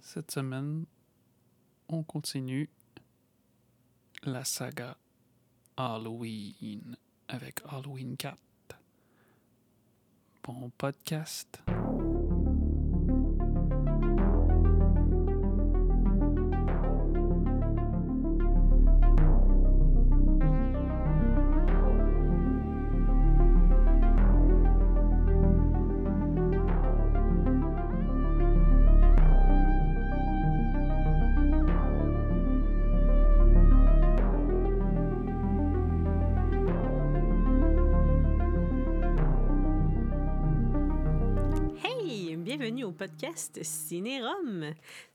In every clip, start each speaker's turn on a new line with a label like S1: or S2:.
S1: Cette semaine, on continue la saga Halloween avec Halloween 4. Bon podcast.
S2: Hey, bienvenue au podcast Cinérum.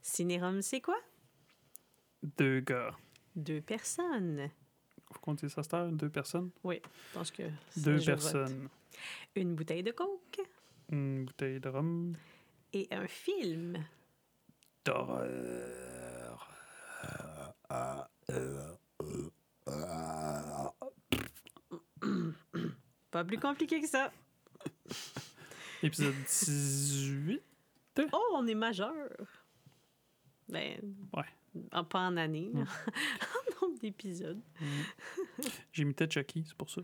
S2: Cinérum, c'est quoi?
S1: Deux gars.
S2: Deux personnes.
S1: Vous comptez ça, c'est heure? Deux personnes?
S2: Je pense que ça,
S1: Deux
S2: je vote.
S1: personnes.
S2: Une bouteille de coke
S1: Une bouteille de rhum.
S2: et un film.
S1: D'horreur.
S2: Pas plus compliqué que ça.
S1: Épisode 18.
S2: Oh, on est majeur. Ben,
S1: Ouais.
S2: en- pas en année, là.
S1: Mm.
S2: en nombre d'épisodes.
S1: J'imitais Chucky, c'est pour ça.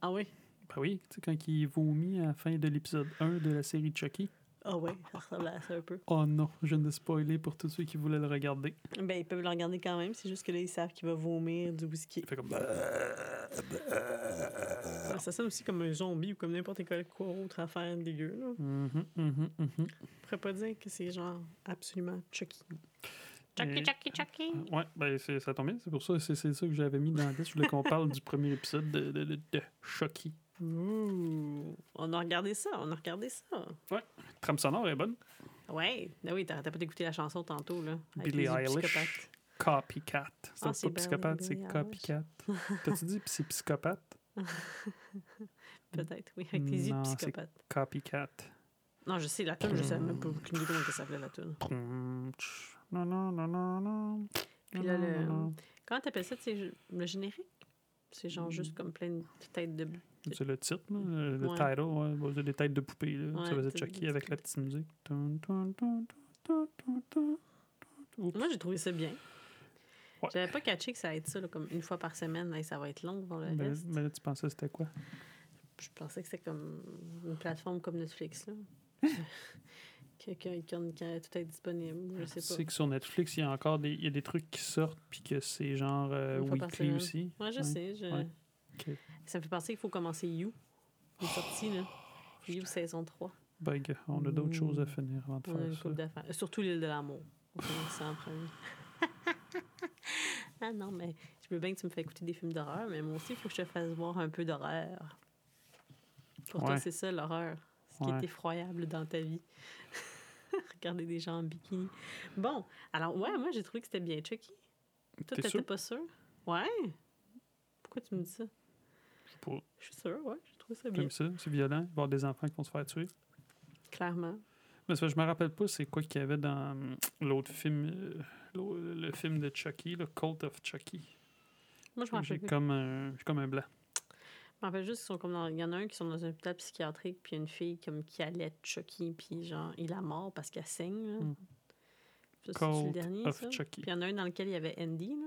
S2: Ah oui?
S1: Ben oui, tu sais, quand il vomit à la fin de l'épisode 1 de la série Chucky.
S2: Ah oui, ça ressemble à ça un peu.
S1: Oh non, je viens de spoiler pour tous ceux qui voulaient le regarder.
S2: Ben, ils peuvent le regarder quand même, c'est juste que là, ils savent qu'il va vomir du whisky.
S1: Il fait comme.
S2: Ah, Ça sonne aussi comme un zombie ou comme n'importe quelle quoi autre affaire dégueu, là.
S1: Mhm, mhm, mhm.
S2: Je pourrais pas dire que c'est genre absolument Chucky.
S1: Et-
S2: Chucky, Chucky, Chucky.
S1: Ouais, ben c'est- ça tombe bien, c'est pour ça, c'est c'est ça que j'avais mis dans la liste. Je voulais qu'on parle du premier épisode de, de, de- de Chucky.
S2: Ouh. On a regardé ça, on a regardé ça.
S1: Trame sonore est bonne.
S2: Ouais, ben oui, t'arrêtais pas d'écouter la chanson tantôt, là. avec
S1: Billie
S2: les yeux
S1: Eilish.
S2: psychopathes.
S1: Copycat. C'est
S2: Ah,
S1: pas
S2: c'est bien,
S1: psychopathe, c'est
S2: Billie Eilish.
S1: copycat. T'as-tu dit c'est psychopathe?
S2: Peut-être, oui, avec les yeux
S1: Non,
S2: de
S1: c'est-
S2: psychopathe.
S1: Copycat.
S2: Non, je sais, la tune, je sais même pas aucune idée comment ça s'appelait la tune.
S1: Poum, tch. Non, non, non, non, non.
S2: Puis là,
S1: Non, non,
S2: le-
S1: non, non.
S2: Comment t'appelles ça, c'est le générique? C'est genre juste comme plein de têtes de...
S1: C'est le titre, là, le le
S2: Ouais.
S1: title, ouais, bon, c'est des têtes de poupées. Là. ça
S2: Ouais,
S1: faisait
S2: t'as-
S1: Chucky avec la petite musique. Tun, tun, tun, tun, tun, tun. Oups.
S2: Moi, j'ai trouvé ça bien.
S1: Ouais.
S2: J'avais pas catché que ça allait être ça, là, comme une fois par semaine, Hey, ça va être long devant le
S1: Mais,
S2: reste.
S1: mais Ben là, tu pensais c'était quoi?
S2: Je pensais que c'était comme une plateforme comme Netflix, là. que, que, qu'on- qu'elle allait tout être disponible, je
S1: Tu
S2: sais
S1: sais
S2: pas.
S1: que sur Netflix, il y a encore des, il y a des trucs qui sortent, puis que c'est genre euh,
S2: Une fois par
S1: weekly
S2: semaine.
S1: aussi.
S2: Moi, je
S1: Ouais.
S2: sais. Je...
S1: ouais. Ok.
S2: Ça me fait penser qu'il faut commencer You. Il est sorti, là. You saison 3.
S1: Ben, gars, on a d'autres
S2: Mm.
S1: choses à finir avant de
S2: On a une
S1: faire ça.
S2: couple d'affaires. Euh, Surtout l'île de l'amour. On commence ça en premier. ah non, mais je veux bien que tu me fais écouter des films d'horreur, mais moi aussi, il faut que je te fasse voir un peu d'horreur. Pour toi,
S1: Ouais.
S2: c'est ça l'horreur. Ce qui
S1: Ouais.
S2: est effroyable dans ta vie. Regarder des gens en bikini. Bon, alors, ouais, moi, j'ai trouvé que c'était bien Chucky. Toi,
S1: T'es
S2: t'étais
S1: sûr?
S2: pas sûr? Ouais. Pourquoi tu me dis ça?
S1: Pour-
S2: Je suis sûre, ouais, j'ai trouvé ça bien.
S1: Comme ça, c'est violent. Il va y avoir des enfants qui vont se faire tuer.
S2: Clairement.
S1: Mais ça, je me rappelle pas c'est quoi qu'il y avait dans hum, l'autre film, euh, l'au- le film de Chucky, le Cult of Chucky.
S2: Moi, je m'en
S1: J'ai
S2: rappelle
S1: comme un, j'ai comme un blanc.
S2: Je me rappelle juste qu'ils sont comme dans... Il y en a un qui sont dans un hôpital psychiatrique, puis une fille comme qui allait Chucky, puis genre, il la mort parce qu'elle saigne. là.
S1: Mm.
S2: Ça, C'est-tu le
S1: Cult
S2: dernier,
S1: of
S2: ça? Puis
S1: Chucky.
S2: il y en a un dans lequel il y avait Andy, là,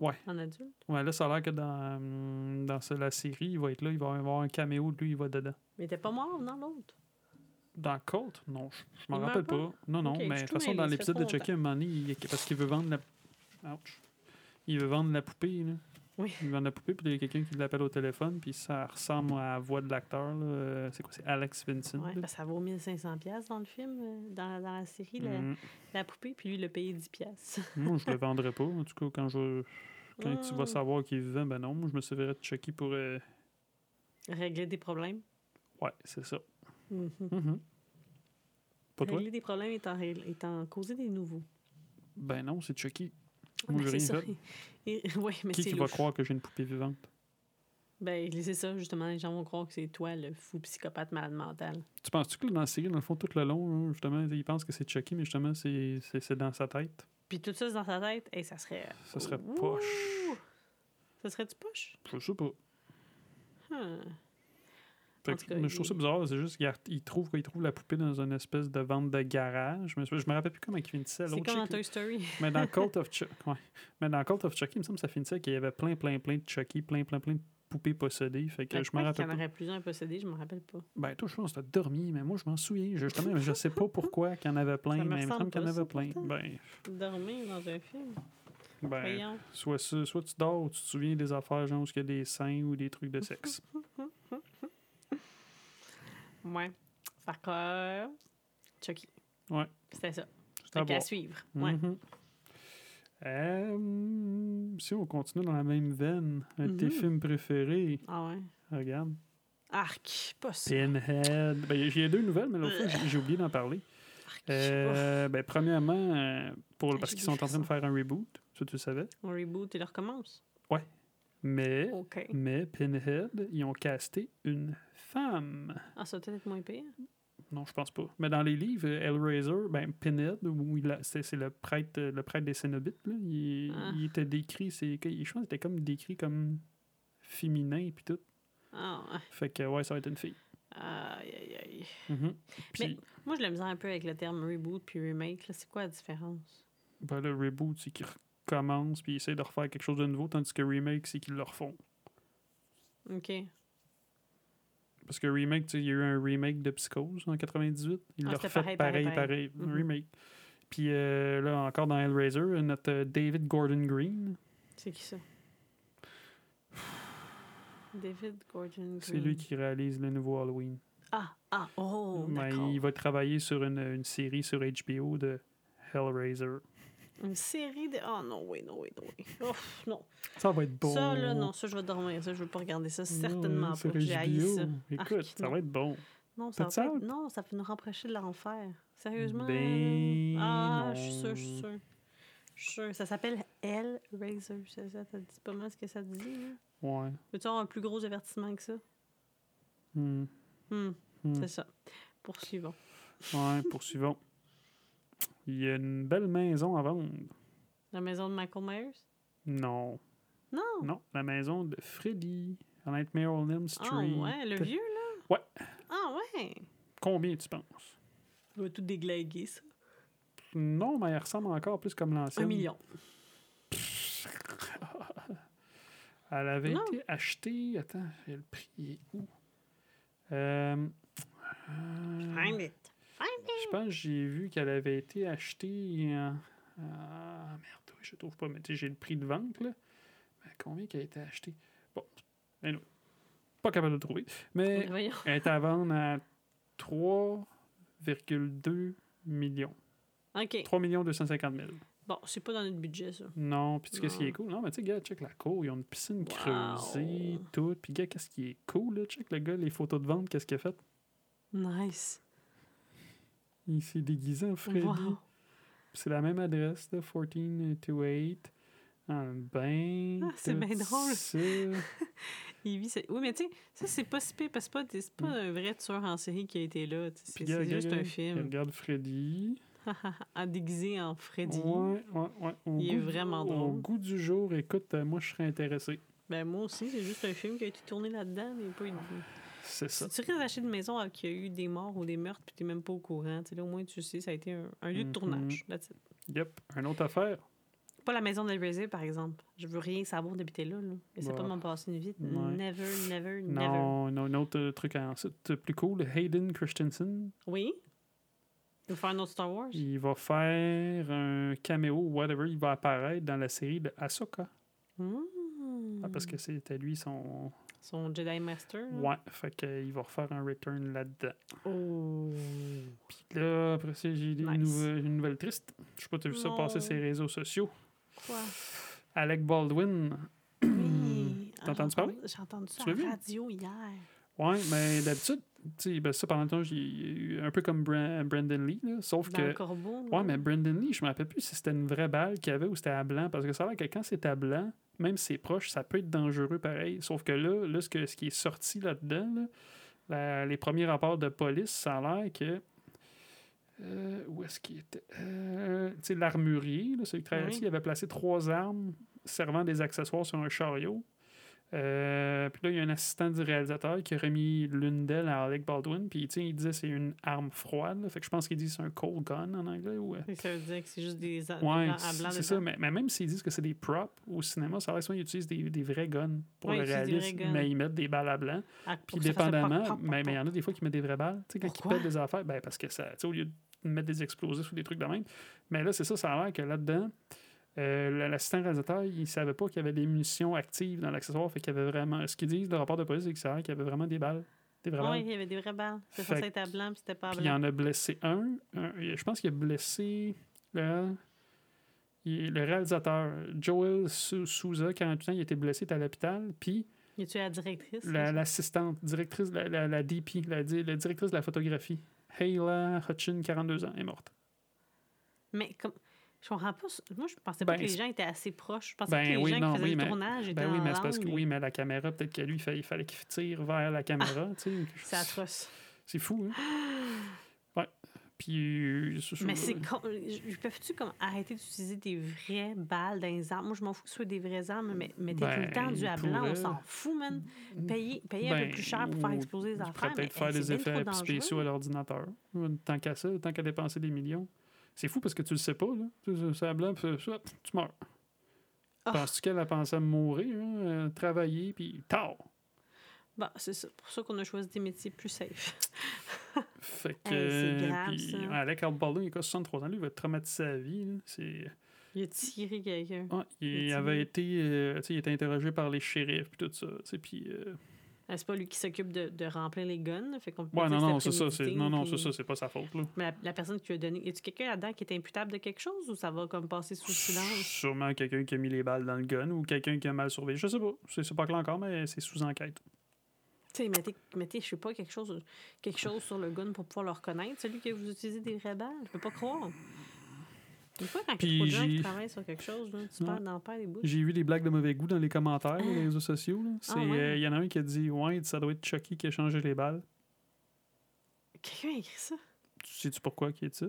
S1: Ouais.
S2: en adulte.
S1: Ouais, là, ça a l'air que dans, hum, dans ce- la série, il va être là, il va avoir un caméo, de lui, il va dedans.
S2: Mais il était pas mort dans l'autre.
S1: Dans Colt? Non, je, je m'en
S2: Il meurt
S1: rappelle
S2: pas?
S1: pas. Non, non,
S2: Ok,
S1: mais
S2: je
S1: de toute
S2: trouvais,
S1: façon,
S2: il
S1: dans
S2: se fait
S1: l'épisode de
S2: trop
S1: Chucky, à un moment donné, il- parce qu'il veut vendre la... Ouch. Il veut vendre la poupée, là.
S2: Oui.
S1: Il vend la poupée, puis il y a quelqu'un qui l'appelle au téléphone, puis ça ressemble à la voix de l'acteur, là. Euh, C'est quoi? C'est Alex Vincent.
S2: Ouais,
S1: là.
S2: parce que ça vaut 1500$ piastres dans le film, euh, dans, la- dans la série, la,
S1: Mm.
S2: la poupée, puis lui, il a payé 10$. piastres.
S1: Moi, je le vendrais pas. En tout cas, quand je quand tu vas
S2: Mm.
S1: savoir qu'il est vivant, ben non, moi, je me servirais de Chucky pour... euh,
S2: Régler des problèmes.
S1: Ouais, c'est ça.
S2: Mhm.
S1: Mhm. Pas toi?
S2: Régler des problèmes étant, régl- étant causer des nouveaux.
S1: Ben non, c'est Chucky.
S2: Ah,
S1: Moi,
S2: ben,
S1: j'ai
S2: c'est
S1: rien
S2: ça. Et- ouais, mais
S1: Qui,
S2: c'est
S1: qui va
S2: louche.
S1: croire que j'ai une poupée vivante?
S2: Ben, c'est ça, justement. Les gens vont croire que c'est toi, le fou psychopathe malade mental.
S1: Tu penses-tu que dans la série, dans le fond, tout le long, là, justement, il pense que c'est Chucky, mais justement, c'est c'est- c'est dans sa tête?
S2: Puis tout ça c'est dans sa tête, et ça serait.
S1: Ça serait
S2: Ouh!
S1: poche.
S2: Ça serait du poche?
S1: Je sais pas.
S2: Hum.
S1: Fait
S2: En
S1: que
S2: tout cas,
S1: mais je trouve
S2: il-
S1: ça bizarre, c'est juste qu'il il trouve, quoi, il trouve la poupée dans une espèce de vente de garage. Mais je je me rappelle plus comment il finissait.
S2: C'est
S1: l'autre
S2: comme
S1: chick,
S2: dans
S1: là.
S2: Toy Story.
S1: Mais dans Cult of Chucky, ouais. Mais dans Cult of Chucky, il me semble que ça finissait qu'il y avait plein, plein, plein de Chucky, plein, plein, plein de poupées possédées. Fait que
S2: Fait
S1: je
S2: quoi
S1: me rappelle.
S2: qu'il y en
S1: pas.
S2: aurait plusieurs possédés, je me rappelle pas.
S1: Ben, toi, je pense que t'as dormi, mais moi, je m'en souviens. Je- Justement, je sais pas pourquoi qu'il y en avait plein,
S2: me
S1: mais il me
S2: ressemble
S1: semble qu'il y en
S2: pas,
S1: avait
S2: ça,
S1: plein.
S2: pourtant.
S1: Ben,
S2: Dormir dans un film,
S1: ben
S2: voyons.
S1: soit, ça, soit tu dors ou tu te souviens des affaires, genre, où il y a des seins ou des
S2: Mhm.
S1: trucs de sexe.
S2: Ouais. Fait que... euh, Chucky.
S1: Ouais.
S2: C'était ça.
S1: C'est à
S2: Fait qu'à
S1: voir.
S2: suivre. Ouais.
S1: Mhm. Euh, si on continue dans la même veine, un de tes
S2: Mhm.
S1: films préférés,
S2: Ah ouais.
S1: regarde.
S2: Arc, pas ça.
S1: Pinhead. Ben, j'ai deux nouvelles, mais l'autre fois, j'ai j'ai oublié d'en parler.
S2: Arc.
S1: Euh, ben, premièrement, euh, pour,
S2: Ah,
S1: parce
S2: j'ai
S1: qu'ils sont en train de
S2: découvert
S1: faire un reboot, ça tu le savais.
S2: On reboot et le recommence.
S1: Mais,
S2: OK.
S1: mais Pinhead, ils ont casté une femme.
S2: Ah, ça va peut-être être moins pire.
S1: Non, je pense pas. Mais dans les livres, euh, Hellraiser, ben, Pinhead, où il a- c'est c'est le prêtre, euh, le prêtre des Cénobites, là, il,
S2: Ah.
S1: il était décrit, c'est que- je pense qu'il était comme décrit comme féminin puis tout.
S2: Ah, ouais.
S1: Fait que ouais, ça va être une fille.
S2: aïe, aïe, aïe.
S1: Mhm. Puis
S2: Mais- Moi, je la misère un peu avec le terme reboot puis remake. là. C'est quoi la différence?
S1: ben, le reboot, c'est qu'ils recommencent puis ils essaient de refaire quelque chose de nouveau, tandis que remake, c'est qu'ils le refont.
S2: OK.
S1: Parce que remake, tu sais, il y a eu un remake de Psychose en 98. Il
S2: Ah,
S1: l'a
S2: c'était
S1: refait pareil,
S2: pareil,
S1: pareil,
S2: pareil,
S1: un
S2: Mhm.
S1: remake. Puis euh, là, encore dans Hellraiser, notre euh, David Gordon Green,
S2: C'est qui ça? David Gordon Green.
S1: c'est lui qui réalise le nouveau Halloween.
S2: Ah, ah, oh,
S1: Ben,
S2: d'accord.
S1: il va travailler sur une, une série sur HBO de Hellraiser.
S2: Une série de... Ah non, oui, non, oui, non, oui. Ouf, non.
S1: Ça va être bon.
S2: Ça, là, non, ça, je vais dormir. Ça, je veux pas regarder ça.
S1: Non,
S2: Certainement
S1: sur
S2: pas. J'ai haï
S1: HBO.
S2: ça.
S1: Écoute,
S2: Arc,
S1: ça
S2: non.
S1: va être bon.
S2: Non, ça, va
S1: T'as-tu
S2: pas être-
S1: hâte?
S2: non, ça peut nous rapprocher de l'enfer. Sérieusement?
S1: Ben,
S2: ah, je suis sûre, je
S1: non.
S2: suis sûre. Je suis sûre. Ça s'appelle Hellraiser. Ça, ça, ça dit pas mal ce que ça te dit. là.
S1: Ouais.
S2: Veux-tu avoir un plus gros avertissement que ça?
S1: Hmm.
S2: Hmm,
S1: Hmm.
S2: C'est ça. Poursuivons.
S1: Ouais, poursuivons. Il y a une belle maison à vendre.
S2: La maison de Michael Myers?
S1: Non.
S2: Non.
S1: Non, la maison de Freddy à Nightmare on Elm Street.
S2: Ah ouais, le vieux, là?
S1: Ouais.
S2: Ah ouais!
S1: Combien tu penses?
S2: Il va tout déglaguer, ça.
S1: Non, mais elle ressemble encore plus comme l'ancienne.
S2: Un million.
S1: Elle avait
S2: Non.
S1: été achetée. Attends, le prix il est où? Euh, euh,
S2: Find it. Find it.
S1: je pense que j'ai vu qu'elle avait été achetée. en- Ah, merde, oui, je trouve pas. Mais tu sais, j'ai le prix de vente, là. Mais combien qu'elle a été achetée? Bon, anyway, pas capable de le trouver. Mais
S2: Voyons.
S1: elle est à vendre à 3,2 millions.
S2: OK.
S1: 3 250 000.
S2: Bon, c'est pas dans notre budget, ça.
S1: Non, puis tu sais, qu'est-ce qui est
S2: Non.
S1: cool? Non, mais tu sais, gars, check la cour, ils ont une piscine creusée,
S2: Wow.
S1: tout. Puis, gars, qu'est-ce qui est cool, là? Check le gars, les photos de vente, qu'est-ce qu'il a fait?
S2: Nice.
S1: Il s'est déguisé en Freddy.
S2: Wow.
S1: Puis C'est la même adresse, là, oh 1428. Un bain.
S2: Ah, c'est
S1: tout
S2: bien drôle.
S1: Euh, ben,
S2: Hum.
S1: ça.
S2: Il vit sa- Oui, mais tu sais, ça, c'est pas si pire, parce que c'est pas, c'est pas un vrai tueur en série qui a été là. tu sais,
S1: Hmm. Puis,
S2: C'est
S1: gars,
S2: c'est
S1: gars,
S2: juste
S1: gars,
S2: un
S1: Il
S2: film.
S1: regarde Freddy.
S2: en déguisé en Freddy.
S1: Ouais, ouais, ouais. Au
S2: Il est
S1: goût du-
S2: vraiment
S1: Au
S2: drôle.
S1: goût du jour, écoute, euh, moi, je serais intéressé.
S2: Ben, moi aussi, c'est juste un film qui a été tourné là-dedans. mais pas une-
S1: C'est ça.
S2: Si tu risques d'acheter une maison avec qu'il y a eu des morts ou des meurtres, puis t'es même pas au courant, tu sais, là, au moins, tu sais, ça a été un, un lieu
S1: Mhm.
S2: de tournage. that's it.
S1: Yep. Une autre affaire.
S2: Pas la maison de Brésil, par exemple. Je veux rien savoir d'habiter là. là. Mais ça
S1: Bah.
S2: pas m'en passer une vie.
S1: Ouais.
S2: Never, never, never.
S1: Non, non, un autre euh, truc ensuite euh, plus cool, Hayden Christensen.
S2: Oui? Tu veux faire un autre Star Wars?
S1: Il va faire un caméo, whatever, il va apparaître dans la série de Ahsoka.
S2: Hmm.
S1: Ah, parce que c'était lui son.
S2: Son Jedi Master? là.
S1: Ouais, fait qu'il va refaire un return là-dedans.
S2: Oh.
S1: Puis là, après ça, j'ai des
S2: Nice.
S1: nouvelles- une nouvelle triste. Je sais pas, t'as vu ça
S2: Non.
S1: passer sur les réseaux sociaux.
S2: Quoi?
S1: Alec Baldwin.
S2: Oui. Ah,
S1: T'as entendu parler?
S2: J'ai entendu ça
S1: Tu l'as vu?
S2: en radio hier.
S1: Ouais, mais d'habitude, tu sais, ben ça pendant le temps, j'ai eu un peu comme Bra- Brandon Lee, là, sauf
S2: Dans
S1: que.
S2: le corbeau.
S1: Ouais,
S2: là.
S1: mais Brendan Lee, je me rappelle plus si c'était une vraie balle qu'il y avait ou c'était à blanc. Parce que ça a l'air que quand c'est à blanc, même si c'est proche, ça peut être dangereux pareil. Sauf que là, là ce, que, ce qui est sorti là-dedans, là, la- les premiers rapports de police, ça a l'air que. euh, où est-ce qu'il était Euh, Tu sais, l'armurier, là, celui qui travaillait
S2: Oui.
S1: ici, il avait placé trois armes servant des accessoires sur un chariot. Euh, puis là, il y a un assistant du réalisateur qui a remis l'une d'elles à Alec Baldwin. Puis tu sais, il disait c'est une arme froide. là. Fait que je pense qu'il dit c'est un cold gun en anglais. Ou, euh,
S2: Fait que Ça veut dire que c'est juste des a- des
S1: ouais,
S2: blancs à
S1: c'est
S2: blanc.
S1: c'est
S2: dedans.
S1: ça. Mais, mais même s'ils disent que c'est des props au cinéma, ça a l'air souvent qu'ils utilisent des, des vrais guns pour
S2: Ouais,
S1: le
S2: ils utilisent des vrais
S1: réalisme.
S2: guns.
S1: Mais ils mettent des balles à blanc.
S2: Ah, pour
S1: Puis
S2: que ça fasse un
S1: dépendamment,
S2: pop, pop, pop,
S1: mais mais il y
S2: pop.
S1: en a des fois qui mettent des vraies balles. Tu sais, quand
S2: Pourquoi?
S1: ils pètent des affaires, ben parce que ça, tu sais, au lieu de mettre des explosifs ou des trucs de même. Mais là, c'est ça, ça a l'air que là-dedans, euh, l- l'assistant réalisateur, il savait pas qu'il y avait des munitions actives dans l'accessoire. Fait qu'il y avait vraiment. Ce qu'ils disent, le rapport de police, c'est que ça a l'air qu'il y avait vraiment des balles. Des vraies
S2: Ah Oui,
S1: balles.
S2: il y avait des vraies balles. C'était
S1: Fait
S2: censé être à blanc, puis c'était pas à
S1: Puis il
S2: blanc.
S1: en a blessé un. un- je pense qu'il a blessé le, il- le réalisateur, Joel Su- Souza, 48 ans, il a été blessé, il était à l'hôpital. Puis
S2: Il a tué la directrice.
S1: la-
S2: là.
S1: l'assistante, directrice, la, la- la DP, la, di- la directrice de la photographie, Hayla Hutchin, 42 ans, est morte.
S2: Mais comme. Je comprends pas. ce- Moi, je pensais
S1: Ben,
S2: pas que les
S1: c'est-
S2: gens étaient assez proches. Je pensais
S1: Ben
S2: que les
S1: oui,
S2: gens
S1: non,
S2: qui faisaient
S1: oui,
S2: le
S1: mais-
S2: tournage étaient
S1: Ben oui,
S2: dans
S1: mais c'est parce que
S2: l'angle.
S1: oui, mais la caméra, peut-être que lui, il fa- il fallait qu'il tire vers la caméra.
S2: Ah!
S1: tu sais.
S2: C'est atroce.
S1: C'est fou, hein? Ouais. Puis. euh, sous-
S2: Ah! Mais c'est con. Ils peuvent-tu comme arrêter d'utiliser des vraies balles dans les armes? Moi, je m'en fous que ce soit des vraies armes, mais mettez tout
S1: Ben,
S2: le temps du à
S1: ils
S2: blanc, on
S1: pourraient.
S2: s'en fout, man. Payez, payez un
S1: Ben,
S2: peu plus cher pour faire
S1: ou
S2: exploser les
S1: Tu pourrais
S2: affaires. mais,
S1: peut-être faire
S2: hey,
S1: des
S2: c'est bien
S1: effets
S2: trop
S1: spéciaux à l'ordinateur. Tant qu'à ça, tant qu'à dépenser des millions. C'est fou parce que tu le sais pas, là. Tu- tu- C'est à blanc, puis ça, pff, tu meurs.
S2: Ah.
S1: Penses-tu qu'elle a pensé à mourir, hein, euh, travailler, puis tard?
S2: Bon, Bah, c'est ça. pour ça qu'on a choisi des métiers plus safe.
S1: Fait que.
S2: Hey, c'est grave,
S1: puis,
S2: ça.
S1: ouais, Alec Baldwin, il a 63 ans, lui, il va traumatiser sa vie. là. C'est.
S2: Il a tiré quelqu'un.
S1: Ah, il
S2: Est-il-
S1: avait été. euh, tu sais, il était interrogé par les shérifs, puis tout ça. tu sais, Puis. euh,
S2: Ah, C'est pas lui qui s'occupe de, de remplir les guns. Fait qu'on peut pas
S1: Ouais,
S2: dire
S1: non,
S2: que
S1: non, c'est ça. c'est-
S2: prémédité,
S1: Non, non,
S2: puis-
S1: c'est ça, c'est pas sa faute, là.
S2: Mais la, la personne qui lui a donné. Y a-tu quelqu'un là-dedans qui est imputable de quelque chose ou ça va comme passer sous le silence?
S1: Sûrement quelqu'un qui a mis les balles dans le gun ou quelqu'un qui a mal surveillé. Je sais pas. C'est c'est pas clair encore, mais c'est sous enquête.
S2: Tu sais, mettez, mettez, je sais pas, quelque chose, quelque chose sur le gun pour pouvoir le reconnaître. Celui que vous utilisez des vraies balles. Je peux pas croire. Des fois, quand il y a trop de gens
S1: Puis j'ai-
S2: qui travaillent sur quelque chose, là, tu
S1: Ouais.
S2: perds dans perds des bouts.
S1: J'ai vu des blagues de mauvais goût dans les commentaires là, des réseaux sociaux. là. C'est, euh, Il
S2: Ah. ouais?
S1: y en a un qui a dit Ouais, ça doit être Chucky qui a changé les balles.
S2: Quelqu'un a écrit ça?
S1: Tu sais-tu pourquoi qui est ça?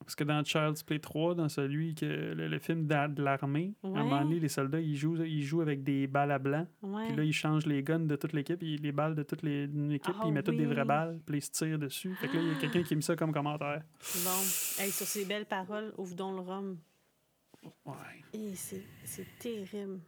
S1: Parce que dans Child's Play 3, dans celui que le, le film d'a- de l'armée, à un moment
S2: Ouais.
S1: donné, les soldats ils jouent, ils jouent avec des balles à blanc.
S2: Ouais.
S1: Puis là, ils changent les guns de toute l'équipe, ils- les balles de toute les- une équipe,
S2: Ah
S1: puis ils mettent toutes des vraies
S2: oui.
S1: balles, puis ils se tirent dessus. Fait que là, il y a quelqu'un qui a mis ça comme commentaire.
S2: Bon. Hey, sur ces belles paroles, ouvre donc le rhum.
S1: Ouais.
S2: Et c'est c'est terrible.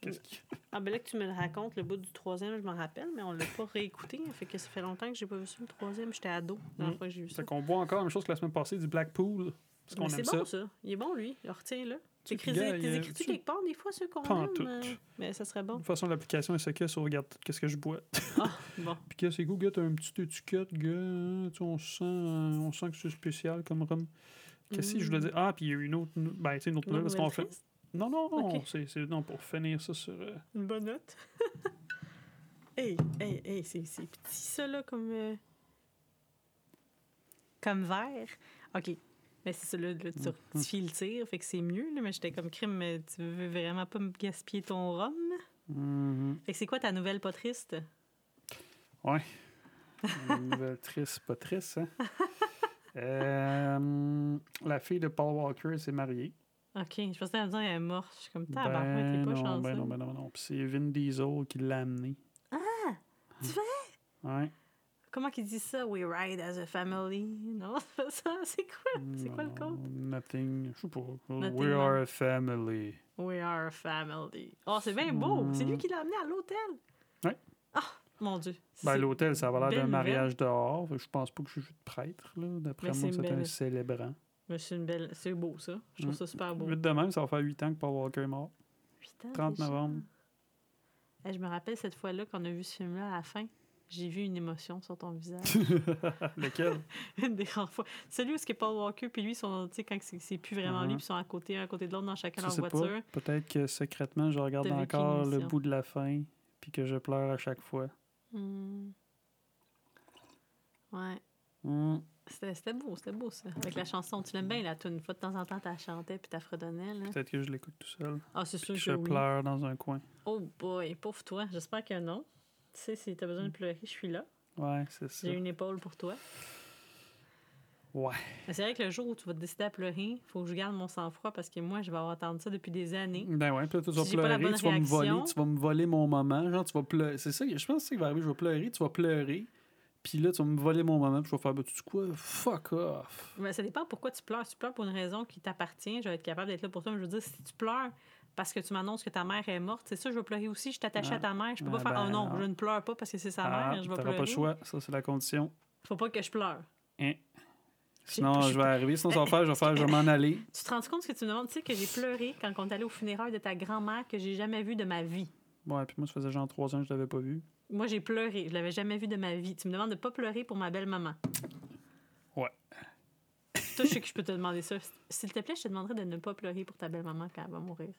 S1: Qu'est-ce qui-
S2: Ah ben là que tu me le racontes, le bout du troisième, je m'en rappelle, mais on l'a pas réécouté. hein, Fait que ça fait longtemps que j'ai pas vu ça, le troisième. J'étais ado la
S1: Mm.
S2: dernière fois que j'ai vu ça.
S1: Fait qu'on voit encore la même chose que la semaine passée du Blackpool. Parce qu'on
S2: Mais
S1: aime
S2: c'est
S1: ça.
S2: bon, ça. Il est bon, lui. Alors, retiens-le.
S1: Tu-
S2: T'es écrit
S1: gars, il y a-
S2: tu
S1: tu-
S2: quelque part, des fois, ceux qu'on
S1: Pas en
S2: aime?
S1: tout.
S2: euh, Mais ça serait
S1: De
S2: bon.
S1: toute façon, l'application SQ sauvegarde tout qu'est-ce que je bois.
S2: Bon.
S1: Puis que c'est goût, gars, t'as un petit étiquette, gars. hein, tu sais, on sent, euh, on sent que c'est spécial comme rhum. Qu'est-ce que je voulais dire? Ah, puis il y a une autre, nou- ben, tu sais, une autre nouvelle, parce qu'on fait. Non, non, non,
S2: Ok.
S1: c'est, c'est- non, pour finir ça sur. euh,
S2: Une bonne note. hey, hey, hey, c'est c'est petit, ça, là, comme. euh, Comme verre. OK. Mais c'est ça, là, là,
S1: Mm,
S2: tu, tu files le tir, fait que c'est mieux, là, mais j'étais comme crime, mais tu veux vraiment pas me gaspiller ton rhum?
S1: mhm.
S2: Fait que c'est quoi ta nouvelle pas triste?
S1: Une nouvelle triste, pas triste, hein? Euh, la fille de Paul Walker s'est mariée.
S2: OK, je pensais à me dire, elle est morte. Je suis comme, t'as t'es
S1: ben,
S2: pas
S1: non,
S2: chanceux.
S1: ben non, ben non, non. Puis c'est Vin Diesel qui l'a amenée. Ah!
S2: C'est vrai?
S1: Ouais.
S2: Comment qu'ils disent ça? We ride as a family. Non, c'est pas ça. C'est quoi? C'est quoi le code?
S1: Non, Nothing. Je sais pas.
S2: Nothing,
S1: We
S2: non.
S1: are a family.
S2: We are a family. Oh, c'est bien beau. C'est lui qui l'a amené à l'hôtel.
S1: Hmm. Ouais.
S2: Ah, mon Dieu.
S1: Ben,
S2: C'est-
S1: l'hôtel, ça va l'air
S2: belle
S1: d'un
S2: nouvelle.
S1: mariage dehors. Fait que Je pense pas que je suis de prêtre, là. D'après
S2: Mais
S1: moi,
S2: c'est
S1: c'est un
S2: belle.
S1: célébrant.
S2: Mais c'est une belle. C'est beau, ça. Je trouve
S1: Mm.
S2: ça super beau.
S1: Vite de même, ça va faire 8 ans que Paul Walker est mort.
S2: Huit ans
S1: 30
S2: déjà.
S1: novembre.
S2: Eh, je me rappelle cette fois-là qu'on a vu ce film-là à la fin. J'ai vu une émotion sur ton visage.
S1: Lequel?
S2: une des rares fois. Celui où ce que Paul Walker puis lui sont, tu sais, quand c'est c'est plus vraiment lui,
S1: Mhm.
S2: puis ils sont à côté, un à côté de l'autre dans chacun
S1: Je
S2: leur
S1: sais
S2: voiture. hein.
S1: pas. Peut-être que secrètement, je regarde
S2: The Viking
S1: encore le
S2: Mission.
S1: bout de la fin, puis que je pleure à chaque fois.
S2: Hmm. Ouais. Mm.
S1: Hmm.
S2: C'était c'était beau, c'était beau ça. Avec la chanson, tu l'aimes bien la tune. Une fois de temps en temps, t'as chantais puis t'as fredonnais là.
S1: Peut-être que je l'écoute tout seul.
S2: Ah, c'est
S1: Puis
S2: sûr
S1: que
S2: que
S1: je
S2: oui.
S1: pleure dans un coin.
S2: Oh boy, pauvre toi. J'espère que non. Tu sais, si t'as besoin de pleurer, je suis là.
S1: Ouais, c'est ça.
S2: J'ai une épaule pour toi.
S1: Ouais.
S2: Mais c'est vrai que le jour où tu vas te décider à pleurer, faut que je garde mon sang-froid parce que moi, je vais avoir attendu ça depuis des années.
S1: Ben ouais, puis là, tu vas
S2: Si j'ai pas la
S1: pleurer,
S2: bonne
S1: tu vas me voler,
S2: réaction-
S1: tu vas me voler mon moment, genre tu vas pleurer. C'est ça, je pense que c'est ça qui va arriver, je vais pleurer, tu vas pleurer, puis là tu vas me voler mon moment, puis je vais faire, ben tu sais quoi, fuck off.
S2: Mais ça dépend pourquoi tu pleures. Si tu pleures pour une raison qui t'appartient, je vais être capable d'être là pour toi. Mais je veux dire, si tu pleures parce que tu m'annonces que ta mère est morte, c'est ça, je vais pleurer aussi. Je suis attachée
S1: Ah.
S2: à ta mère. Je peux
S1: Ah,
S2: pas faire,
S1: ben
S2: oh non,
S1: non.
S2: je ne pleure pas parce que c'est sa
S1: Ah,
S2: mère, je vais
S1: t'auras
S2: pleurer.
S1: pas le choix, ça c'est la condition.
S2: Faut pas que je pleure.
S1: Hein.
S2: J'ai-
S1: Sinon,
S2: j'ai
S1: je vais arriver, sinon ça va faire, je vais faire, je vais m'en aller.
S2: Tu te rends compte ce que tu me demandes? Tu sais que j'ai pleuré quand on est allé au funérailles de ta grand-mère que j'ai jamais vue de ma vie.
S1: Ouais, puis moi, ça faisait genre trois ans que je l'avais pas vu.
S2: Moi, j'ai pleuré. Je l'avais jamais vue de ma vie. Tu me demandes de pas pleurer pour ma belle-maman.
S1: Ouais.
S2: Toi, je sais que je peux te demander ça. S'il te plaît, je te demanderais de ne pas pleurer pour ta belle-maman quand elle va mourir.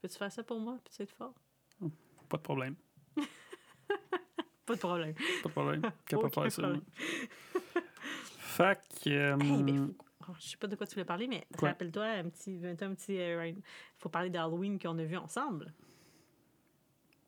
S2: Peux-tu faire ça pour moi? Peux-tu être fort?
S1: Pas de problème.
S2: Pas de problème.
S1: Pas de problème. Capable de
S2: Aucun
S1: faire ça.
S2: problème.
S1: moi. Fait que. euh,
S2: Hey, ben, faut- Je sais pas de quoi tu voulais parler, mais
S1: Quoi?
S2: rappelle-toi un petit. Un petit euh, Ryan. faut parler d'Halloween qu'on a vu ensemble.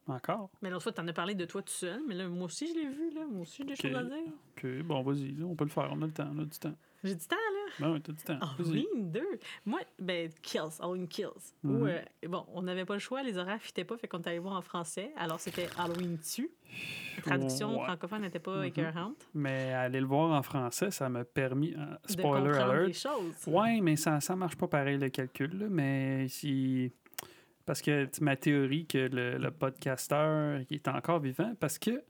S1: Encore.
S2: Mais l'autre fois, tu en as parlé de toi tout seul, mais là, moi aussi, je l'ai vu. Là. Moi aussi, j'ai des
S1: Ok.
S2: choses à dire.
S1: Ok, bon, vas-y, là, on peut le faire. On a le temps, on a du temps.
S2: J'ai du temps, là.
S1: Ben oui, t'as du
S2: Ah
S1: temps. Vas-y.
S2: Halloween 2. Moi, ben, Kills, Halloween Kills.
S1: Mhm.
S2: Où, euh, bon, on n'avait pas le choix, les horaires fitaient pas, fait qu'on est allé voir en français. Alors, c'était Halloween tu. La traduction
S1: Ouais.
S2: francophone n'était pas
S1: Mhm.
S2: écœurante.
S1: Mais aller le voir en français, ça m'a permis. euh,
S2: De
S1: spoiler
S2: comprendre
S1: alert.
S2: les choses.
S1: Ouais, mais ça, ça marche pas pareil le calcul, là, mais si. Parce que tu- ma théorie que le, le podcasteur il est encore vivant, parce que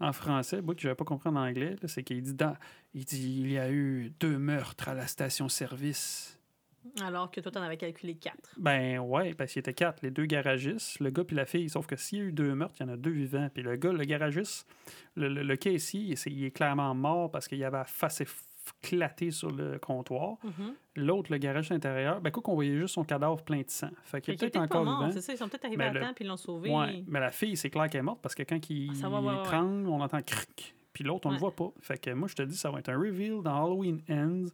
S1: en français, moi que j'avais pas compris en anglais, là, c'est qu'il dit dans, il dit il y a eu deux meurtres à la station-service.
S2: Alors que toi, t'en avais calculé quatre.
S1: Ben ouais, parce qu'il était quatre, les deux garagistes, le gars puis la fille. Sauf que s'il y a eu deux meurtres, il y en a deux vivants. Puis le gars, le garagiste, le, le, le caissier, il, s'est- il est clairement mort parce qu'il avait la face éclatée sur le comptoir.
S2: Mhm.
S1: L'autre, le garage intérieur, ben quoi qu'on voyait juste son cadavre plein de sang. Fait qu'il
S2: Fait
S1: est
S2: qu'ils
S1: peut-être
S2: étaient pas
S1: encore
S2: morts,
S1: vivant.
S2: c'est ça. Ils sont peut-être arrivés
S1: Mais
S2: à
S1: le-
S2: temps puis ils l'ont sauvé.
S1: Ouais, mais la fille, c'est clair qu'elle est morte parce que quand il,
S2: Ah, ça va, ouais, ouais, ouais.
S1: étrangle, on entend cric. Puis l'autre, on le
S2: Ouais.
S1: voit pas. Fait que moi, je te dis, ça va être un reveal dans Halloween Ends.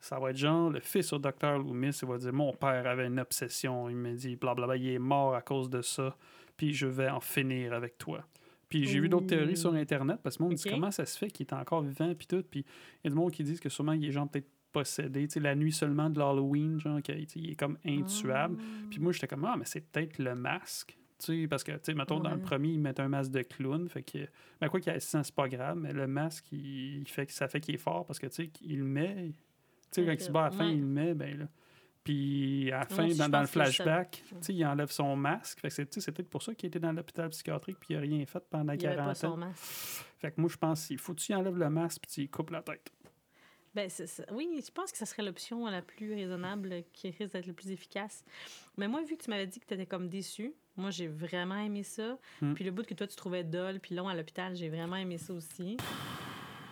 S1: Ça va être genre, le fils au docteur Loomis, il va dire Mon père avait une obsession. Il me dit Blablabla, il est mort à cause de ça. Puis je vais en finir avec toi. Puis j'ai vu d'autres
S2: Ouh.
S1: théories sur Internet parce que le monde dit
S2: Ok.
S1: Comment ça se fait qu'il est encore vivant? Puis tout. Puis il y a du monde qui disent que sûrement il est genre peut-être possédé. Tu sais, la nuit seulement de l'Halloween, genre, qu'il il est comme intuable. Puis moi, j'étais comme, ah, mais c'est peut-être le masque. Tu sais, parce que, tu sais, mettons, dans le
S2: Ouais.
S1: premier, ils mettent un masque de clown. Fait que, ben, quoi qu'il y ait ça, c'est pas grave, mais le masque, il, il fait que ça fait qu'il est fort parce que, tu sais, il le met. Tu sais, quand il se bat à la fin,
S2: Ouais.
S1: il le met, ben là. Puis à la
S2: Moi
S1: fin,
S2: aussi,
S1: dans,
S2: je
S1: dans le
S2: pense que je
S1: flashback, tu sais, il enlève son masque. Fait que c'est tu sais, c'est peut-être pour ça qu'il était dans l'hôpital psychiatrique puis il a rien fait pendant
S2: Il avait pas
S1: 40
S2: son
S1: ans.
S2: masque.
S1: Fait que moi, je pense qu'il faut que tu enlèves le masque puis tu y coupes la tête.
S2: Ben, c'est ça. Oui, je pense que ce serait l'option la plus raisonnable qui risque d'être la plus efficace. Mais moi, vu que tu m'avais dit que tu étais comme déçu, moi, j'ai vraiment aimé ça.
S1: Hmm.
S2: Puis le bout que toi, tu trouvais dol puis long à l'hôpital, j'ai vraiment aimé ça aussi.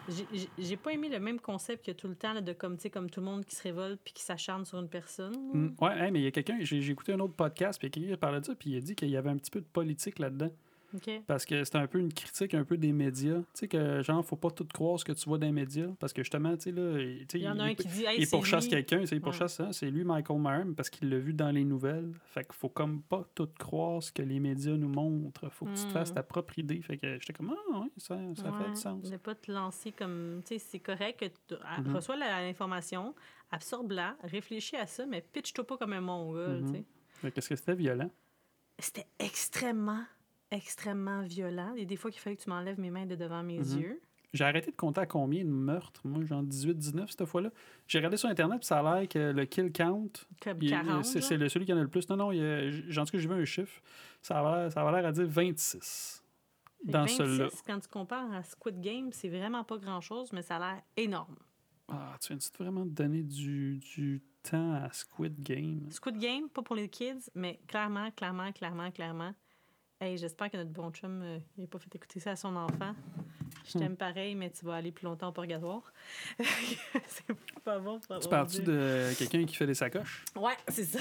S2: J'ai- j'ai- J'ai pas aimé le même concept que tout le temps, là, de comme, tu sais, comme tout le monde qui se révolte puis qui s'acharne sur une personne.
S1: Mm. Ouais, hey, mais il y a quelqu'un, j'ai j'ai écouté un autre podcast, puis quelqu'un qui parlait de ça, puis il a dit qu'il y avait un petit peu de politique là-dedans.
S2: OK.
S1: Parce que c'était un peu une critique un peu des médias. Tu sais que genre, faut pas tout croire ce que tu vois dans les médias. Parce que justement, tu sais, là, il- tu sais,
S2: Il y en a un qui dit, hey,
S1: il
S2: c'est
S1: pourchasse
S2: lui.
S1: quelqu'un, c'est- il
S2: Ouais.
S1: pourchasse ça, c'est lui Michael Myers parce qu'il l'a vu dans les nouvelles. Fait qu'il faut comme pas tout croire ce que les médias nous montrent. Faut que tu te
S2: Mm.
S1: fasses ta propre idée. Fait que j'étais comme ah ouais, ça, ça fait
S2: Ouais,
S1: du sens.
S2: Ne pas te lancer comme. Tu sais, c'est correct que tu à-
S1: Mhm.
S2: reçois la- l'information, absorbe-la, réfléchis à ça, mais pitch-toi pas comme un mongol,
S1: Mhm.
S2: tu sais.
S1: Fait qu'est-ce que c'était violent?
S2: C'était extrêmement, extrêmement violent. Il y a des fois qu'il fallait que tu m'enlèves mes mains de devant mes
S1: Mhm.
S2: yeux.
S1: J'ai arrêté de compter à combien de meurtres, moi, genre 18-19 cette fois-là. J'ai regardé sur Internet, puis ça a l'air que le kill count,
S2: Comme
S1: Il-
S2: 40.
S1: C'est
S2: là.
S1: c'est le- celui qui en a le plus. Non, non, il y a- j- en tout cas, j'ai vu un chiffre. Ça a l'air- ça a l'air à dire 26
S2: Fait que
S1: dans celui-là.
S2: 26, Quand tu compares à Squid Game, c'est vraiment pas grand-chose, mais ça a l'air énorme.
S1: Ah, tu viens-tu vraiment de donner du, du temps à Squid Game?
S2: Squid Game, pas pour les kids, mais clairement, clairement, clairement, clairement. Hey, j'espère que notre bon chum euh, il n'a pas fait écouter ça à son enfant. Je
S1: Hmm.
S2: t'aime pareil, mais tu vas aller plus longtemps au purgatoire. c'est pas bon. pas
S1: Tu
S2: bon
S1: parles-tu
S2: Oh,
S1: Euh,
S2: Dieu.
S1: de quelqu'un qui fait des sacoches?
S2: Ouais, c'est ça.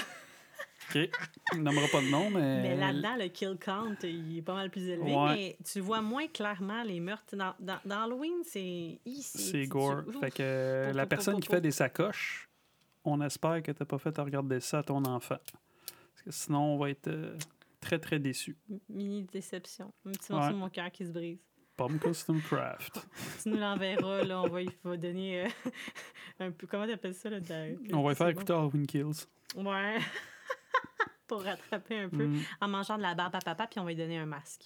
S1: OK. Il nommera pas de nom, mais...
S2: Mais là-dedans, le kill count, il est pas mal plus élevé.
S1: Ouais.
S2: Mais tu vois moins clairement les meurtres. Dans, dans, dans Halloween, c'est ici.
S1: C'est gore. Fait que euh,
S2: Pou, pou,
S1: la
S2: pou,
S1: personne
S2: pou,
S1: qui
S2: pou.
S1: fait des sacoches, on espère que t'as pas fait à regarder ça à ton enfant. Parce que sinon, on va être euh, très, très déçus.
S2: Mini déception. Un petit
S1: Ouais.
S2: morceau de mon cœur qui se brise.
S1: Pomme Custom Craft.
S2: Tu nous l'enverras, là. On va y va donner euh, un peu. Comment t'appelles ça, là? de la-
S1: On va
S2: du
S1: faire
S2: savon?
S1: écouter Halloween Kills.
S2: Ouais. Pour rattraper un peu.
S1: Mm.
S2: En mangeant de la barbe à papa, puis on va lui donner un masque.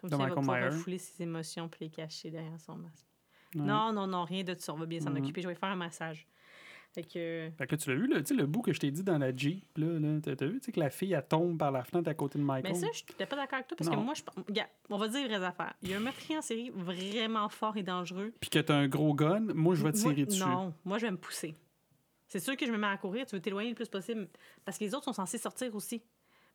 S2: Comme
S1: De
S2: ça, il va
S1: Michael
S2: pouvoir
S1: Myers. Hmm.
S2: refouler ses émotions puis les cacher derrière son masque.
S1: Ouais.
S2: Non, non, non, rien de tout ça. On va bien s'en
S1: Mhm.
S2: occuper. Je vais lui faire un massage. Fait que...
S1: Fait que là, tu l'as vu, là, tu sais, le bout que je t'ai dit dans la Jeep, là, là t'as t'as vu, tu sais, que la fille, elle tombe par la fenêtre à côté de
S2: Mais
S1: Michael.
S2: ça, je n'étais pas d'accord avec toi parce que
S1: Non.
S2: moi, je... pense- Regarde, on va dire les vraies affaires. Il y a un meurtrier en série vraiment fort et dangereux.
S1: Puis que t'as un gros gun, moi, je vais te
S2: Moi-
S1: tirer dessus.
S2: Non, moi, je vais me pousser. C'est sûr que je me mets à courir. Tu veux t'éloigner le plus possible parce que les autres sont censés sortir aussi.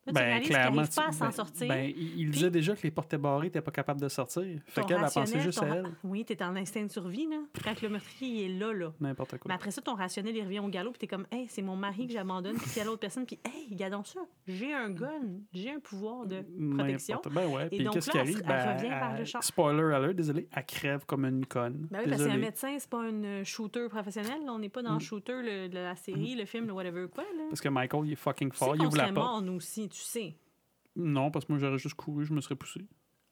S2: Là, tu réalises qu'ils n'arrivent pas à
S1: Ben, tu-
S2: s'en
S1: ben-
S2: sortir.
S1: ben, il, il
S2: Puis-
S1: disait déjà que les portes étaient barrées, t'es pas capable de sortir. Fait
S2: Ton
S1: qu'elle a pensé
S2: rationnel,
S1: juste
S2: ton
S1: à
S2: ra-
S1: elle.
S2: Oui, t'es en instinct de survie, là. Quand le meurtrier il est là, là.
S1: N'importe quoi.
S2: Mais après ça, ton rationnel, il revient au galop, puis t'es comme, hey, c'est mon mari que j'abandonne, puis quelle autre personne, puis hey, regardons ça, j'ai
S1: Mm.
S2: un gun, j'ai un pouvoir de protection.
S1: N'importe- Ben ouais.
S2: Et
S1: Puis
S2: donc
S1: qu'est-ce
S2: là,
S1: qui
S2: on se-
S1: arrive? Ben,
S2: elle revient vers le char.
S1: Spoiler alert, désolé, elle crève comme une conne.
S2: Ben oui, parce que c'est un
S1: désolé.
S2: médecin, c'est pas un shooter professionnel, là. on n'est pas dans
S1: Mm.
S2: le shooter, le- de la série, le film, le whatever, quoi, là.
S1: Parce que Michael, il est fucking
S2: Tu
S1: fort,
S2: sais
S1: il
S2: qu'on
S1: ouvre la
S2: serait
S1: porte.
S2: mort, nous aussi, tu sais.
S1: Non, parce que moi, j'aurais juste couru, je me serais poussé.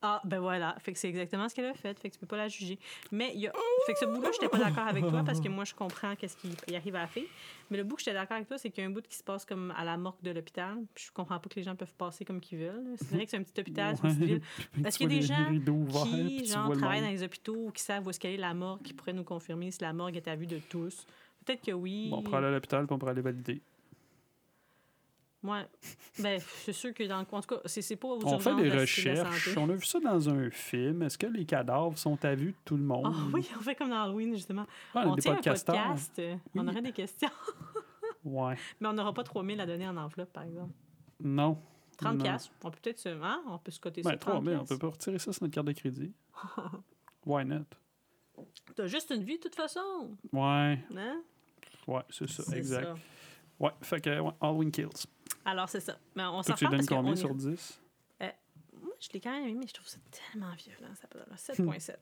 S2: Ah, ben voilà. Fait que c'est exactement ce qu'elle a fait. Fait que tu peux pas la juger. Mais il y a... Fait que ce bout-là, j'étais pas d'accord avec toi parce que moi, je comprends qu'est-ce qui y arrive à la fille. Mais le bout que j'étais d'accord avec toi, c'est qu'il y a un bout qui se passe comme à la morgue de l'hôpital. Puis je comprends pas que les gens peuvent passer comme qu'ils veulent. là. C'est vrai que c'est un petit hôpital, c'est une petite ville. Est-ce qu'il y a des gens Qui, genre, travaillent dans les hôpitaux ou qui savent où est-ce qu'elle est la morgue, qui pourraient nous confirmer si la morgue est à vue de tous. Peut-être que oui.
S1: Bon, on pourra aller à l'hôpital, puis on pourra aller valider.
S2: Moi, ben, c'est sûr que dans le coin. En tout cas, c'est c'est pas aux
S1: On
S2: urgences
S1: fait des
S2: de la Cité de la
S1: recherches.
S2: Santé.
S1: On a vu ça dans un film. Est-ce que les cadavres sont à vue de tout le monde?
S2: Ah oui, on fait comme dans Halloween, justement.
S1: Ah,
S2: on
S1: des
S2: tient un
S1: podcasteurs.
S2: podcast, euh, on
S1: Oui.
S2: aurait des questions,
S1: Ouais.
S2: mais on n'aura pas 3000 à donner en enveloppe, par exemple.
S1: Non.
S2: 30
S1: Non.
S2: piastres, on peut peut-être se... Hein? On peut se coter
S1: Ben,
S2: ça,
S1: 3
S2: 30
S1: 000, on peut pas retirer ça sur notre carte de crédit. Why not?
S2: piastres. T'as juste une vie, de toute façon,
S1: Ouais,
S2: hein?
S1: ouais, c'est ça,
S2: C'est
S1: exact.
S2: ça.
S1: Ouais, fait que ouais, Halloween Kills.
S2: Alors, c'est ça. Mais on
S1: Toi,
S2: s'en
S1: tu lui
S2: reparle
S1: donnes
S2: parce que
S1: combien
S2: on
S1: sur
S2: est-
S1: 10?
S2: Moi, je l'ai quand même aimé, mais je trouve ça tellement violent, ça peut être 7.7.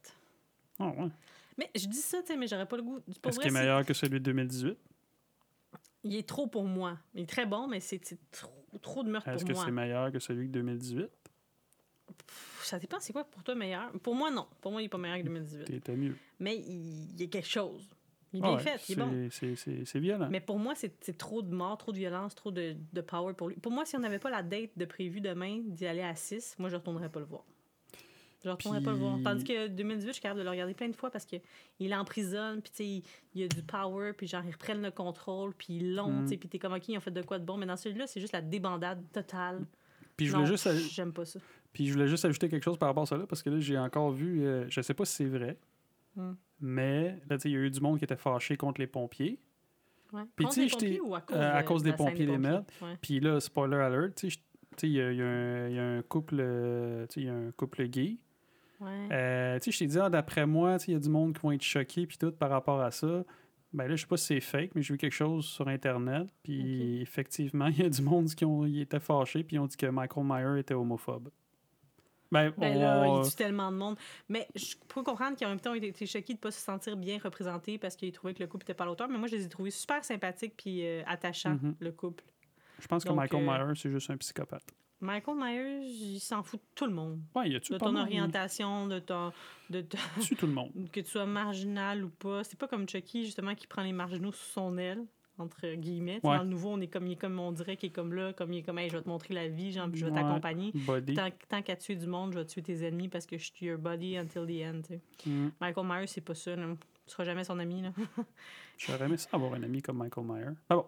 S1: Ah ouais.
S2: Mais je dis ça, tu sais, mais j'aurais pas le goût... Pour
S1: Est-ce
S2: vrai,
S1: qu'il est
S2: c'est-
S1: meilleur que celui de 2018?
S2: il est trop pour moi. Il est très bon, mais c'est c'est trop, trop de meurtre
S1: Est-ce
S2: pour
S1: que
S2: moi.
S1: c'est meilleur que celui de 2018?
S2: Pff, Ça dépend, c'est quoi pour toi meilleur? Pour moi, non. Pour moi, il est pas meilleur que 2018.
S1: T'étais mieux.
S2: Mais il, il y a quelque chose. Il est bien
S1: Ah Ouais,
S2: fait, il est bon.
S1: c'est- C'est c'est- c'est violent.
S2: Mais pour moi, c'est c'est trop de mort, trop de violence, trop de, de power pour lui. Pour moi, si on n'avait pas la date de prévu demain d'y aller à 6, moi, je retournerais pas le voir. Je retournerais pas le voir.
S1: Puis-
S2: Tandis que 2018, je suis capable de le regarder plein de fois parce que il emprisonne, puis tu sais, il- il y a du power, puis genre, ils reprennent le contrôle, puis ils l'ont,
S1: Mm.
S2: tu sais, puis t'es comme, OK, ils ont fait de quoi de bon. Mais dans celui-là, c'est juste la débandade totale.
S1: Puis je
S2: Non,
S1: voulais juste aj-
S2: J'aime pas ça.
S1: Puis je voulais juste ajouter quelque chose par rapport à ça, là, parce que là, j'ai encore vu, euh, je sais pas si c'est vrai,
S2: Mm.
S1: mais là, tu sais, il y a eu du monde qui était fâché contre les pompiers.
S2: Ouais.
S1: Puis tu
S2: Contre
S1: sais,
S2: les
S1: j'étais-
S2: pompiers ou à cause,
S1: euh, à
S2: de-
S1: cause
S2: de
S1: des
S2: la scène
S1: pompiers, des meurtres.
S2: Ouais.
S1: Puis là, spoiler alert, tu sais, je- tu sais, il y, a- il y a un- il y a un couple, euh, tu sais, il y a un couple gay.
S2: Ouais.
S1: Euh, tu sais, je t'ai dit, ah, d'après moi, tu sais, il y a du monde qui vont être choqués puis tout par rapport à ça. Ben là, je sais pas si c'est fake, mais j'ai vu quelque chose sur Internet. Puis effectivement, il y a du monde qui ont, ils étaient fâchés puis ils ont dit que Michael Myers était homophobe. Ben,
S2: Ben
S1: on-
S2: là, il tue tellement de monde. Mais je peux comprendre qu'en même temps, ils ont été choqués de ne pas se sentir bien représentés parce qu'ils trouvaient que le couple n'était pas à la hauteur. Mais moi, je les ai trouvés super sympathiques puis euh, attachants,
S1: Mhm.
S2: le couple.
S1: je pense que
S2: donc,
S1: Michael
S2: euh,
S1: Myers, c'est juste un psychopathe.
S2: Michael Myers, il s'en fout de tout le monde.
S1: Ouais, il a tué
S2: De
S1: pas
S2: ton
S1: mal,
S2: orientation, de ton. De ton-
S1: Il tue tout le monde.
S2: que tu sois marginal ou pas. C'est pas comme Chucky, justement, qui prend les marginaux sous son aile, entre guillemets. Tu sais,
S1: Ouais.
S2: Dans le nouveau, on est comme, il est comme on dirait qu'il est comme là, comme il est comme, Hey, je vais te montrer la vie, genre, puis je vais
S1: Ouais.
S2: t'accompagner.
S1: Body.
S2: Tant, tant qu'à tuer du monde, je vais tuer tes ennemis parce que je suis your buddy until the end. tu sais.
S1: Mm.
S2: Michael Myers, c'est pas ça. Là. Tu seras jamais son ami. Là.
S1: J'aurais aimé ça avoir un ami comme Michael Myers. Ah bon.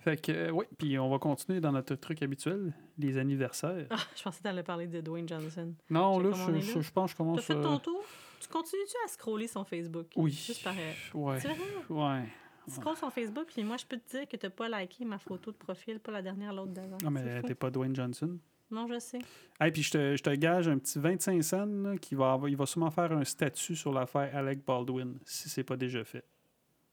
S1: Fait que, euh, ouais, puis on va continuer dans notre truc habituel, les anniversaires.
S2: Ah, je pensais que t'allais parler de Dwayne Johnson.
S1: non,
S2: c'est
S1: là,
S2: comme
S1: je,
S2: on est
S1: je-
S2: là.
S1: je pense que je
S2: T'as
S1: commence.
S2: fait
S1: euh,
S2: ton tour? Tu continues-tu à scroller son Facebook?
S1: Oui.
S2: Juste par... euh,
S1: Ouais.
S2: C'est vrai?
S1: Ouais.
S2: Tu scrolles son Facebook, puis moi, je peux te dire que t'as pas liké ma photo de profil, pas la dernière, l'autre d'avant.
S1: Non,
S2: C'est
S1: mais
S2: fou.
S1: t'es pas Dwayne Johnson.
S2: Non, je sais.
S1: Et puis je te, je te gage un petit 25 cents là, qui va, avoir- il va sûrement faire un statut sur l'affaire Alec Baldwin, si c'est pas déjà fait.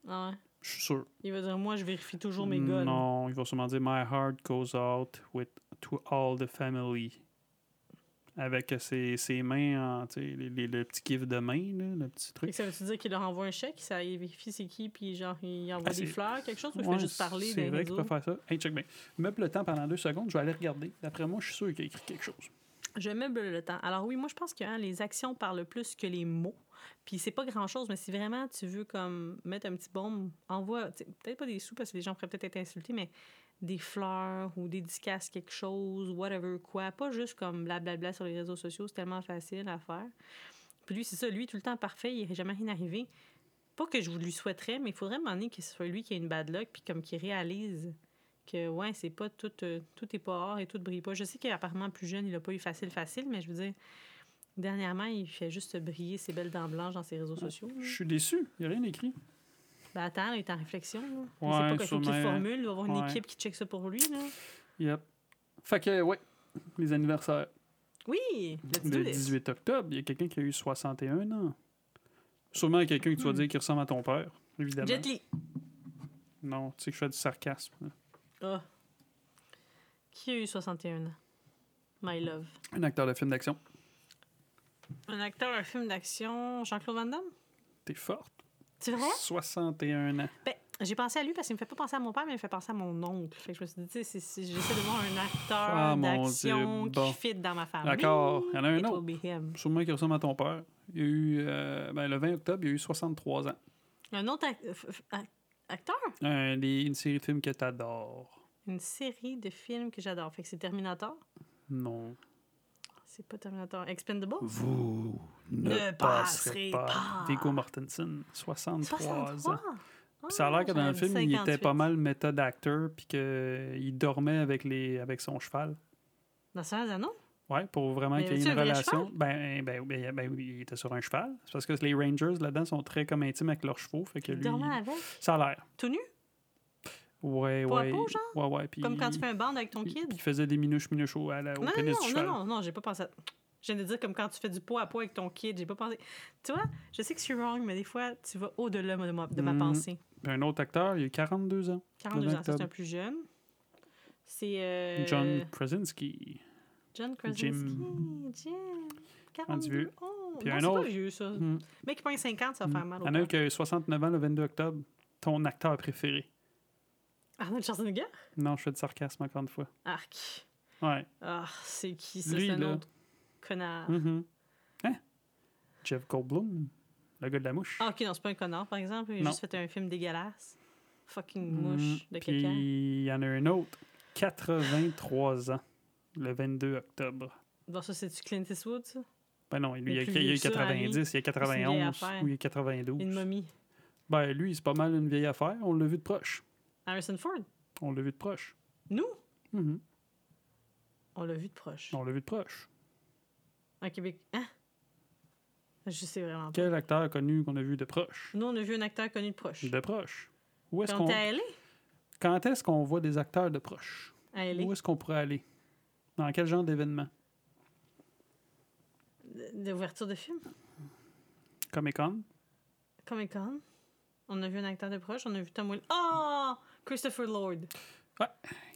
S2: Ah ouais.
S1: Je suis sûr.
S2: Il va dire, moi, je vérifie toujours mes guns.
S1: Non, il va sûrement dire My heart goes out with to all the family. Avec euh, ses, ses mains, en, tu sais, les- les- le petit kiff de main, là, le petit
S2: Fait que
S1: truc.
S2: ça veut-tu dire qu'il leur envoie un chèque, ça il vérifie c'est qui, puis genre, il envoie
S1: Ah,
S2: des
S1: c'est-
S2: fleurs, quelque chose, ou il
S1: Ouais,
S2: fait juste parler
S1: C'est
S2: des
S1: vrai qu'il
S2: réseaux?
S1: peut faire ça. Hey, check bien. Meuble le temps pendant deux secondes, je vais aller regarder. D'après moi, je suis sûr qu'il a écrit quelque chose.
S2: Je meuble le temps. Alors oui, moi je pense que hein, les actions parlent plus que les mots. Puis c'est pas grand-chose, mais si vraiment tu veux comme mettre un petit bombe, envoie tu sais, peut-être pas des sous parce que les gens pourraient peut-être être insultés, mais des fleurs ou dédicaces quelque chose, whatever quoi, pas juste comme blablabla sur les réseaux sociaux, c'est tellement facile à faire. Puis lui, c'est ça, lui tout le temps parfait, il n'est jamais rien arrivé. Pas que je vous lui souhaiterais, mais il faudrait demander que ce soit lui qui a une bad luck puis comme qui réalise que ouais, c'est pas tout, euh, tout est pas or et tout brille pas. Je sais qu'apparemment plus jeune, il a pas eu facile facile, mais je veux dire dernièrement, il fait juste briller ses belles dents blanches dans ses réseaux sociaux. là.
S1: Je suis déçu, il n'y a rien écrit.
S2: Ben attends, il est en réflexion. là.
S1: Ouais,
S2: c'est pas quelque chose qu'il
S1: sûrement.
S2: formule, il va avoir une
S1: Ouais.
S2: équipe qui check ça pour lui là.
S1: Yep. Fait que, ouais, les anniversaires.
S2: Oui, let's do
S1: Le
S2: this.
S1: 18 octobre, il y a quelqu'un qui a eu 61 ans. Sûrement quelqu'un que tu vas dire qui ressemble à ton père, évidemment.
S2: Hmm. Jet Li.
S1: Non, tu sais que je fais du sarcasme.
S2: Ah. Qui a eu 61 ans? My love.
S1: Un acteur de film d'action.
S2: Un acteur, un film d'action, Jean-Claude Van Damme?
S1: T'es forte.
S2: C'est vrai?
S1: 61 ans.
S2: Ben, j'ai pensé à lui parce qu'il me fait pas penser à mon père, mais il me fait penser à mon oncle. Fait que je me suis dit, tu sais, si- si j'essaie de voir un acteur
S1: Ah, mon
S2: d'action
S1: Dieu,
S2: qui
S1: bon.
S2: fit dans ma famille.
S1: D'accord, il y en a un
S2: It will
S1: autre.
S2: be him.
S1: Sûrement qui ressemble à ton père. Il y a eu, euh, ben, le 20 octobre, il y a eu 63 ans.
S2: Un autre ac- f- f- ac- acteur?
S1: Un des- une série de films que t'adores.
S2: Une série de films que j'adore. Fait que c'est Terminator.
S1: Non.
S2: C'est pas Terminator. Expendables?
S1: Vous ne,
S2: Ne
S1: passerez
S2: passerez
S1: pas.
S2: pas.
S1: Viggo Mortensen, 63, ans.
S2: 63?
S1: Puis ça a l'air que dans le
S2: Ah, j'avais
S1: film,
S2: dit
S1: il était
S2: 58.
S1: pas mal méthode acteur, puis qu'il dormait avec, les, avec son cheval.
S2: Dans Seigneur des Anneaux?
S1: Ouais, pour vraiment
S2: Mais
S1: qu'il y ait
S2: avait-tu
S1: une
S2: un vrai
S1: relation. Ben, ben, ben, ben oui, il était sur un cheval. C'est parce que les Rangers, là-dedans, sont très comme intimes avec leurs chevaux. Fait que
S2: Il
S1: lui,
S2: dormait avec?
S1: ça a l'air.
S2: Tout nu?
S1: Ouais,
S2: Peau à
S1: ouais.
S2: peau, genre?
S1: Ouais, ouais. Puis
S2: Comme quand tu fais un band avec ton
S1: il-
S2: kid?
S1: Il faisait des minouches minouches au, à la- au
S2: Non,
S1: pénis du
S2: non, non,
S1: cheval.
S2: non, non, j'ai pas pensé à... Je viens de dire comme quand tu fais du poids à poids avec ton kid, j'ai pas pensé... Tu vois, je sais que je suis wrong, mais des fois, tu vas au-delà de ma, de ma
S1: Mm.
S2: pensée.
S1: Puis un autre acteur, il a eu 42 ans.
S2: 42 ans, ça, c'est
S1: octobre.
S2: un plus jeune. C'est... euh,
S1: John Krasinski.
S2: John Krasinski. Jim.
S1: Rendu
S2: 42
S1: vieux.
S2: ans. Non,
S1: Puis
S2: c'est
S1: un
S2: pas
S1: autre.
S2: vieux, ça.
S1: Mm.
S2: Mais qui pogne 50, ça va faire mal
S1: Il y en a un
S2: au
S1: qui a eu 69 ans le 22 octobre. Ton acteur préféré.
S2: Ah, Arnold Schwarzenegger?
S1: Non, je fais de sarcasme encore une fois.
S2: Arc.
S1: Ouais.
S2: Ah, c'est qui, ça?
S1: Lui,
S2: C'est un
S1: là.
S2: autre connard.
S1: Mhm. Hein? Jeff Goldblum, le gars de la mouche.
S2: Ah, OK, non, c'est pas un connard, par exemple. Il a
S1: Non.
S2: juste fait un film dégueulasse. Fucking
S1: Mhm.
S2: mouche de
S1: Puis
S2: quelqu'un.
S1: il y en a un autre, 83 ans, le 22 octobre.
S2: Bon, ça, c'est-tu Clint Eastwood, ça?
S1: Ben non, lui, il,
S2: Mais
S1: y a,
S2: plus
S1: il y a
S2: vieux
S1: eu
S2: que ça,
S1: 90, il y a
S2: vieille
S1: 91
S2: affaire.
S1: ou il y a 92.
S2: Une momie.
S1: Ben lui, c'est pas mal une vieille affaire. On l'a vu de proche.
S2: Harrison Ford?
S1: On l'a vu de proche.
S2: Nous?
S1: Mhm.
S2: On l'a vu de proche.
S1: On l'a vu de proche.
S2: Un Québec... Hein? Je sais vraiment pas.
S1: Quel acteur connu qu'on a vu de proche?
S2: Nous, on a vu un acteur connu de proche.
S1: De proche. Ben, Où est-ce
S2: Quand
S1: qu'on...
S2: t'es à LA?
S1: Quand est-ce qu'on voit des acteurs de proche?
S2: À LA.
S1: Où est-ce qu'on pourrait aller? Dans quel genre d'événement?
S2: De- D'ouverture de film?
S1: Comic-Con?
S2: Comic-Con? On a vu un acteur de proche. On a vu Tom Will... Oh! Christopher Lloyd.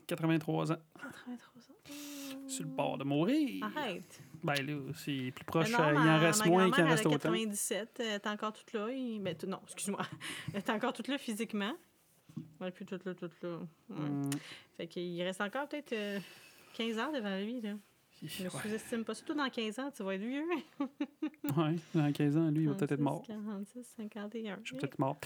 S1: 83 ans.
S2: 83 ans.
S1: Sur le bord de mourir.
S2: Arrête.
S1: Ben là, c'est plus proche.
S2: Ah, Mais
S1: euh,
S2: ma-
S1: il en reste
S2: ma
S1: moins qu'il en
S2: grand-mère,
S1: reste
S2: elle a
S1: autant.
S2: 97. Elle est encore toute là. et- Ben, tout- Non, excuse-moi. Elle est encore toute là physiquement. Elle est plus toute là, toute là. Ouais.
S1: Mm.
S2: Fait qu'il reste encore peut-être euh, 15 ans devant lui. Là. Je ne
S1: Ouais.
S2: sous-estime pas. Surtout dans 15 ans, tu vas être vieux.
S1: Ouais, dans 15 ans, lui, il va peut-être être
S2: 36,
S1: mort.
S2: 46, 51.
S1: Je suis peut-être mort.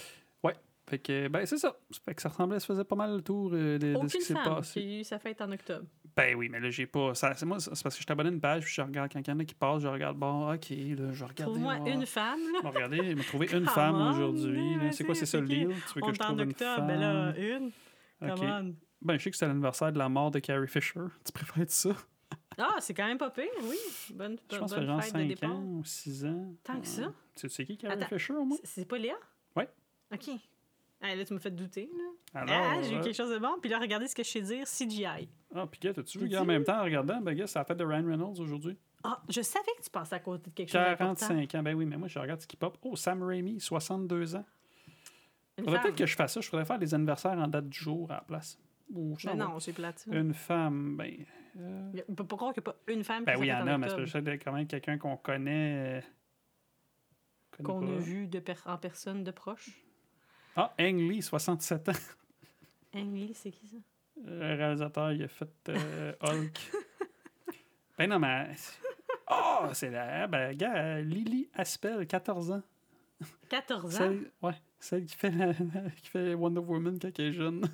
S1: Ouais. Fait que, ben, c'est ça. Ça Fait que ça ressemblait, ça faisait pas mal le tour euh, de, de ce
S2: Aucune
S1: qui s'est
S2: femme
S1: passé.
S2: qui a eu sa fête en octobre.
S1: Ben oui, mais là, j'ai pas. ça- c'est moi, c'est parce que je t'abonne à une page, puis je regarde quand il y en a qui passe, je regarde, bon, ok, là, je regarde.
S2: Trouve-moi une femme. Là.
S1: Regardez, il m'a trouvé une
S2: Come
S1: femme
S2: on,
S1: aujourd'hui. là.
S2: là,
S1: C'est quoi, c'est
S2: c'est
S1: ça le
S2: qui?
S1: deal? Tu veux
S2: On
S1: que je
S2: est en
S1: trouve une
S2: octobre. Ben
S1: femme?
S2: là, une.
S1: Ok.
S2: Come on.
S1: Ben, je sais que c'est l'anniversaire de la mort de Carrie Fisher. Tu préfères être ça?
S2: Ah, c'est quand même pas pire, oui. Bonne,
S1: Je pense
S2: bonne,
S1: que c'est
S2: bonne
S1: genre
S2: fête de
S1: 5
S2: départ.
S1: ans ou 6 ans.
S2: Tant que ça.
S1: Tu sais qui, Carrie
S2: Attends.
S1: Fisher, au moins?
S2: C'est- C'est pas Léa?
S1: Ouais.
S2: OK. Ah, là, tu me fais douter. Là.
S1: Alors,
S2: Ah, j'ai eu
S1: euh,
S2: quelque chose de bon. Puis là, regardez ce que je sais dire CGI.
S1: Ah, puis Piquet, as-tu vu
S2: J'ai
S1: gars, en
S2: dit-
S1: même temps en regardant? Ben, gars, c'est la fête de Ryan Reynolds aujourd'hui.
S2: Ah, je savais que tu passais à côté de quelque chose d'important.
S1: 45 ans. Ben oui, mais moi, je regarde ce qui pop. Oh, Sam Raimi, 62 ans.
S2: Une
S1: Faudrait
S2: femme.
S1: peut-être que je fasse ça. Je pourrais faire les anniversaires en date du jour à la place. Ou je sais
S2: Mais
S1: pas.
S2: non, c'est plate. ça.
S1: Une femme, ben. euh,
S2: Il peut pas croire qu'il n'y a pas une femme
S1: Ben
S2: qui
S1: oui, il y
S2: s'appelle
S1: en a, mais c'est parce
S2: octobre,
S1: que j'essaie de- quand même quelqu'un qu'on connaît. euh, connaît
S2: qu'on
S1: pas.
S2: a vu de per- en personne de proche.
S1: Ah, Ang Lee, 67 ans.
S2: Ang Lee, Hein, c'est qui ça?
S1: Le réalisateur, il a fait euh, Hulk. ben non, mais Oh, c'est la. Ben, regarde, Lily Aspel, 14 ans.
S2: 14 ans.
S1: Celle, ouais, celle qui fait, la- qui fait Wonder Woman quand elle est jeune.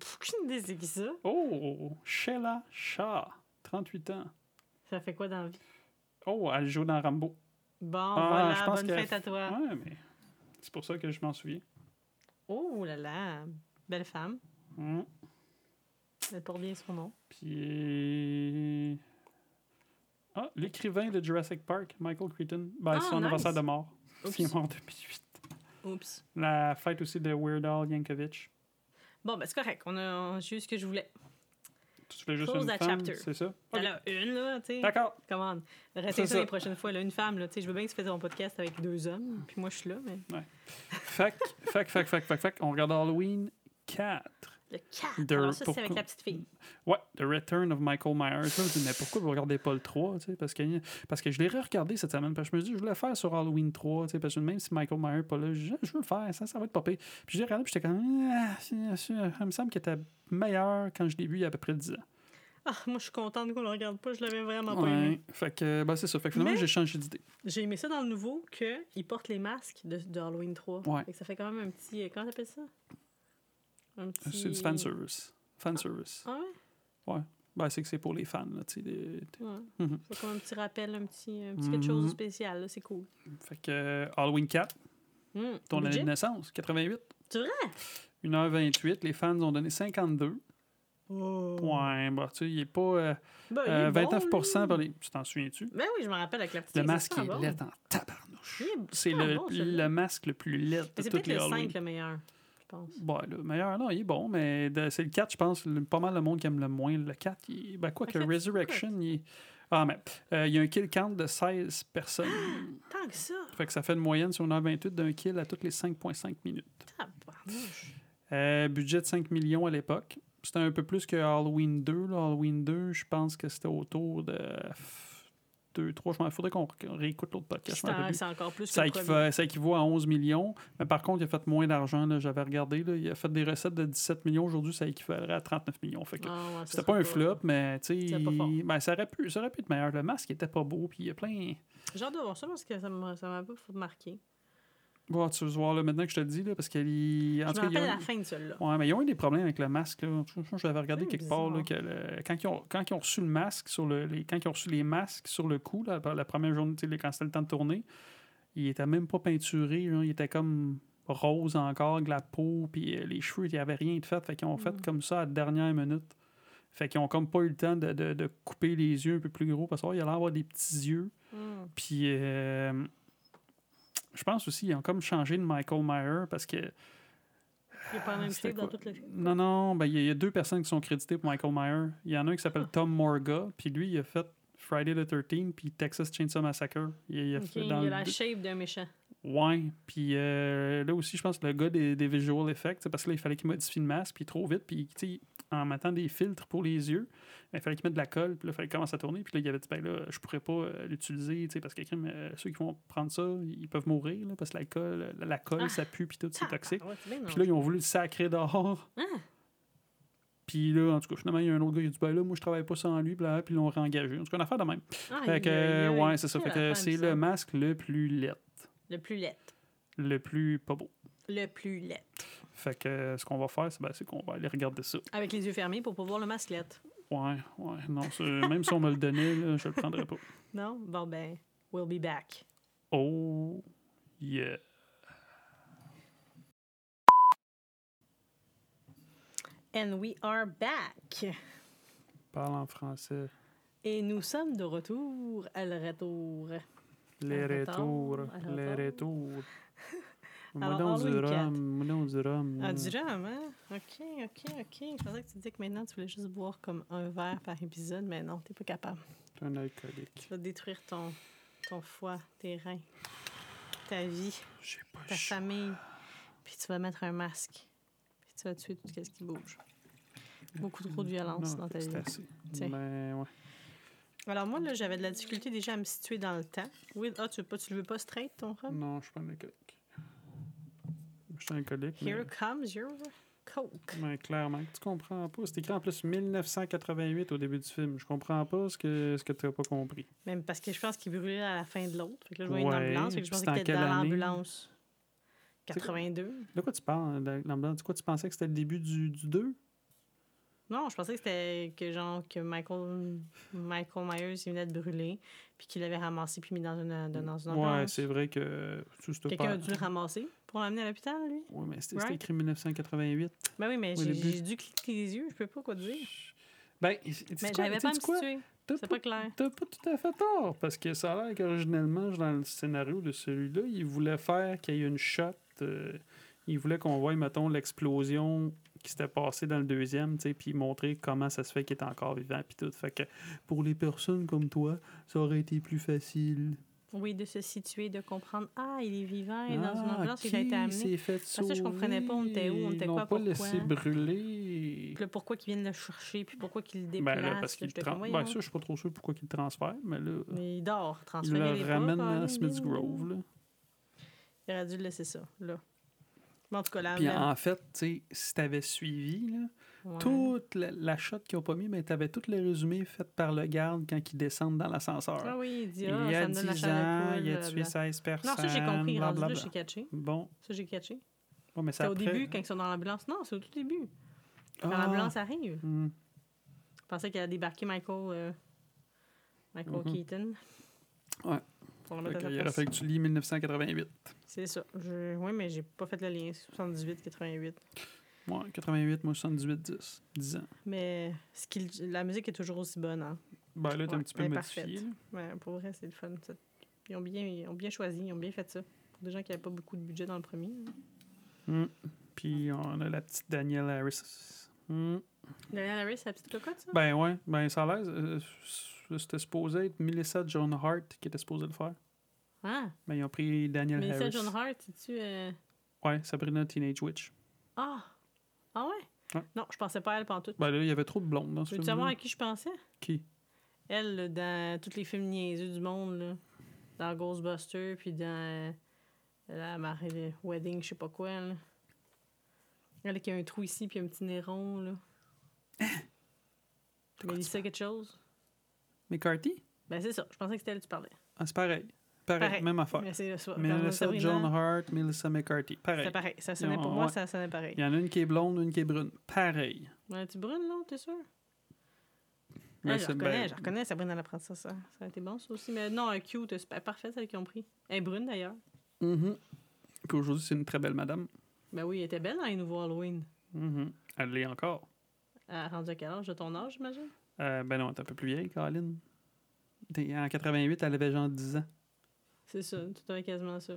S2: Pff, Aucune idée c'est qui ça.
S1: Oh, Sheila Shah, 38 ans.
S2: Ça fait quoi dans la vie?
S1: Oh, elle joue dans Rambo.
S2: Bon,
S1: Ah, je
S2: voilà,
S1: pense
S2: bonne
S1: qu'elle-
S2: fête à toi.
S1: Ouais, mais c'est pour ça que je m'en souviens.
S2: Oh là là, belle femme.
S1: Hum.
S2: Elle porte bien son nom.
S1: Puis. euh, Ah, l'écrivain de Jurassic Park, Michael Crichton. Ben,
S2: Ah,
S1: son
S2: nice.
S1: anniversaire de mort.
S2: Oups.
S1: Il est mort en 2008.
S2: Oups.
S1: La fête aussi de Weird Al Yankovic.
S2: Bon, ben c'est correct. On a on- j'ai eu ce que je voulais.
S1: Tu fais juste
S2: Close
S1: une
S2: that
S1: femme,
S2: chapter.
S1: c'est ça? Ok.
S2: Elle a une, là, tu sais.
S1: D'accord.
S2: Comment? Restez
S1: C'est
S2: ça les
S1: ça.
S2: prochaines fois. Là, une femme, là, tu sais, je veux bien que tu fasses ton podcast avec deux hommes, puis moi, je suis là, mais...
S1: Fac, fac, fac, fac, fac, fac. On regarde Halloween 4.
S2: Le 4!
S1: Deux,
S2: Alors ça, c'est
S1: pourquoi?
S2: avec la petite fille.
S1: Ouais, The Return of Michael Myers. Là, je me dis, mais pourquoi vous regardez pas le 3? tu sais, Parce que, parce que je l'ai re-regardé cette semaine. Parce que je me suis dit, je voulais le faire sur Halloween 3. tu sais, Parce que même si Michael Myers n'est pas là, je, dis, Ah, je veux le faire. Ça, ça va être popé. Puis je l'ai regardé, puis j'étais comme, ah, c'est- c'est- il me semble qu'il était meilleur quand je l'ai vu il y a à peu près 10 ans.
S2: Ah, moi, je suis contente qu'on le regarde pas. Je l'avais vraiment pas
S1: Ouais.
S2: aimé.
S1: Fait que, bah, c'est ça. Fait que finalement,
S2: Mais-
S1: j'ai changé d'idée.
S2: J'ai aimé ça dans le nouveau qu'ils portent les masques de, de Halloween 3.
S1: Ouais.
S2: Fait que ça fait quand même un petit... euh, Comment t'appelles ça? Un petit...
S1: Euh, C'est du fanservice. Fanservice.
S2: Ah ouais?
S1: Ben, c'est que c'est pour les fans. Là, tu sais, des-
S2: Ouais.
S1: Mhm.
S2: Faut comme un petit rappel, un petit, un petit quelque chose de
S1: Mhm.
S2: spécial, là, c'est cool.
S1: Fait que euh, Halloween 4,
S2: Hmm.
S1: ton année
S2: Budget?
S1: de naissance, 88.
S2: C'est vrai?
S1: 1h28, les fans ont donné 52.
S2: Oh.
S1: Ouais, bah, tu sais, il est pas euh,
S2: Ben, il est
S1: euh,
S2: bon,
S1: 29
S2: lui.
S1: par les... Tu t'en souviens-tu?
S2: Ben oui, je me rappelle avec la petite
S1: Le
S2: fille, ça,
S1: masque
S2: c'est
S1: est
S2: pas bon.
S1: laid en tabarnouche.
S2: Il est
S1: C'est
S2: pas
S1: le,
S2: bon, celui-là.
S1: le masque le plus laid
S2: Mais
S1: de
S2: c'est
S1: toutes
S2: peut-être
S1: les
S2: le
S1: Halloween.
S2: 5 le meilleur, je pense.
S1: Bon, le meilleur, non, il est bon, mais de- c'est le 4, je pense, le- pas mal le monde qui aime le moins. Le 4, il, ben, quoi
S2: Le
S1: que
S2: 4,
S1: Resurrection, il est- Ah, mais euh, il y a un kill count de 16 personnes.
S2: Tant que ça.
S1: fait que ça fait une moyenne sur 1h28 d'un kill à toutes les 5,5 minutes.
S2: Tabarnouche.
S1: Euh, budget de 5 millions à l'époque. C'était un peu plus que Halloween 2. là. Halloween 2, je pense que c'était autour de 2, 3. Je m'en faudrait qu'on ré- réécoute l'autre podcast. je m'en rappelle
S2: C'est
S1: plus.
S2: c'est encore plus que
S1: Ça
S2: le premier.
S1: équivaut, ça équivaut à 11 millions. Mais par contre, il a fait moins d'argent. là. J'avais regardé. là. Il a fait des recettes de 17 millions. Aujourd'hui, ça équivalerait à 39 millions. Fait que
S2: Ah, ouais, ça
S1: c'était
S2: sera
S1: pas un flop, mais tu sais,
S2: C'était pas fort.
S1: il- ben, ça, aurait pu, ça aurait pu être meilleur. Le masque il était pas beau. Puis il y a plein.
S2: J'ai hâte de voir ça parce que ça m'a ça m'a un peu marqué.
S1: Bon, tu vas voir là, maintenant que je te le dis. Là, parce qu'il.
S2: Je
S1: en
S2: me
S1: tout cas, il y
S2: rappelle
S1: a-
S2: la fin de celui-là.
S1: Ouais, mais ils ont eu des problèmes avec le masque. Là. Je, je- je l'avais regardé
S2: C'est
S1: quelque
S2: bizarre.
S1: part. Là, que le- quand, ils ont, quand ils ont reçu le masque sur le, les, quand ils ont reçu les masques sur le cou, là, par la première journée, tu sais, quand c'était le temps de tourner, il était même pas peinturé. genre, il était comme rose encore, avec la peau, puis euh, les cheveux, il n'y avait rien de fait. Fait qu'ils ont fait
S2: Mm.
S1: comme ça à la dernière minute. Fait qu'ils ont comme pas eu le temps de, de- de couper les yeux un peu plus gros parce oh, qu'il a l'air d'avoir des petits yeux.
S2: Hmm.
S1: Puis euh, je pense aussi qu'ils ont comme changé de Michael Myers parce que
S2: Il n'est pas le même
S1: c'était
S2: shape dans
S1: quoi?
S2: toute la film.
S1: non, non, ben, il y, a- il y a deux personnes qui sont créditées pour Michael Myers. Il y en a un qui
S2: Ah.
S1: s'appelle Tom Morga, puis lui, il a fait Friday the 13 puis Texas Chainsaw Massacre. Il, il a
S2: Ok,
S1: fait
S2: Il
S1: dans
S2: a
S1: le
S2: la
S1: deux-
S2: shape d'un méchant.
S1: Ouais, puis euh, là aussi, je pense que le gars des, des visual effects, c'est parce que là, il fallait qu'il modifie le masque, puis trop vite, puis tu sais, en mettant des filtres pour les yeux, ben, il fallait qu'il mette de la colle, puis là, il fallait qu'il commence à tourner, puis là, il avait dit, ben là, je pourrais pas euh, l'utiliser, tu sais, parce que crime, euh, ceux qui vont prendre ça, ils peuvent mourir, là, parce que la colle, la, la colle,
S2: Ah.
S1: ça pue, puis tout, c'est toxique.
S2: Ah, ouais, c'est bien, non.
S1: Puis là, ils ont voulu le sacrer dehors. Puis là, en tout cas, finalement, il y a un autre gars qui a dit Ben là, moi, je travaille pas sans lui, blablabla, puis ils l'ont réengagé. En tout cas, une affaire de même.
S2: Ah,
S1: fait
S2: il
S1: que,
S2: y a- il y a-
S1: ouais, c'est ça.
S2: quelle
S1: Fait que
S2: affaire,
S1: c'est
S2: bizarre.
S1: le masque le plus laid,
S2: Le plus laid.
S1: le plus pas beau.
S2: Le plus laid.
S1: Fait que euh, ce qu'on va faire, c'est ben, c'est qu'on va aller regarder ça.
S2: Avec les yeux fermés pour pouvoir le masque laid.
S1: Ouais, ouais, non, c'est- même si on me le donnait, là, je le prendrais pas.
S2: Non? Bon, ben, we'll be back.
S1: Oh, yeah.
S2: And we are back.
S1: Parle en français.
S2: Et nous sommes de retour à le retour.
S1: Les
S2: Un retour,
S1: retours,
S2: un
S1: les retours. Moi,
S2: Alors,
S1: donc, du
S2: Halloween quatre.
S1: rhum, moi, donc, du rhum. là.
S2: Ah, du rhum, hein? OK, OK, OK. Je pensais que tu disais que maintenant, tu voulais juste boire comme un verre par épisode, mais non, t'es pas capable.
S1: T'es un alcoolique.
S2: Tu vas détruire ton, ton foie, tes reins, ta vie,
S1: J'ai pas
S2: ta
S1: chaud.
S2: famille. Puis tu vas mettre un masque. Puis tu vas tuer tout ce qui bouge. Beaucoup trop de violence
S1: Mm. Non,
S2: dans ta
S1: c'est
S2: vie.
S1: assez.
S2: Tiens.
S1: Ben, ouais.
S2: Alors moi, là, j'avais de la difficulté déjà à me situer dans le temps. Oui, ah, tu veux pas, tu le veux pas straight, ton rhum?
S1: Non, je suis pas un alcoolique. Je suis un alcoolique. mais-
S2: Here comes your... Coke.
S1: Ouais, clairement. Tu comprends pas. C'est écrit en plus 1988 au début du film. Je comprends pas ce que, ce que tu n'as pas compris.
S2: Même parce que je pense qu'il brûlait à la fin de l'autre. Fait que là, je voyais une
S1: Ouais.
S2: ambulance. Fait que je
S1: Puis
S2: pensais
S1: c'était en
S2: qu'il était
S1: quelle
S2: dans
S1: année?
S2: l'ambulance.
S1: C'est quoi?
S2: 82.
S1: De quoi tu parles? De, l'ambulance? de quoi tu pensais que c'était le début du, du 2?
S2: Non, je pensais que c'était que genre que Michael, Michael Myers il venait de brûler, puis qu'il l'avait ramassé puis mis dans une, dans une
S1: Ouais,
S2: ambulance.
S1: c'est vrai que. tu sais, c'était
S2: Quelqu'un
S1: pas-
S2: a dû le ramasser pour l'amener à l'hôpital, lui.
S1: Ouais, mais c'était,
S2: Right?
S1: c'était écrit 1988.
S2: Ben oui, mais
S1: Au
S2: j'ai,
S1: début.
S2: j'ai dû cliquer les yeux, je peux pas quoi te dire.
S1: Ben, c'est
S2: Mais j'avais pas à me situer,
S1: T'as
S2: c'est
S1: pas-
S2: pas clair.
S1: T'as pas tout à fait tort, parce que ça a l'air qu'originalement, dans le scénario de celui-là, il voulait faire qu'il y ait une shot. euh, il voulait qu'on voie, mettons, l'explosion qui s'était passée dans le deuxième, tu sais, puis montrer comment ça se fait qu'il est encore vivant, puis tout. Fait que pour les personnes comme toi, ça aurait été plus facile.
S2: Oui, de se situer, de comprendre. Ah, il est vivant, il est dans une ambulance, il a
S1: Ah,
S2: été
S1: qui
S2: amené.
S1: s'est fait
S2: Parce que je comprenais pas, on était où, on
S1: sauver?
S2: était
S1: Ils l'ont
S2: quoi,
S1: pas
S2: pourquoi?
S1: laissé brûler.
S2: Puis là, pourquoi qu'ils viennent le chercher, puis pourquoi qu'ils le
S1: Ben
S2: déplacent.
S1: là, parce qu'il
S2: j'étais
S1: trans-
S2: comme, voyons.
S1: ben, ça, je suis pas trop sûr pourquoi qu'il le transfère, mais là,
S2: Mais il dort,
S1: il le
S2: transférez-les pas,
S1: ramène
S2: Colin,
S1: à Smith's
S2: là.
S1: Grove, là.
S2: Il aurait dû le laisser ça, là. Mais en tout cas, là,
S1: Puis
S2: même-
S1: en fait, tu sais, si t'avais suivi, là,
S2: ouais.
S1: toute la, la shot qu'ils ont pas mis, mais t'avais tous les résumés faits par le garde quand ils descendent dans l'ascenseur.
S2: Ah oui, il dit, ah,
S1: il y a
S2: ça me donne la
S1: 10
S2: chair de
S1: ans,
S2: poule,
S1: il a tué
S2: blablabla.
S1: 16 personnes.
S2: Non, ça, j'ai compris. Rendu là,
S1: blablabla.
S2: j'ai catché.
S1: Bon,
S2: Ça, j'ai catché.
S1: ouais, mais ça
S2: C'est au
S1: après-
S2: début, quand ils sont dans l'ambulance. Non, c'est au tout début. Quand
S1: Ah,
S2: l'ambulance arrive.
S1: hmm.
S2: Je pensais qu'elle a débarqué Michael, euh, Michael
S1: Mhm.
S2: Keaton.
S1: Ouais.
S2: Pour le
S1: Fait
S2: mettre à sa
S1: qu'il aurait
S2: place.
S1: fallu que tu lis 1988.
S2: C'est ça. Je... Oui, mais j'ai pas fait le lien. C'est 78, 88.
S1: Moi, 88, moi, 78, 10. 10 ans.
S2: Mais ce qu'il- la musique est toujours aussi bonne. Hein.
S1: Ben là, t'es un
S2: Ouais,
S1: petit peu
S2: elle est
S1: modifié.
S2: parfaite.
S1: là.
S2: Ouais, pour vrai, c'est le fun. ça. Ils, ont bien, ils ont bien choisi. Ils ont bien fait ça. Pour des gens qui n'avaient pas beaucoup de budget dans le premier. hein.
S1: Hmm. Puis on a la petite Danielle Harris. Hmm.
S2: Daniel Harris, sa petite cocotte, ça?
S1: Ben ouais, ben ça a l'air. euh, C'était supposé être Melissa Joan Hart qui était supposée le faire.
S2: Ah!
S1: Mais ils ont pris Daniel
S2: Mais ça,
S1: Harris.
S2: John Hart, c'est-tu... euh,
S1: Ouais, Sabrina Teenage Witch.
S2: Ah! Ah ouais?
S1: Ouais.
S2: Non, je pensais pas à elle pantoute.
S1: Ben là, il y avait trop de blondes dans ce
S2: Veux-tu
S1: film.
S2: savoir à qui je pensais?
S1: Qui
S2: Elle, là, dans tous les films niaiseux du monde, là. Dans Ghostbusters, puis dans euh, la marée de Wedding, je sais pas quoi, là. Elle qui a un trou ici, puis un petit nez rond, là. Mais il sait quelque chose?
S1: McCarthy
S2: Ben c'est ça, je pensais que c'était elle que tu parlais.
S1: ah, C'est pareil. pareil.
S2: Pareil.
S1: même affaire.
S2: Mais c'est le soir. Dans
S1: Melissa
S2: Sabrina,
S1: Joan Hart, Melissa McCarthy. Pareil.
S2: C'était pareil. Ça sonnait
S1: Non,
S2: pour moi,
S1: ouais.
S2: ça sonnait pareil.
S1: Il y en a une qui est blonde, une qui est brune. Pareil.
S2: Ouais, tu brunes, non? T'es sûr?
S1: Mais
S2: Ah, je
S1: c'est-
S2: reconnais,
S1: ben,
S2: je reconnais Sabrina l'apprentissage. Ça, ça a été bon, ça aussi. Mais non, un cute, super parfait, celle qu'ils ont pris. Elle est brune, d'ailleurs.
S1: mhm. Puis aujourd'hui, c'est une très belle madame.
S2: Ben oui, elle était belle dans les nouveaux Halloween.
S1: Mhm. Elle l'est encore.
S2: Elle a rendu à quel âge? De ton âge, j'imagine?
S1: Euh, ben non, elle est un peu plus vieille, Colin. T'es- En 88, elle avait genre 10 ans.
S2: C'est ça, tout à fait quasiment ça.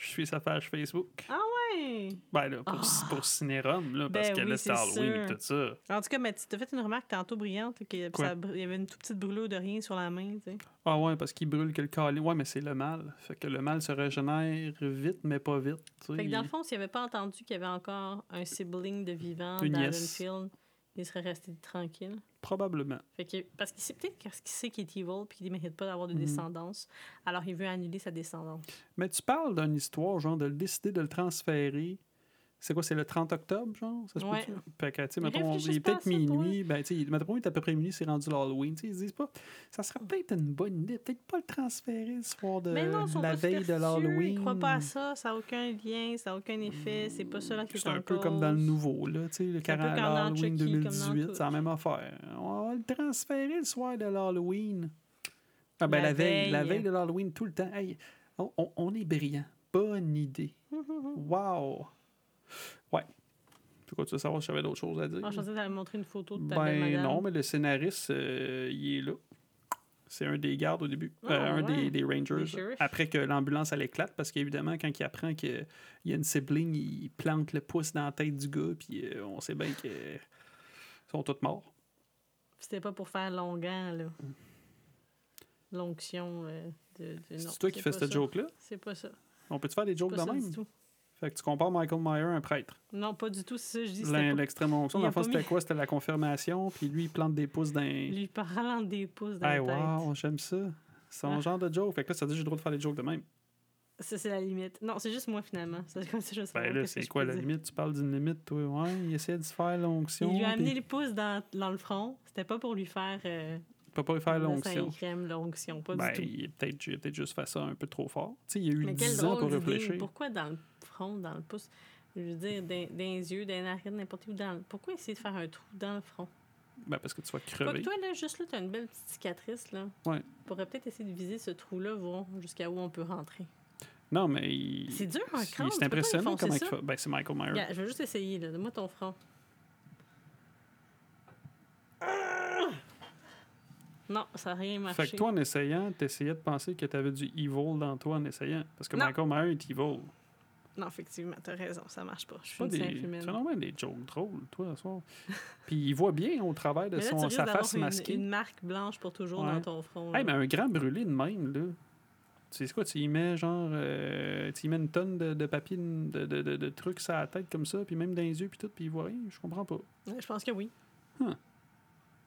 S1: Je suis sa page Facebook.
S2: Ah Ouais!
S1: Ben là, pour,
S2: Ah.
S1: pour Cinérum, là, parce
S2: Ben
S1: qu'elle
S2: oui,
S1: est
S2: c'est
S1: Halloween et
S2: sûr.
S1: tout ça.
S2: En tout cas, mais tu t'as fait une remarque tantôt brillante, là, que
S1: Quoi?
S2: ça br- il y avait une toute petite brûlure de rien sur la main, tu sais.
S1: Ah ouais, parce qu'il brûle que le calé. Ouais, mais c'est le mal. Fait que le mal se régénère vite, mais pas vite. tu sais.
S2: Fait que dans le fond, s'il avait pas entendu qu'il y avait encore un sibling de vivant
S1: Une
S2: dans
S1: nièce.
S2: Haddonfield, il serait resté tranquille.
S1: Probablement.
S2: Fait que, parce qu'il sait peut-être parce qu'il sait qu'il est evil puis qu'il ne mérite pas d'avoir de
S1: Mhm.
S2: descendance. Alors, il veut annuler sa descendance.
S1: Mais tu parles d'une histoire, genre, de le décider de le transférer. C'est quoi, c'est le 30 octobre, genre? Ça se
S2: Ouais.
S1: peut-tu? Fait que, tu sais,
S2: Ils
S1: mettons, il
S2: réfléchissent
S1: est
S2: pas à
S1: peut-être
S2: ça,
S1: minuit. Ben, tu sais, il- mettons, il est à peu près minuit, c'est rendu l'Halloween. Tu sais, ils se disent pas, ça serait peut-être une bonne idée, peut-être pas le transférer le soir de
S2: Mais non, ils sont
S1: Euh, la
S2: pas
S1: veille de
S2: superstitieux,
S1: l'Halloween.
S2: Ils croient pas à ça, ça n'a aucun lien, ça n'a aucun effet, c'est pas ça là qui est
S1: C'est un
S2: en
S1: peu comme dans le
S2: cause.
S1: nouveau, là, tu sais, le
S2: C'est un peu
S1: 40
S2: comme dans
S1: l'Halloween
S2: Chucky, comme dans
S1: 2018,
S2: tout.
S1: c'est la même affaire. On va le transférer le soir de l'Halloween. Ah ben, la,
S2: La
S1: veille, la
S2: veille.
S1: veille de l'Halloween, tout le temps. Hey, on, on- on est brillant. Bonne idée. Wow! Ouais. Pourquoi tu veux savoir si j'avais d'autres choses à dire?
S2: Ah, je pensais que t'allais me montrer une photo de ta belle
S1: ben
S2: madame.
S1: non, mais le scénariste, euh, il est là. C'est un des gardes au début,
S2: Ah,
S1: Euh, un
S2: ouais.
S1: des, des
S2: Des
S1: Rangers.
S2: shérifs.
S1: après que l'ambulance, elle éclate, parce qu'évidemment, quand il apprend qu'il y a une sibling, il plante le pouce dans la tête du gars, puis euh, on sait bien qu'ils sont tous morts.
S2: C'était pas pour faire longuant, là. L'onction euh, de, de- non,
S1: C'est toi qui
S2: c'est
S1: fais
S2: pas
S1: cette
S2: ça.
S1: joke-là.
S2: C'est pas ça.
S1: On peut-tu faire des jokes
S2: Pas
S1: de
S2: ça du
S1: même?
S2: tout.
S1: Fait que tu compares Michael Myers à un prêtre.
S2: Non, pas du tout, c'est ça, je dis. c'était
S1: L'in-
S2: pas-
S1: L'extrême onction,
S2: il
S1: dans
S2: a
S1: le fond,
S2: pas
S1: c'était
S2: mis-
S1: quoi? C'était la confirmation, puis lui, il plante des pouces dans. Hey,
S2: Lui parlant des pouces dans la
S1: wow,
S2: tête.
S1: j'aime ça. C'est son
S2: Ah.
S1: genre de joke. Fait que là, ça dit j'ai le droit de faire des jokes de même.
S2: Ça, c'est la limite. Non, c'est juste moi, finalement. C'est comme ça, je sais
S1: Ben là, c'est quoi la limite? Tu parles d'une limite, toi. Ouais, il essaie de se faire l'onction.
S2: Il lui a
S1: puis-
S2: amené le pouce dans, dans le front. C'était pas pour lui faire. Euh,
S1: Il peut pas lui faire
S2: le
S1: l'onction.
S2: sein crème, l'onction, pas
S1: Ben,
S2: du tout.
S1: il est peut-être il a peut-être juste fait ça un peu trop fort. Tu sais, il y a eu
S2: Mais quelle
S1: 10 ans
S2: drôle
S1: pour
S2: d'idée.
S1: réfléchir.
S2: Pourquoi dans le front, dans le pouce Je veux dire, dans, dans les yeux, dans les narines, n'importe où. Dans le- Pourquoi essayer de faire un trou dans le front
S1: Ben, parce que tu vas
S2: Quoi que
S1: crever.
S2: toi, là, juste là, t'as une belle petite cicatrice, là.
S1: Ouais.
S2: On pourrait peut-être essayer de viser ce trou-là, voir jusqu'à où on peut rentrer.
S1: Non, mais. il-
S2: C'est dur, un
S1: c'est-
S2: crâne. tu
S1: C'est
S2: peux pas
S1: impressionnant
S2: enfoncer
S1: comment il
S2: ça.
S1: fait. Ben, c'est Michael Myers.
S2: Regarde, je veux juste essayer, là. Donne-moi ton front. Ah! Non, ça n'a rien marché.
S1: Fait que toi, en essayant, t'essayais de penser que t'avais du evil dans toi en essayant. Parce que
S2: Non.
S1: Michael Myers est evil.
S2: Non, effectivement, t'as raison, ça marche pas. Je suis
S1: Pas
S2: une
S1: des...
S2: simple
S1: Tu
S2: humaine.
S1: fais normalement des jokes drôles, toi, ce soir. Puis il voit bien au travers de
S2: Mais là, tu
S1: son,
S2: risques
S1: sa
S2: d'avoir
S1: face
S2: une-
S1: masquée.
S2: Une, marque blanche pour toujours
S1: Ouais.
S2: dans ton front. là.
S1: Hey, mais un grand brûlé de même, là. Tu sais quoi, tu y mets genre. euh, tu y mets une tonne de, de papier, de, de, de, de trucs sur la tête comme ça, puis même dans les yeux, puis tout, puis il voit rien. Je comprends pas.
S2: Ouais, Je pense que oui.
S1: Huh.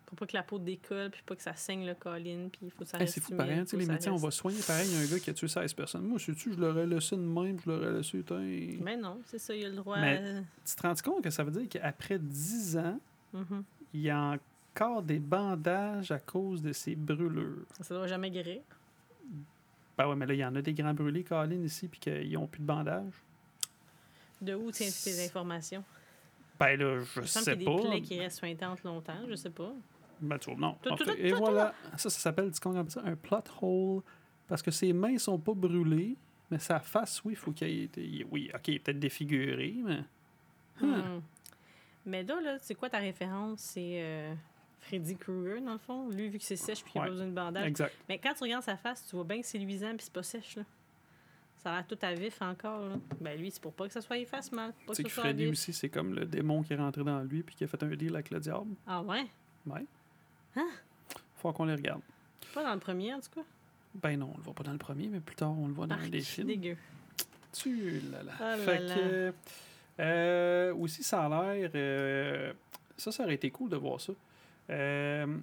S2: Pour pas que la peau décolle, puis pas que ça saigne le colline, puis il faut que ça
S1: Hey,
S2: reste
S1: c'est fou,
S2: humide,
S1: pareil. tu sais,
S2: faut
S1: Les
S2: que ça
S1: médecins, on va
S2: reste-
S1: soigner pareil un gars qui a tué 16 personnes. Moi, sais-tu, je l'aurais laissé de même, je l'aurais laissé. tain.
S2: Mais non, c'est ça, il y a le droit. euh,
S1: Mais-
S2: à-
S1: Tu te rends compte que ça veut dire qu'après 10 ans,
S2: Mhm.
S1: il y a encore des bandages à cause de ces brûlures.
S2: Ça doit jamais guérir.
S1: Ben ouais, mais là, il y en a des grands brûlés, Colin, ici, puis qu'ils ont plus de bandages.
S2: De où tiens-tu tes
S1: C'est- informations?
S2: informations?
S1: Ben là, je
S2: Il me semble
S1: sais
S2: qu'il y a des
S1: pas.
S2: plaies qui restent sointantes longtemps, je sais pas.
S1: Ben, tu vois, non.
S2: Tout,
S1: En
S2: tout,
S1: fait,
S2: tout,
S1: et
S2: tout,
S1: voilà. Ça, ça s'appelle, tu comprends ça, un plot hole. Parce que ses mains sont pas brûlées, mais sa face, oui, faut qu'il ait été. il- Oui, OK, il est peut-être défiguré, mais. Hmm.
S2: Hmm. Mais là, là, c'est quoi ta référence? C'est euh, Freddy Krueger, dans le fond. Lui, vu que c'est sèche, puis qu'il a
S1: Ouais.
S2: pas besoin de bandage.
S1: Exact.
S2: Mais quand tu regardes sa face, tu vois bien que c'est luisant, puis c'est pas sèche, là. Ça a l'air tout à vif encore, là. Ben lui, c'est pour pas que ça soit efface mal, pour pas
S1: Tu sais
S2: que
S1: que
S2: ça soit à
S1: Freddy
S2: vif.
S1: aussi, c'est comme le démon qui est rentré dans lui puis qui a fait un deal avec le diable.
S2: Ah ouais?
S1: Ouais.
S2: Hein?
S1: Faut qu'on les regarde.
S2: Pas dans le premier, en tout cas.
S1: Ben non, on le voit pas dans le premier, mais plus tard, on le voit dans
S2: Arc,
S1: les films.
S2: Dégueu.
S1: Tu là là.
S2: Ah là
S1: fait
S2: là.
S1: que. euh, aussi, ça a l'air. euh, ça, ça aurait été cool de voir ça. Euh,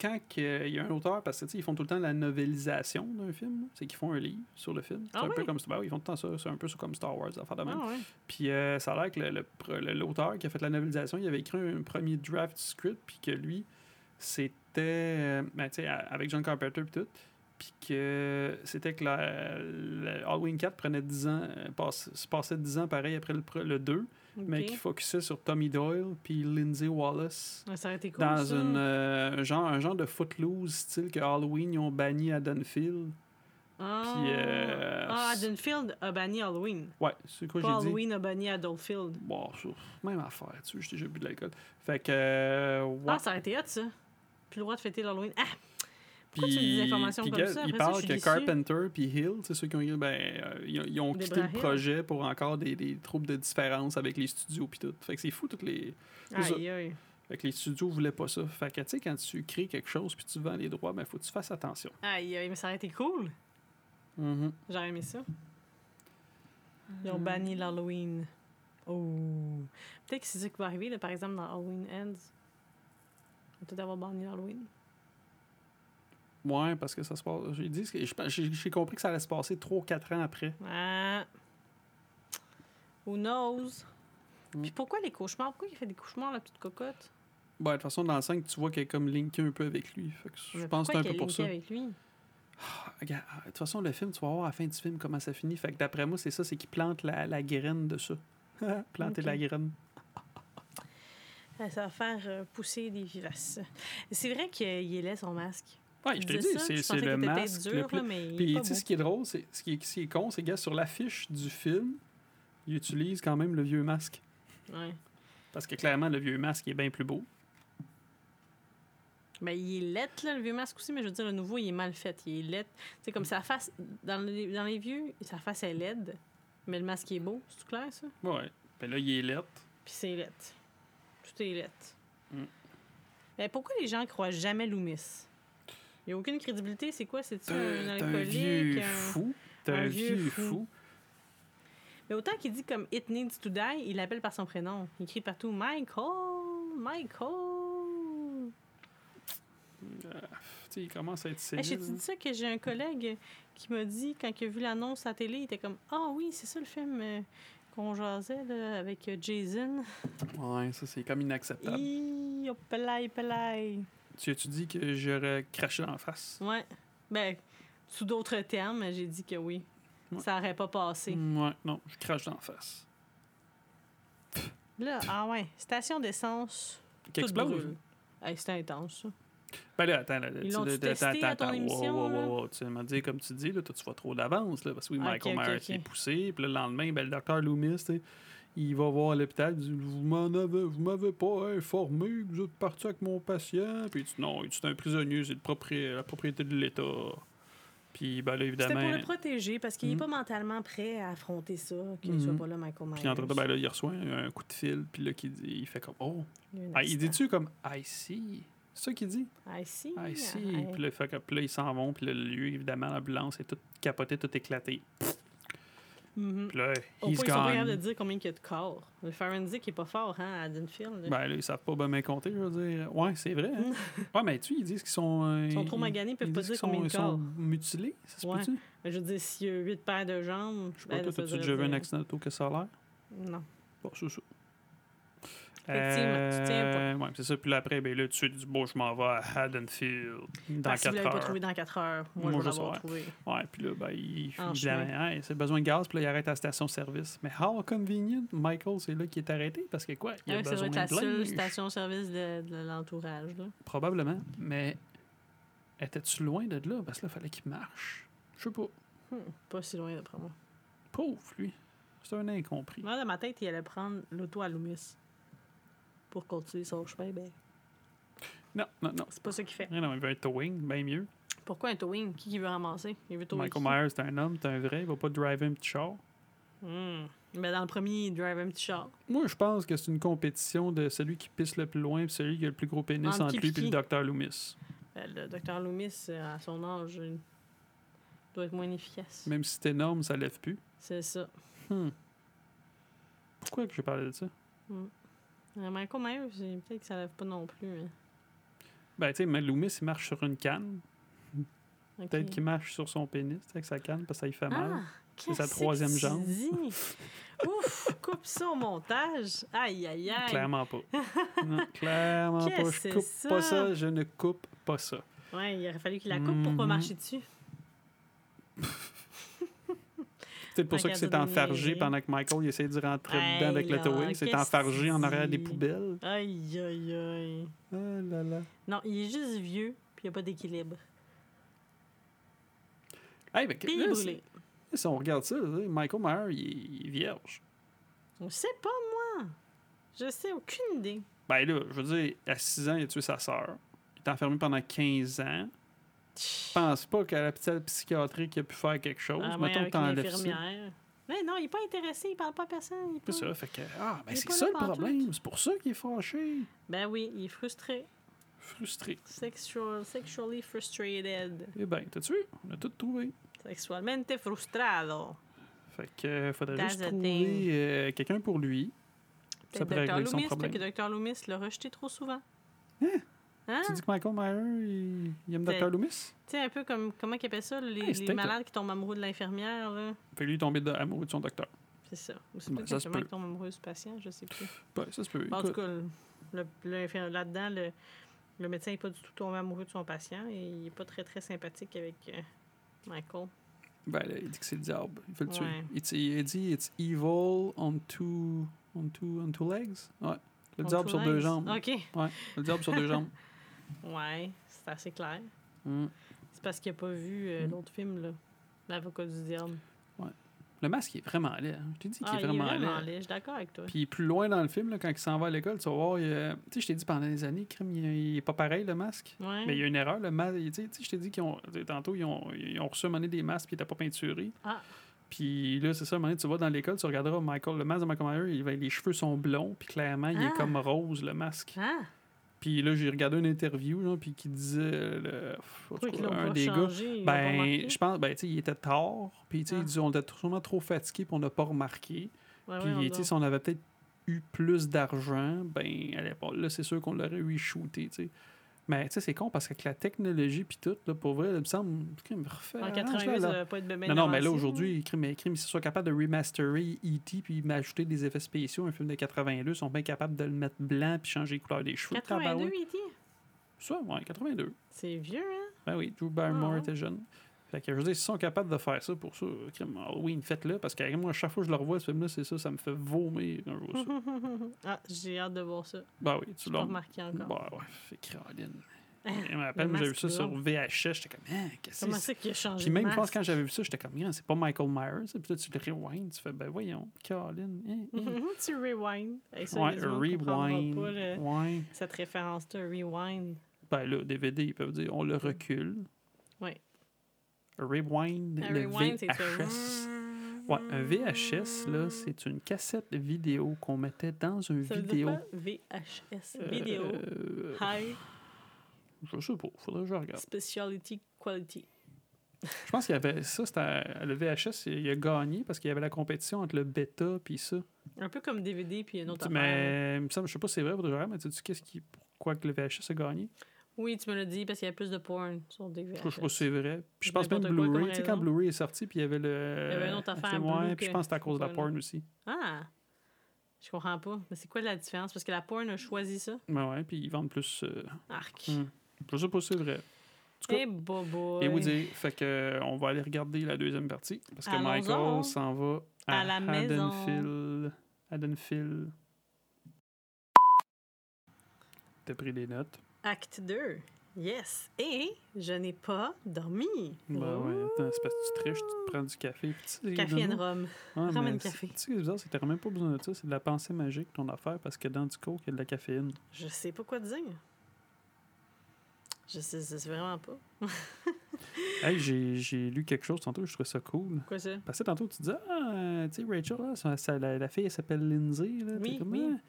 S1: quand que- il y a un auteur, parce que tu sais, ils font tout le temps la novelisation d'un film, là. c'est qu'ils font un livre sur le film. C'est
S2: Ah
S1: un peu
S2: ouais?
S1: comme ben oui, ils font tout le temps ça, c'est un peu comme Star Wars, affaire de même.
S2: Ah ouais.
S1: Puis euh, ça a l'air que le- le pro- le- l'auteur qui a fait la novelisation, il avait écrit un premier draft du script, puis que lui, c'était. euh, ben, tu sais, a- avec John Carpenter, puis tout. Puis que c'était que la, la- Halloween 4 prenait 10 ans, euh, passe- se passait 10 ans pareil après le, pre- le 2, mais
S2: Ok.
S1: qui focusait sur Tommy Doyle, puis Lindsay Wallace.
S2: Ouais, Ça aurait été cool,
S1: Dans
S2: ça.
S1: une, euh, genre, un genre de footloose style que Halloween ils ont banni à Dunfield.
S2: Ah,
S1: puis, euh,
S2: ah Haddonfield a banni Halloween.
S1: Ouais, c'est quoi
S2: Pas
S1: j'ai dit?
S2: Halloween a banni Adolfield.
S1: Bon, ça, même affaire, tu sais, j'ai déjà bu de l'alcool. Fait que. euh, ouais.
S2: Ah, ça aurait été hot, ça. Plus le droit de fêter l'Halloween. Ah!
S1: Puis,
S2: tu dis des informations
S1: puis
S2: comme
S1: gars,
S2: ça?
S1: il
S2: Après ça, je
S1: parle
S2: suis
S1: que
S2: déçue.
S1: Carpenter puis Hill, c'est ceux qui ont, ben, euh, ils ont, ils ont
S2: Des
S1: quitté le
S2: Brahim.
S1: projet pour encore des, des troubles de différence avec les studios puis tout. Fait que c'est fou, toutes les, ça.
S2: Aïe, aïe.
S1: fait que les studios voulaient pas ça. Fait que, tu sais, quand tu crées quelque chose puis tu vends les droits, ben, faut que tu fasses attention.
S2: Aïe, aïe, mais ça aurait été cool.
S1: Mhm.
S2: J'aurais aimé ça. Ils ont
S1: Hmm.
S2: banni l'Halloween. Oh. Peut-être que c'est ça qui va arriver, là, par exemple, dans Halloween Ends. On peut avoir banni l'Halloween.
S1: Ouais, parce que ça se passe. J'ai dit, que- je pense- j'ai j'ai compris que ça allait se passer 3-4 ans après.
S2: Ah. Who knows?
S1: Mm.
S2: Puis pourquoi les cauchemars? Pourquoi il fait des cauchemars, la petite cocotte?
S1: Bon, de toute façon, dans le 5, tu vois qu'elle est comme linkée un peu avec lui. Fait que je
S2: Mais
S1: pense que c'est
S2: pourquoi
S1: un
S2: qu'elle
S1: peu
S2: est
S1: pour
S2: linkée
S1: ça.
S2: avec lui?
S1: Ah, regarde, ah, de toute façon, le film, tu vas voir à la fin du film comment ça finit. Fait que d'après moi, c'est ça, c'est qu'il plante la, la graine de ça. Planter
S2: Ok.
S1: la graine.
S2: Ah, Ça va faire euh, pousser des vivaces. C'est vrai qu'il est laid, son masque.
S1: Ouais, je te
S2: disais
S1: dis,
S2: ça,
S1: c'est-
S2: je
S1: c'est
S2: pensais
S1: le
S2: qu'il était
S1: masque.
S2: peut-être
S1: le
S2: dur,
S1: plus-
S2: là, mais il est
S1: Puis,
S2: pas
S1: tu sais,
S2: beau.
S1: ce qui est drôle, c'est ce qui est, ce qui est con, c'est que sur l'affiche du film, il utilise quand même le vieux masque.
S2: Ouais.
S1: Parce que clairement, le vieux masque il est bien plus beau.
S2: Ben, il est laid, là, le vieux masque aussi, mais je veux dire, le nouveau, il est mal fait. Il est laid. Tu sais, comme sa face, dans les, dans les vieux, sa face est laide, mais le masque est beau. C'est clair, ça?
S1: Ouais. Ben là, il est lettre.
S2: Puis c'est laid. Tout est laid.
S1: Mm.
S2: Ben, pourquoi les gens croient jamais Loomis? Il n'y a aucune crédibilité. C'est quoi? C'est-tu un
S1: T'as un
S2: alcoolique?
S1: vieux
S2: un-
S1: fou. T'as
S2: un
S1: un
S2: vieux
S1: vieux
S2: fou.
S1: fou.
S2: Mais autant qu'il dit comme It needs to die, il l'appelle par son prénom. Il crie partout Michael, Michael.
S1: Tu sais, il commence à être
S2: Hey, J'ai
S1: sénile.
S2: Ben, dit ça que j'ai un collègue qui m'a dit, quand il a vu l'annonce à la télé, il était comme Ah oui, c'est ça le film euh, qu'on jasait là, avec euh, Jason.
S1: Ouais, ça, c'est comme inacceptable.
S2: Hi, opelaï, opelaï.
S1: Tu as-tu dit que j'aurais craché en face?
S2: Ouais. Ben, sous d'autres termes, j'ai dit que oui.
S1: Ouais. Mm.
S2: Ça aurait pas passé.
S1: Ouais, non, je crache d'en face.
S2: Là, ah ouais, station d'essence.
S1: Qui
S2: tout
S1: explose? hein?
S2: brûle. Hey, C'était intense, ça.
S1: Ben là, attends, là, là,
S2: Ils
S1: tu-
S2: l'ont-tu
S1: là,
S2: testé à ton
S1: wow,
S2: émission,
S1: wow,
S2: là?
S1: wow, wow. Tu m'as dit, comme tu dis, là, toi, tu vas trop d'avance, là, parce que oui,
S2: Ah,
S1: Michael
S2: ok, ok,
S1: Myers
S2: ok.
S1: il est poussé, puis là, le lendemain, ben, le docteur Loomis, tu sais, il va voir à l'hôpital, il dit Vous m'en avez, vous m'avez pas informé que vous êtes parti avec mon patient, puis il dit Non, il dit, c'est un prisonnier, c'est de propri- la propriété de l'État. Puis, ben là,
S2: C'était pour
S1: évidemment.
S2: le protéger parce qu'il n'est
S1: Mhm.
S2: pas mentalement prêt à affronter ça, qu'il ne
S1: Mhm.
S2: soit pas là, Michael Myers.
S1: Puis, entre temps, ben là, il reçoit un, un coup de fil, puis là, qu'il dit, il fait comme Oh,
S2: Il y a eu un
S1: Ah, il
S2: accident.
S1: dit-tu comme I see C'est ça qu'il dit
S2: Ah, I see.
S1: I see.
S2: I-
S1: Ah, Puis là, fait que- puis là, ils s'en vont. Puis là, le lieu, évidemment, l'ambulance est toute capotée, toute éclatée.
S2: Mhm.
S1: Puis là,
S2: Au
S1: he's
S2: point, ils sont pas
S1: gone.
S2: capables de dire combien il y a de corps. Le forensic est pas fort, hein, à Dunfield. là.
S1: Ben là, ils savent pas bien compter, je veux dire. Ouais, c'est vrai. Hein? ouais, mais tu ils disent qu'ils sont. euh,
S2: Ils sont trop maganés, ils peuvent pas
S1: disent qu'ils
S2: dire
S1: sont-
S2: combien de
S1: Ils sont
S2: corps.
S1: mutilés, ça se
S2: Ouais.
S1: peut-tu
S2: Mais Je veux dire, s'il y a huit paires de jambes.
S1: Je sais pas,
S2: ben,
S1: toi,
S2: ça
S1: t'as-tu
S2: voudrait
S1: déjà vu un
S2: dire-
S1: accident auto que ça a l'air
S2: Non. Ben,
S1: Bon, c'est ça.
S2: Effectivement, tu tiens pas.
S1: Euh, ouais, c'est ça. Puis là, après, ben là, tu dis, bon, je m'en vais à Haddonfield dans
S2: Parce que vous
S1: 4
S2: l'avez pas
S1: heures.
S2: trouvé dans 4 heures.
S1: Moi,
S2: Moi, je
S1: je
S2: vais l'avoir
S1: saurais.
S2: trouvé.
S1: Ouais, puis là, ben, il
S2: En
S1: finit jamais. Hey, c'est besoin de gaz, puis là, il arrête à la station-service. Mais how convenient, Michael, c'est là qui est arrêté, parce que quoi, il a
S2: Ouais, Ah, ça doit
S1: besoin
S2: être
S1: de
S2: la seule
S1: linge.
S2: station-service de, de l'entourage. là.
S1: Probablement, mais étais-tu loin de là? Parce que là, fallait qu'il marche. Je sais pas.
S2: Hmm, pas si loin, d'après moi.
S1: Pauvre, lui. C'est un incompris.
S2: Moi, dans ma tête, il allait prendre l'auto à Loomis pour continuer son chemin. Ben,
S1: Non, non, non.
S2: c'est pas ça qu'il fait.
S1: Non, non, il veut un towing, bien mieux.
S2: Pourquoi un towing? Qui qui veut ramasser? Il veut tower
S1: Michael
S2: qui?
S1: Myers, c'est un homme, c'est un vrai, il va pas driver un petit char.
S2: Hmm. Ben, dans le premier, il drive un petit char.
S1: Moi, je pense que c'est une compétition de celui qui pisse le plus loin et celui qui a le plus gros pénis
S2: Entre
S1: entre lui
S2: qui puis
S1: et le
S2: qui?
S1: docteur Loomis.
S2: Ben, le docteur Loomis, euh, à son âge, euh, doit être moins efficace.
S1: Même si c'est énorme, ça lève plus.
S2: C'est ça.
S1: Hmm. Pourquoi que je parlais de ça?
S2: Euh, Michael Myers, c'est- peut-être que ça lève pas non plus. hein.
S1: Ben, tu sais, mais Loomis, il marche sur une canne.
S2: Ok.
S1: Peut-être qu'il marche sur son pénis tu sais, avec sa canne parce que ça lui fait
S2: Ah,
S1: mal. C'est sa
S2: qu'est-ce que
S1: troisième
S2: tu
S1: jambe.
S2: dis? Ouf, coupe ça au montage. Aïe, aïe, aïe.
S1: Clairement pas. Non, clairement pas.
S2: Qu'est-ce
S1: Je
S2: que
S1: coupe
S2: c'est
S1: pas
S2: ça?
S1: ça. Je ne coupe pas ça.
S2: Ouais, il aurait fallu qu'il la coupe pour pas
S1: Mhm.
S2: marcher dessus.
S1: C'est peut-être pour ça que
S2: Regarde
S1: c'est
S2: de
S1: enfargé
S2: niaiser.
S1: pendant que Michael il essaie de rentrer dedans avec
S2: Hey,
S1: le
S2: là,
S1: towing. C'est
S2: qu'est-ce
S1: enfargé en
S2: que
S1: arrière des
S2: tu dis?
S1: poubelles.
S2: Aïe, aïe, aïe.
S1: Ah là là.
S2: Non, il est juste vieux, puis il n'y a pas d'équilibre.
S1: Hey, ben,
S2: Puis il est
S1: là, c'est-
S2: brûlé.
S1: Si on regarde ça, là, Michael Myers, il est, il est vierge.
S2: On sait pas, moi. Je sais aucune idée.
S1: Ben là, je veux dire, à 6 ans, il a tué sa sœur. Il est enfermé pendant 15 ans. Je pense pas qu'à l'hôpital psychiatrique, il a pu faire quelque chose.
S2: Ah, ouais,
S1: Mettons que
S2: avec
S1: t'enlèves ça.
S2: l'infirmière. Mais non, il est pas intéressé, il parle pas à personne. il est
S1: C'est ça,
S2: pas-
S1: fait que, ah, ben
S2: Hmm. Il est
S1: c'est
S2: pas
S1: ça
S2: là
S1: le
S2: pantoute.
S1: problème. C'est pour ça qu'il est fâché.
S2: Ben oui, il est frustré.
S1: Frustré.
S2: Sexual, sexually frustrated.
S1: Eh ben, t'as-tu vu? On a tout trouvé.
S2: Sexualmente frustrado.
S1: Fait que, euh, faudrait
S2: That's
S1: juste
S2: the
S1: trouver
S2: thing.
S1: euh, quelqu'un pour lui. Ça
S2: Peut-être
S1: pourrait
S2: Dr.
S1: régler son
S2: Loomis,
S1: problème.
S2: peut-être que Dr. Loomis l'a rejeté trop souvent.
S1: Hein?
S2: Hein?
S1: Tu dis que Michael Myers, il, il aime
S2: Ben-
S1: Dr. Loomis?
S2: Tu sais, un peu comme, comment ils appellent ça, les,
S1: Hey, c'est
S2: les
S1: peut-être-
S2: malades qui tombent amoureux de l'infirmière, là.
S1: Fait que lui, il est tombé de- amoureux de son docteur.
S2: C'est ça. Ou c'est
S1: Ben,
S2: peut-être
S1: ça se
S2: simplement
S1: peut.
S2: qu'ils tombent amoureux du patient, je sais plus.
S1: Ben, ça se peut.
S2: Bon, en tout
S1: Écoute,
S2: cas, le- le- l'infir- là-dedans, le, le médecin n'est pas du tout tombé amoureux de son patient et il n'est pas très, très sympathique avec euh, Michael.
S1: ben, là, il dit que c'est le diable. Il veut le
S2: Ouais.
S1: tuer. It's- il dit, it's evil on two, on two, on two legs. Ouais. Le
S2: On
S1: diable
S2: two
S1: sur deux
S2: legs.
S1: jambes.
S2: OK.
S1: Le diable sur deux jambes.
S2: Ouais, c'est assez clair.
S1: Mm.
S2: C'est parce qu'il n'a pas vu euh,
S1: Mm.
S2: l'autre film, là. L'avocat du diable.
S1: Le masque, il est vraiment laid. hein. Je t'ai dit qu'il
S2: Ah,
S1: est vraiment, laid.
S2: laid, Je suis d'accord avec toi.
S1: Puis plus loin dans le film, là, quand il s'en va à l'école, tu vas voir, il, euh, tu sais, je t'ai dit pendant des années, crime, il, il est pas pareil le masque.
S2: Ouais.
S1: Mais il y a une erreur, le masque. Tu sais, tu sais, je t'ai dit qu'ils ont, tu sais, tantôt, ils ont, ils ont reçu à un moment donné des masques qui n'étaient pas peinturés.
S2: Ah.
S1: Puis là, c'est ça, à un moment donné, tu vas dans l'école, tu regarderas Michael, le masque de Michael Myers, il va- les cheveux sont blonds, puis clairement, il est
S2: Ah.
S1: comme rose, le masque.
S2: Ah,
S1: Puis là, j'ai regardé une interview, genre, puis qui disait, euh, le-
S2: pourquoi
S1: en tout
S2: ils
S1: cas,
S2: l'ont
S1: un
S2: pas
S1: des gars,
S2: changé? ils l'ont pas remarqué?
S1: Ben, je pense, ben, tu sais, il était tard. Puis, tu sais,
S2: Ah.
S1: il dit, on était sûrement trop fatigué, puis on n'a pas remarqué.
S2: Ouais, ouais, on
S1: Puis, tu sais,
S2: doit-
S1: si on avait peut-être eu plus d'argent, ben, à l'époque, là, c'est sûr qu'on l'aurait eu shooté, tu sais. Mais tu sais, c'est con parce que la technologie puis tout, là, pour vrai, il me semble. crime, refait,
S2: En euh,
S1: arrange,
S2: 88,
S1: là,
S2: ça
S1: là.
S2: va pas être bien
S1: Non, non, mais là,
S2: avancé,
S1: aujourd'hui, écrit, mais écrit, mais s'ils sont capables de remasterer E.T. puis m'ajouter des effets spéciaux, un film de 82, ils sont bien capables de le mettre blanc puis changer les couleurs des cheveux.
S2: 82,
S1: tabarouette.
S2: E.T.?
S1: Ça, ouais, 82.
S2: C'est vieux, hein?
S1: Ben oui, Drew Barrymore
S2: Ah.
S1: était jeune. Fait que je veux dire, s'ils sont capables de faire ça pour ça, crime, Halloween, faites-le, parce que moi, à chaque fois que je le revois, ce film-là, c'est ça, ça me fait vomir quand je vois ça.
S2: ah, j'ai hâte de voir ça.
S1: ben oui, tu
S2: Pas
S1: l'as.
S2: remarqué encore.
S1: Bah ouais, c'est Caroline. Je me rappelle,
S2: le
S1: moi, j'ai vu
S2: masque
S1: ça sur
S2: blanc.
S1: VHS, j'étais comme, hein, qu'est-ce que
S2: Comment
S1: c'est?
S2: ça qu'il a changé
S1: Puis même,
S2: de
S1: je pense,
S2: masque?
S1: quand j'avais vu ça, j'étais comme, Hein, c'est pas Michael Myers. Puis là, tu le rewind, tu fais, ben voyons, Caroline. hein, hein.
S2: tu rewind. Hey, ça,
S1: Ouais,
S2: les autres comprendront
S1: rewind.
S2: pas le-
S1: Ouais.
S2: Cette référence-là, rewind.
S1: Ben là, DVD, ils peuvent dire, on le recule.
S2: Ouais.
S1: Rewind,
S2: Un
S1: le
S2: rewind, c'est que tu
S1: VHS.
S2: fais-
S1: Ouais, un VHS, là, c'est une cassette vidéo qu'on mettait dans une
S2: Ça veut dire
S1: vidéo.
S2: quoi? VHS. Vidéo.
S1: Euh,
S2: High
S1: Je sais pas, faudrait que je regarde.
S2: Speciality Quality.
S1: Je pense qu'il y avait ça, c'était à- le VHS, il a gagné parce qu'il y avait la compétition entre le bêta puis ça.
S2: Un peu comme DVD puis une autre affaire, là.
S1: mais il me semble, je sais pas si c'est vrai, faudrait que je regarde, mais tu sais qu'est-ce qui pourquoi que le VHS a gagné
S2: Oui, tu me l'as dit parce qu'il y a plus de porn sur des
S1: Je sais pas si c'est vrai. Puis je
S2: C'est
S1: pense même
S2: n'importe quoi
S1: Blu-ray,
S2: comme
S1: tu sais
S2: raison.
S1: quand Blu-ray est sorti, puis il y avait le
S2: Il y avait une autre affaire,
S1: Ouais,
S2: Blu,
S1: puis je
S2: que-
S1: pense que c'était à cause de la
S2: je sais pas, là.
S1: porn aussi.
S2: Ah! Je comprends pas. Mais c'est quoi la différence? Parce que la porn a choisi ça.
S1: Mais ouais, puis ils vendent plus euh,
S2: Arc.
S1: Mm. je sais pas si c'est vrai. tout cas,
S2: Eh, bobo.
S1: Et vous dire, fait que euh, on va aller regarder la deuxième partie parce que
S2: Allons-en.
S1: Michael s'en va à,
S2: À la maison.
S1: Haddonfield. Haddonfield. T'as pris des notes.
S2: Acte 2. Yes. Et je n'ai pas dormi.
S1: Ben ouais,
S2: Ouh.
S1: attends, c'est parce que tu triches, tu te prends du café. puis tu sais,
S2: Café
S1: Dono,
S2: and rhum.
S1: Ouais,
S2: Ramène
S1: mais
S2: café.
S1: c'est- Tu sais, c'est bizarre, c'est que t'aurais même pas besoin de ça. C'est de la pensée magique, ton affaire, parce que dans du coke, il y a de la caféine.
S2: Je sais pas quoi te dire. Je sais, je sais vraiment pas.
S1: Hey, j'ai j'ai lu quelque chose tantôt, je trouvais ça cool.
S2: Quoi ça?
S1: Parce que tantôt, tu disais, ah, euh, tu sais, Rachel, là, sa- sa- la, la fille, elle s'appelle Lindsay. Là,
S2: Oui,
S1: T'es comme,
S2: oui.
S1: ah.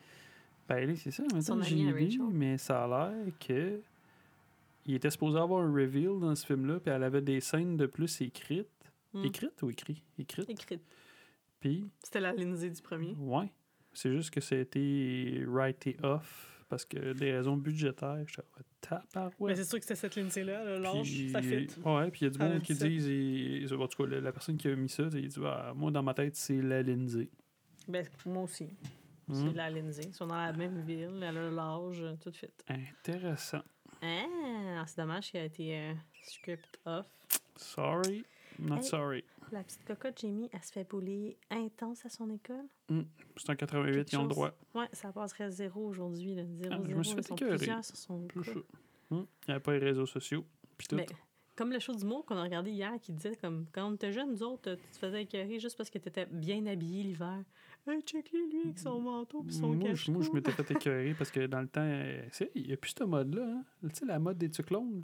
S1: Ben, là, c'est ça. mais
S2: Son
S1: tu sais,
S2: amie
S1: J'ai
S2: à
S1: lu,
S2: Rachel.
S1: mais ça a l'air que. Il était supposé avoir un reveal dans ce film-là, puis elle avait des scènes de plus écrites.
S2: Hmm.
S1: Écrites ou écrites? Écrites.
S2: Écrite.
S1: Puis,
S2: C'était la Lindsay du premier.
S1: ouais. C'est juste que ça a été writé off parce que des raisons budgétaires. Je
S2: Mais c'est sûr que c'était cette Lindsay-là, là,
S1: Puis- euh,
S2: l'ange, ça fit.
S1: Ouais, puis il y a du
S2: Ça
S1: monde
S2: a
S1: qui
S2: du sens.
S1: disent, et- en tout cas, la, la personne qui a mis ça, il dit, Ah, moi, dans ma tête, c'est la Lindsay.
S2: Ben, moi aussi.
S1: Hmm.
S2: C'est la Lindsay. Ils sont dans la même ville, elle a l'âge, tout de suite.
S1: Intéressant.
S2: Ah, c'est dommage qu'elle a été euh, script off.
S1: Sorry, not
S2: Hey.
S1: sorry.
S2: La petite cocotte Jamie, elle se fait bully intense à son école.
S1: C'est un 88,
S2: Quelque
S1: ils ont le
S2: chose.
S1: droit.
S2: Ouais, ça passerait zéro aujourd'hui. là. Zéro,
S1: Ah, je me
S2: zéro.
S1: suis fait
S2: Ils sont
S1: écœurer.
S2: plusieurs sur son
S1: Plus
S2: cas.
S1: ça. Hmm. Il n'y avait pas les réseaux sociaux. Puis tout.
S2: Mais, comme le show d'humour qu'on a regardé hier qui disait comme quand on était jeunes, nous autres, tu te faisais écœurer juste parce que tu étais bien habillé l'hiver. Hey, check lui, lui, avec son manteau puis son
S1: moi, je, moi, je
S2: cache-cou.
S1: m'étais fait écœurer parce que dans le temps, euh, c'est- il n'y a plus ce mode-là. hein. Tu sais, la mode des tucs longues.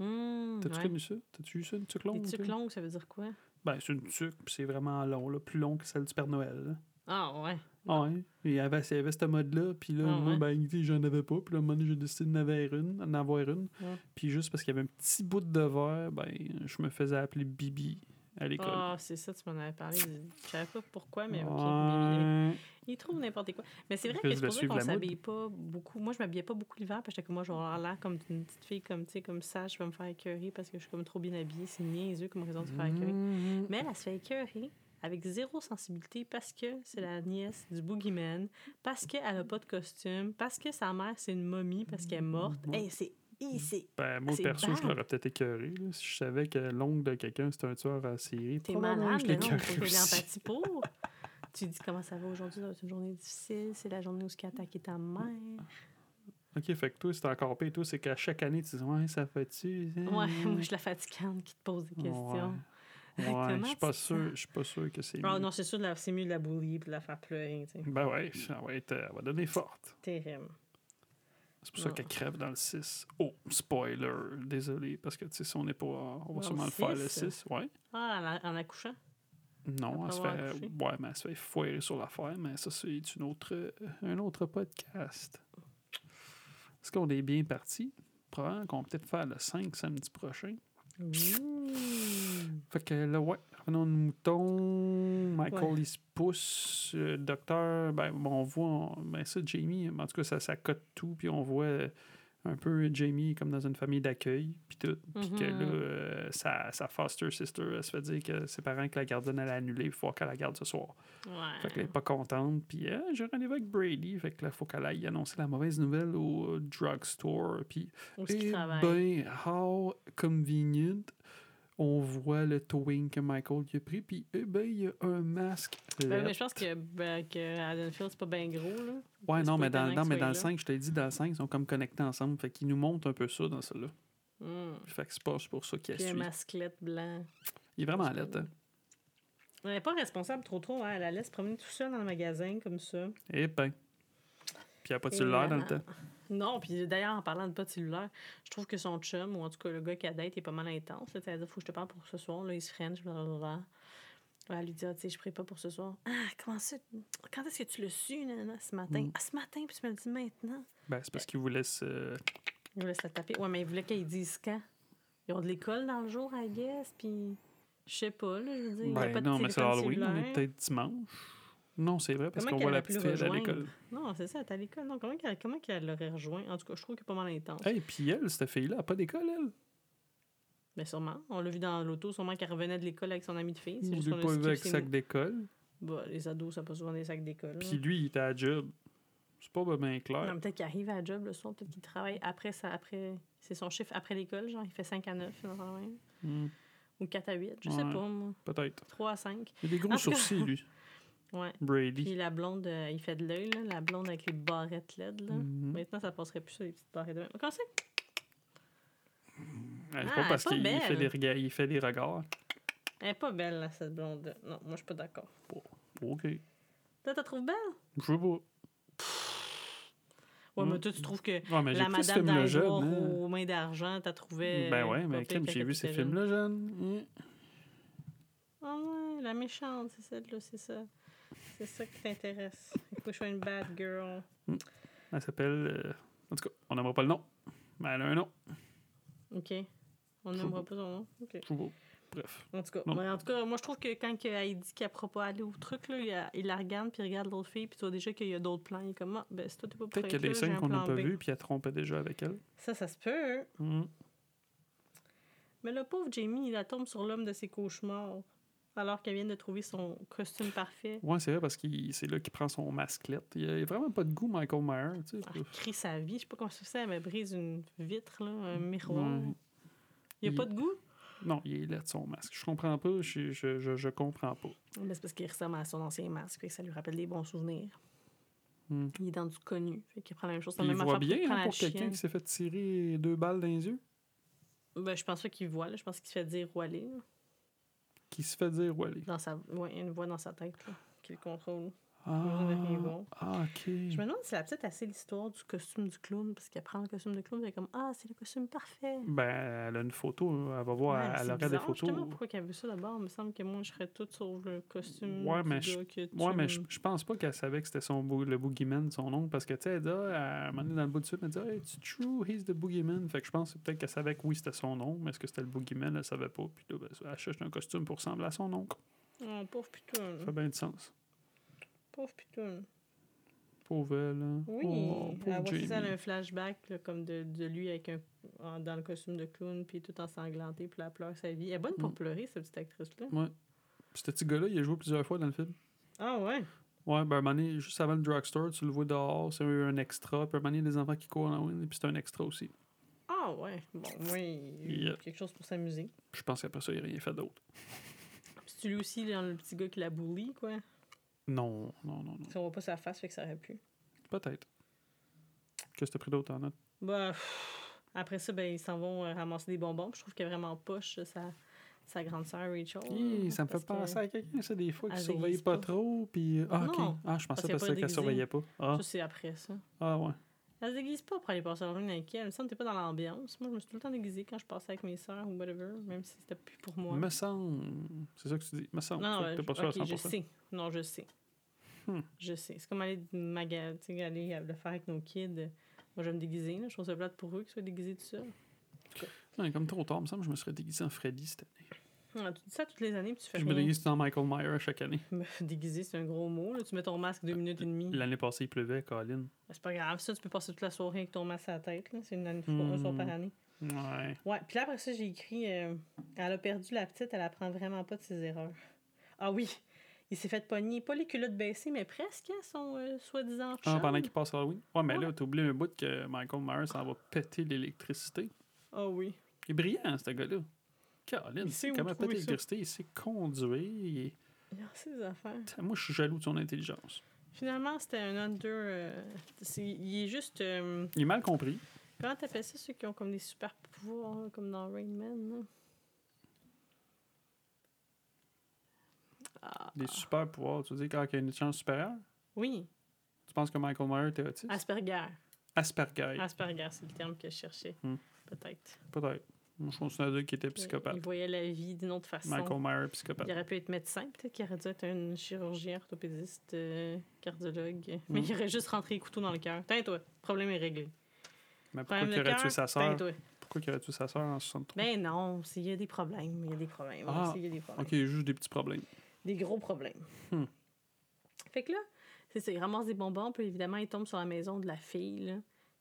S2: Hum,
S1: T'as-tu
S2: ouais.
S1: connu ça? T'as-tu eu ça, une tuque longue?
S2: Des
S1: toi?
S2: trucs longs, ça veut dire quoi?
S1: Ben, c'est une tuque, puis c'est vraiment long, là, plus long que celle du Père Noël. là.
S2: Ah, ouais.
S1: Ah ouais. Il y avait, il y avait ce mode-là, puis là,
S2: Ah
S1: moi,
S2: ouais.
S1: ben, tu sais, j'en avais pas, puis là, un moment donné, j'ai décidé d'en avoir une. d'en avoir une.
S2: Ouais.
S1: Puis juste parce qu'il y avait un petit bout de verre, ben, je me faisais appeler Bibi à l'école.
S2: Ah, c'est ça, tu m'en avais parlé. Je savais pas pourquoi, mais ok.
S1: Ouais.
S2: Il trouve n'importe quoi. Mais c'est vrai
S1: Plus
S2: que c'est
S1: de
S2: pour ça
S1: suivre
S2: qu'on
S1: la mode.
S2: s'habille pas beaucoup. Moi, je m'habillais pas beaucoup l'hiver parce que j'étais comme moi, je vais avoir l'air comme une petite fille, comme, tu sais, comme ça, je vais me faire écœurer parce que je suis comme trop bien habillée. C'est niaiseux comme raison de se faire écœurer.
S1: Mhm.
S2: Mais elle, elle se fait écœurer avec zéro sensibilité parce que c'est la nièce du boogeyman, parce qu'elle n'a pas de costume, parce que sa mère, c'est une momie, parce qu'elle est morte.
S1: Ouais.
S2: Hey, c'est ici.
S1: Ben, moi,
S2: C'est
S1: perso, je
S2: bad.
S1: l'aurais peut-être écœuré. là, si je savais que l'ongle de quelqu'un, c'était un tueur à série.
S2: T'es
S1: probablement
S2: malade,
S1: je
S2: mais non,
S1: l'écœurais
S2: faut que t'aies de
S1: aussi.
S2: l'empathie pour. Tu dis comment ça va aujourd'hui, c'est une journée difficile, c'est la journée où ce qui a attaqué ta mère.
S1: Ok, fait que toi, c'est encore pire. Toi, c'est qu'à chaque année, tu dis Ouais, ça fait-tu hein?
S2: Ouais, moi, je suis la fatigante qui te pose des questions.
S1: Ouais,
S2: Comment
S1: je suis
S2: tu
S1: pas
S2: te
S1: sûr. Je suis pas sûr que c'est.
S2: Ah
S1: mieux.
S2: non, c'est sûr, de la- c'est mieux de la bouillie puis de la faire pleurer. tu sais.
S1: Ben ouais, ça va être. Elle va donner forte.
S2: Terrible.
S1: C'est pour ça
S2: Non.
S1: qu'elle crève dans le 6. Oh, spoiler. Désolé, parce que tu sais, si on n'est pas. On va
S2: Dans
S1: sûrement
S2: le
S1: le faire le
S2: 6?
S1: 6. Ouais.
S2: Ah, en, en accouchant?
S1: Non, elle se,
S2: Après
S1: fait,
S2: avoir accouché?
S1: ouais, mais elle se fait foirer sur l'affaire, mais ça, c'est une autre, euh, un autre podcast. Est-ce qu'on est bien parti? Probablement qu'on va peut-être faire le 5 samedi prochain.
S2: Ouh.
S1: Fait que là, ouais, revenons de moutons. Michael,
S2: Ouais.
S1: il se pousse. euh, Le docteur, ben, bon, on voit, on- ben, ça, Jamie, en tout cas, ça, ça cote tout, puis on voit euh, un peu Jamie comme dans une famille d'accueil, puis tout. Puis que
S2: Mhm.
S1: là, euh, sa, sa foster sister, elle se fait dire que ses parents, que la gardienne, elle a annulé, il faut qu'elle la garde ce soir.
S2: Ouais.
S1: Fait qu'elle est pas contente, puis euh, j'ai rendez-vous avec Brady, fait que là, faut qu'elle aille annoncer la mauvaise nouvelle au euh, drugstore, puis
S2: Où est-ce qu'il
S1: eh
S2: travaille?
S1: ben, how convenient. On voit le towing que Michael qui a pris, puis eh ben, il y a un masque.
S2: Ben, mais
S1: LED.
S2: je pense que, ben, que Haddonfield, c'est pas bien gros, là.
S1: ouais,
S2: c'est
S1: non,
S2: pas
S1: mais dans,
S2: étonnant
S1: non,
S2: qu'il
S1: mais
S2: soit
S1: dans le
S2: là.
S1: 5, je t'ai dit, dans le 5, ils sont comme connectés ensemble. Fait qu'ils nous montrent un peu ça dans celui-là.
S2: Mm.
S1: Fait que c'est pas c'est pour ça qu'il a
S2: Puis un
S1: suivi.
S2: masquelette blanc.
S1: Il est vraiment laid, hein.
S2: Elle n'est pas responsable trop trop, hein. elle la laisse promener tout seul dans le magasin comme ça.
S1: Eh ben. Puis il n'y a pas de
S2: Et
S1: cellulaire dans le
S2: euh,
S1: temps.
S2: Non, puis d'ailleurs, en parlant de pas de cellulaire, je trouve que son chum, ou en tout cas le gars qui a date, est pas mal intense. là. C'est-à-dire, faut que je te parle pour ce soir, là, il se french, blablabla. Elle lui dit, ah, tu sais, je prie pas pour ce soir. Ah, comment ça? Quand est-ce que tu l'as su, nana, ce matin?
S1: Mm.
S2: Ah, ce matin, puis tu me le dis maintenant.
S1: Ben, c'est parce qu'il vous laisse. euh,
S2: Il laisse la taper. Ouais, mais il voulait qu'elle dise quand. Ils ont de l'école dans le jour, I guess, puis je sais pas, là, je veux dire. il y a
S1: Ben,
S2: pas de
S1: non, mais c'est
S2: téléphone
S1: Halloween, on est
S2: cellulaire.
S1: peut-être dimanche. Non, c'est vrai, parce
S2: Comment
S1: qu'on voit
S2: qu'elle
S1: la
S2: a pu
S1: petite
S2: le
S1: fille à
S2: rejoindre?
S1: l'école.
S2: Non, c'est ça, elle est à l'école. Non, comment qu'elle comment qu'elle l'aurait rejoint? En tout cas, je trouve qu'il est pas mal intense.
S1: Hey, Eh, puis elle, cette fille-là, elle a pas d'école, elle.
S2: Mais sûrement. On l'a vu dans l'auto, sûrement qu'elle revenait de l'école avec son ami de fille. C'est
S1: Vous
S2: juste
S1: l'avez
S2: qu'on
S1: pas
S2: a
S1: vu
S2: skippé
S1: avec
S2: ses
S1: sac
S2: mots.
S1: d'école.
S2: Bah, les ados, ça pas souvent des sacs d'école. là.
S1: Puis lui, il était à job. C'est pas bien clair.
S2: Non, peut-être qu'il arrive à la job le soir, peut-être qu'il travaille après ça, après. C'est son chiffre après l'école, genre il fait 5 à 9, dans le même.
S1: Hmm,
S2: Ou 4 à 8, je sais
S1: Ouais.
S2: pas, moi.
S1: Peut-être.
S2: 3 à 5.
S1: Il a des gros
S2: En tout cas-
S1: sourcils, lui,
S2: Ouais. Puis
S1: Brady.
S2: la blonde, euh, il fait de l'œil, là, la blonde avec les barrettes LED. Là.
S1: Mhm.
S2: Maintenant, ça passerait plus ça, les petites barrettes de même. Comment ça?
S1: Ouais, c'est
S2: Ah, elle
S1: pas
S2: est
S1: parce
S2: pas
S1: qu'il il fait,
S2: belle.
S1: des rega- il fait des regards.
S2: Elle est pas belle, là, cette blonde. là. Non, moi, je suis pas d'accord.
S1: OK.
S2: Toi, t'as trouves belle?
S1: Je sais pas.
S2: Ouais,
S1: Mm.
S2: mais toi, tu trouves que
S1: Ouais, mais j'ai
S2: la
S1: écouté ce
S2: madame dans
S1: film-là
S2: les
S1: jeune.
S2: noirs
S1: hein.
S2: aux mains d'argent, t'as trouvé.
S1: Ben
S2: euh,
S1: ouais,
S2: pas
S1: mais
S2: pire
S1: crime,
S2: quand
S1: j'ai vu ces
S2: t'étais jeune.
S1: films-là jeune. Mm.
S2: Ah ouais, la méchante, c'est celle-là, c'est ça. C'est ça qui t'intéresse. Il faut que je sois une bad girl.
S1: Elle s'appelle. euh, En tout cas, on n'aimera pas le nom. Mais elle a un nom.
S2: OK. On n'aimera pas son nom. OK.
S1: Je sais pas. Bref.
S2: En tout cas,
S1: Non.
S2: ouais, en tout cas moi, je trouve que quand que elle dit qu'elle ne pourra pas aller au truc, là, il, a- il la regarde, puis il regarde l'autre fille, puis tu vois déjà qu'il y a d'autres plans. Il est comme, ah, ben, si toi, t'es pas
S1: Peut-être
S2: pour
S1: qu'il y a
S2: être
S1: des
S2: là,
S1: scènes
S2: j'ai un
S1: qu'on n'a
S2: plan
S1: pas
S2: B.
S1: vues, puis elle trompait déjà avec elle.
S2: Ça, ça se peut.
S1: Hmm.
S2: Mais le pauvre Jamie, il la tombe sur l'homme de ses cauchemars, alors qu'elle vient de trouver son costume parfait.
S1: Ouais, c'est vrai, parce que c'est là qu'il prend son masquelette. Il a vraiment pas de goût, Michael Myers. Tu sais.
S2: Elle crie sa vie. Je sais pas comment Ah, ça se fait, elle me brise une vitre, là, un miroir.
S1: Ouais.
S2: Il n'y a
S1: Il-
S2: pas de goût?
S1: Non, il est laid, son masque. Je comprends pas. Je, je, je, je comprends pas.
S2: Mais Ben, c'est parce qu'il ressemble à son ancien masque, fait que ça lui rappelle des bons souvenirs.
S1: Hmm.
S2: Il est dans du connu, fait qu'il prend la même chose. c'est la
S1: il
S2: même
S1: voit
S2: affaire qu'il
S1: bien
S2: prend
S1: hein,
S2: la
S1: pour quelqu'un
S2: chienne.
S1: qui s'est fait tirer deux balles dans les yeux.
S2: Ben, je pense pas qu'il voit, là. je pense qu'il se fait dire où aller. là.
S1: Qui se fait dire où aller.
S2: Dans sa... ouais, il y a une voix dans sa tête là, qui le contrôle.
S1: Ah,
S2: Ouais, il est bon.
S1: ah, ok.
S2: Je me demande si elle a peut-être assez l'histoire du costume du clown, parce qu'elle prend le costume du clown, elle est comme Ah, c'est le costume parfait.
S1: Ben, elle a une photo. Elle va voir.
S2: Ouais,
S1: elle-
S2: c'est
S1: elle aurait des
S2: bizarre,
S1: photos.
S2: justement, pourquoi qu'elle a vu ça d'abord Il me semble que moi, je serais toute sur le costume.
S1: Ouais,
S2: du
S1: mais
S2: gars
S1: je-
S2: que tu
S1: Ouais, mais je,
S2: aimes.
S1: je pense pas qu'elle savait que c'était son boo- le boogeyman, son oncle, parce que, tu sais, elle dit, ah, à un moment donné, dans le bout du film, elle dit, hey, it's true, he's the boogeyman. Fait que je pense que peut-être qu'elle savait que oui, c'était son oncle, mais est-ce que c'était le boogeyman, elle savait pas. Puis là, ben, elle cherche un costume pour ressembler à son oncle.
S2: Oh, pauvre
S1: Ça
S2: putain.
S1: fait bien du sens.
S2: Pauvre putain.
S1: Pauvre elle, hein.
S2: Oui,
S1: Oh, pauvre
S2: elle voit ça, elle a
S1: Jamie.
S2: un flashback là, comme de, de lui avec un, en- dans le costume de clown, puis tout ensanglanté, puis elle pleure sa vie. Elle est bonne pour
S1: Mm.
S2: pleurer, cette petite actrice-là.
S1: Puis ce petit gars-là, il a joué plusieurs fois dans le film.
S2: Ah ouais?
S1: Ouais, ben, à un moment donné, juste avant le drugstore, tu le vois dehors, c'est un extra. Puis à un moment donné, il y a des enfants qui courent en Halloween, et puis c'est un extra aussi.
S2: Ah ouais. Bon, oui, il y a eu
S1: Yeah.
S2: quelque chose pour s'amuser.
S1: Puis je pense qu'après ça, il a rien fait d'autre.
S2: C'est lui aussi, là, le petit gars qui la bully, quoi.
S1: Non, non, non, non.
S2: Si on voit pas sa face, fait que ça aurait pu.
S1: Peut-être. Qu'est-ce que t'as pris d'autre en note?
S2: Bah, pff, après ça, ben, ils s'en vont euh, ramasser des bonbons. puis Je trouve qu'elle est vraiment poche, sa, sa grande sœur Rachel.
S1: Hi,
S2: là,
S1: ça me fait
S2: parce Euh, que-
S1: penser à quelqu'un, ça, des fois, qui
S2: elle
S1: surveille
S2: déguise
S1: pas,
S2: pas.
S1: trop, puis... Ah, OK.
S2: Non,
S1: Ah, je pensais parce
S2: qu'elle est pas
S1: qu'elle
S2: déguisée.
S1: surveillait pas. Ah,
S2: Ça, c'est après ça.
S1: ah ouais.
S2: Elle se déguise pas pour aller passer la journée avec elle. Il me semble que t'es pas dans l'ambiance. Moi, je me suis tout le temps déguisée quand je passais avec mes soeurs ou whatever, même si c'était plus pour moi.
S1: Me semble... C'est ça que tu dis? Me semble.
S2: non,
S1: Fait
S2: non,
S1: que t'es pas sûr
S2: ok,
S1: à
S2: je
S1: 100%.
S2: sais. Non, je sais.
S1: Hmm.
S2: Je sais. C'est comme aller, de maga- tu sais, aller euh, le faire avec nos kids. Moi, je vais me déguiser. là. Je trouve ça plate pour eux qu'ils soient déguisés tout ça.
S1: Non, comme trop tard, me semble, je me serais déguisé en Freddy cette année.
S2: Ah, tu dis ça toutes les années, puis tu fais
S1: Je
S2: rien.
S1: me déguise dans Michael Myers chaque année.
S2: Me déguiser, c'est un gros mot. là. Tu mets ton
S1: Euh,
S2: masque deux minutes et demie.
S1: L'année passée, il pleuvait, Colin.
S2: Ben, C'est pas grave, ça, tu peux passer toute la soirée avec ton masque à la tête. là. C'est une année,
S1: Hmm.
S2: un soir par année.
S1: Ouais.
S2: Ouais, puis là, après ça, j'ai écrit euh, Elle a perdu la petite, elle apprend vraiment pas de ses erreurs. Ah oui, il s'est fait pogner, pas les culottes baissées, mais presque, hein, son euh, soi-disant
S1: Ah,
S2: chum.
S1: pendant qu'il passe Halloween. Ouais, mais
S2: Ouais.
S1: là, t'oublies un bout que Michael Myers, ça va péter l'électricité.
S2: Ah oui.
S1: Il est brillant, ce gars-là. Colin,
S2: Il sait où
S1: comment
S2: trouver
S1: péter
S2: ça.
S1: l'électricité, il sait conduire. il est-
S2: Il a ses affaires.
S1: Moi, je suis jaloux de son intelligence.
S2: Finalement, c'était un under. euh, c'est- il est juste. euh,
S1: Il est mal compris.
S2: comment t'appelles ça, ceux qui ont comme des super pouvoirs, là, comme dans Rain Man? là? Ah,
S1: Des super pouvoirs. Tu veux dire, quand il y a une chance supérieure,
S2: oui,
S1: tu penses que Michael Myers était autiste?
S2: Asperger.
S1: Asperger.
S2: Asperger, c'est le terme que je cherchais.
S1: Hmm.
S2: Peut-être. Euh,
S1: Peut-être. Moi, je continue à dire qu'il était psychopathe.
S2: Il voyait la vie d'une autre façon.
S1: Michael Myers,
S2: Il
S1: psychopathe.
S2: aurait pu être médecin, peut-être qu'il aurait dû être un chirurgien, orthopédiste, euh, cardiologue. Mais
S1: Mm.
S2: il aurait juste rentré les couteaux dans le cœur. Tiens, toi, le problème est réglé.
S1: Mais pourquoi
S2: Problème
S1: il
S2: de
S1: aurait
S2: cœur,
S1: tué sa
S2: tiens,
S1: sœur?
S2: toi.
S1: Pourquoi il aurait tué sa sœur en 63?
S2: Ben non, s'il y a des problèmes, il y a des problèmes.
S1: Ah,
S2: s'il y a des problèmes.
S1: Ok, juste des petits problèmes.
S2: Des gros problèmes.
S1: Hmm.
S2: Fait que là, c'est ça, il ramasse des bonbons, puis évidemment, il tombe sur la maison de la fille, là.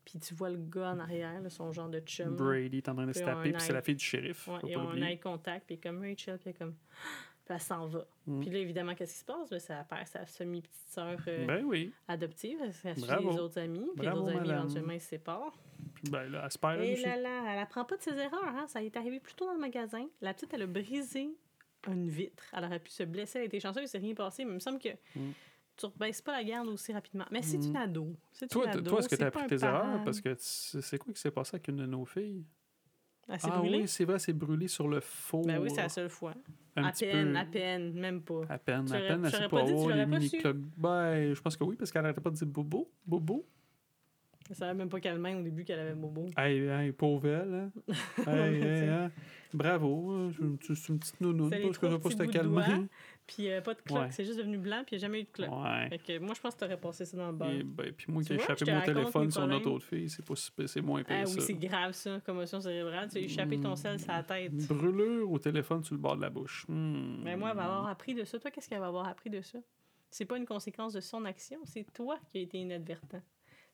S2: Puis tu vois le gars en arrière, là, son genre de chum.
S1: Brady est en train de se
S2: Puis on a
S1: taper,
S2: un
S1: puis c'est la
S2: eye-
S1: fille du shérif.
S2: Ouais,
S1: faut
S2: ils
S1: pas
S2: ont un
S1: l'oublier.
S2: eye contact, puis comme Rachel, puis elle est comme. Puis elle s'en va.
S1: Mm.
S2: Puis là, évidemment, qu'est-ce qui se passe? Ben, ça perd sa semi-petite sœur euh,
S1: Ben oui.
S2: adoptive. Elle se suit
S1: Bravo.
S2: les autres amis, puis les
S1: Bravo,
S2: autres amis,
S1: madame.
S2: éventuellement, ils se séparent.
S1: Puis ben là, elle se perd, elle
S2: Et
S1: aussi.
S2: là, là, elle apprend pas de ses erreurs. Hein? Ça y est arrivé plus tôt dans le magasin. La petite, elle a brisé une vitre. Elle aurait pu se blesser. Elle était chanceuse, il s'est rien passé. Mais il me semble que
S1: Mm.
S2: tu ne rebaisses pas la garde aussi rapidement. Mais c'est
S1: Mm.
S2: une ado. C'est
S1: Toi,
S2: une
S1: t-
S2: ado.
S1: toi est-ce que
S2: c'est
S1: t'as
S2: pas
S1: appris
S2: un
S1: tes
S2: parent.
S1: erreurs? Parce que tu- c'est quoi qui s'est passé avec une de nos filles?
S2: Elle s'est
S1: Ah
S2: brûlée?
S1: oui, c'est vrai, c'est brûlé sur le four.
S2: Ben oui, c'est la seule fois.
S1: Un
S2: à
S1: petit
S2: peine,
S1: peu.
S2: à peine, même pas.
S1: À peine,
S2: Tu
S1: à
S2: l'aurais-
S1: peine,
S2: tu
S1: elle sait
S2: l'aurais
S1: pas
S2: pas dit, tu
S1: avoir les
S2: l'aurais pas su?
S1: mini-clogs. Ben, je pense que oui, parce qu'elle arrêtait pas de dire bobo, bobo.
S2: Elle savait même pas calmer au début qu'elle avait bobo.
S1: Hey, hey, pauvre elle, hein? Hey, hey, hein? Bravo, hein? C'est- c'est c'est une petite nounoune,
S2: C'est les
S1: parce que je
S2: trois
S1: sais pas si
S2: petits
S1: t'as
S2: bouts de
S1: calmé.
S2: Puis euh, pas de cloque.
S1: Ouais.
S2: C'est juste devenu blanc, puis il n'y a jamais eu de cloque.
S1: Ouais.
S2: Fait que moi, je pense que tu aurais passé ça dans le bar.
S1: Et ben, puis moi
S2: Tu
S1: qui ai
S2: vois,
S1: échappé
S2: je te
S1: mon
S2: raconte mes
S1: téléphone sur
S2: problèmes.
S1: notre autre fille, c'est pas si pire, c'est moins pire
S2: Ah oui,
S1: ça.
S2: c'est grave ça, commotion cérébrale. Tu as échappé ton sel sur la tête.
S1: Une Brûlure au téléphone sur le bord de la bouche. Hmm.
S2: Mais Ben, moi, elle va avoir appris de ça. Toi, qu'est-ce qu'elle va avoir appris de ça? C'est pas une conséquence de son action, c'est toi qui as été inadvertent.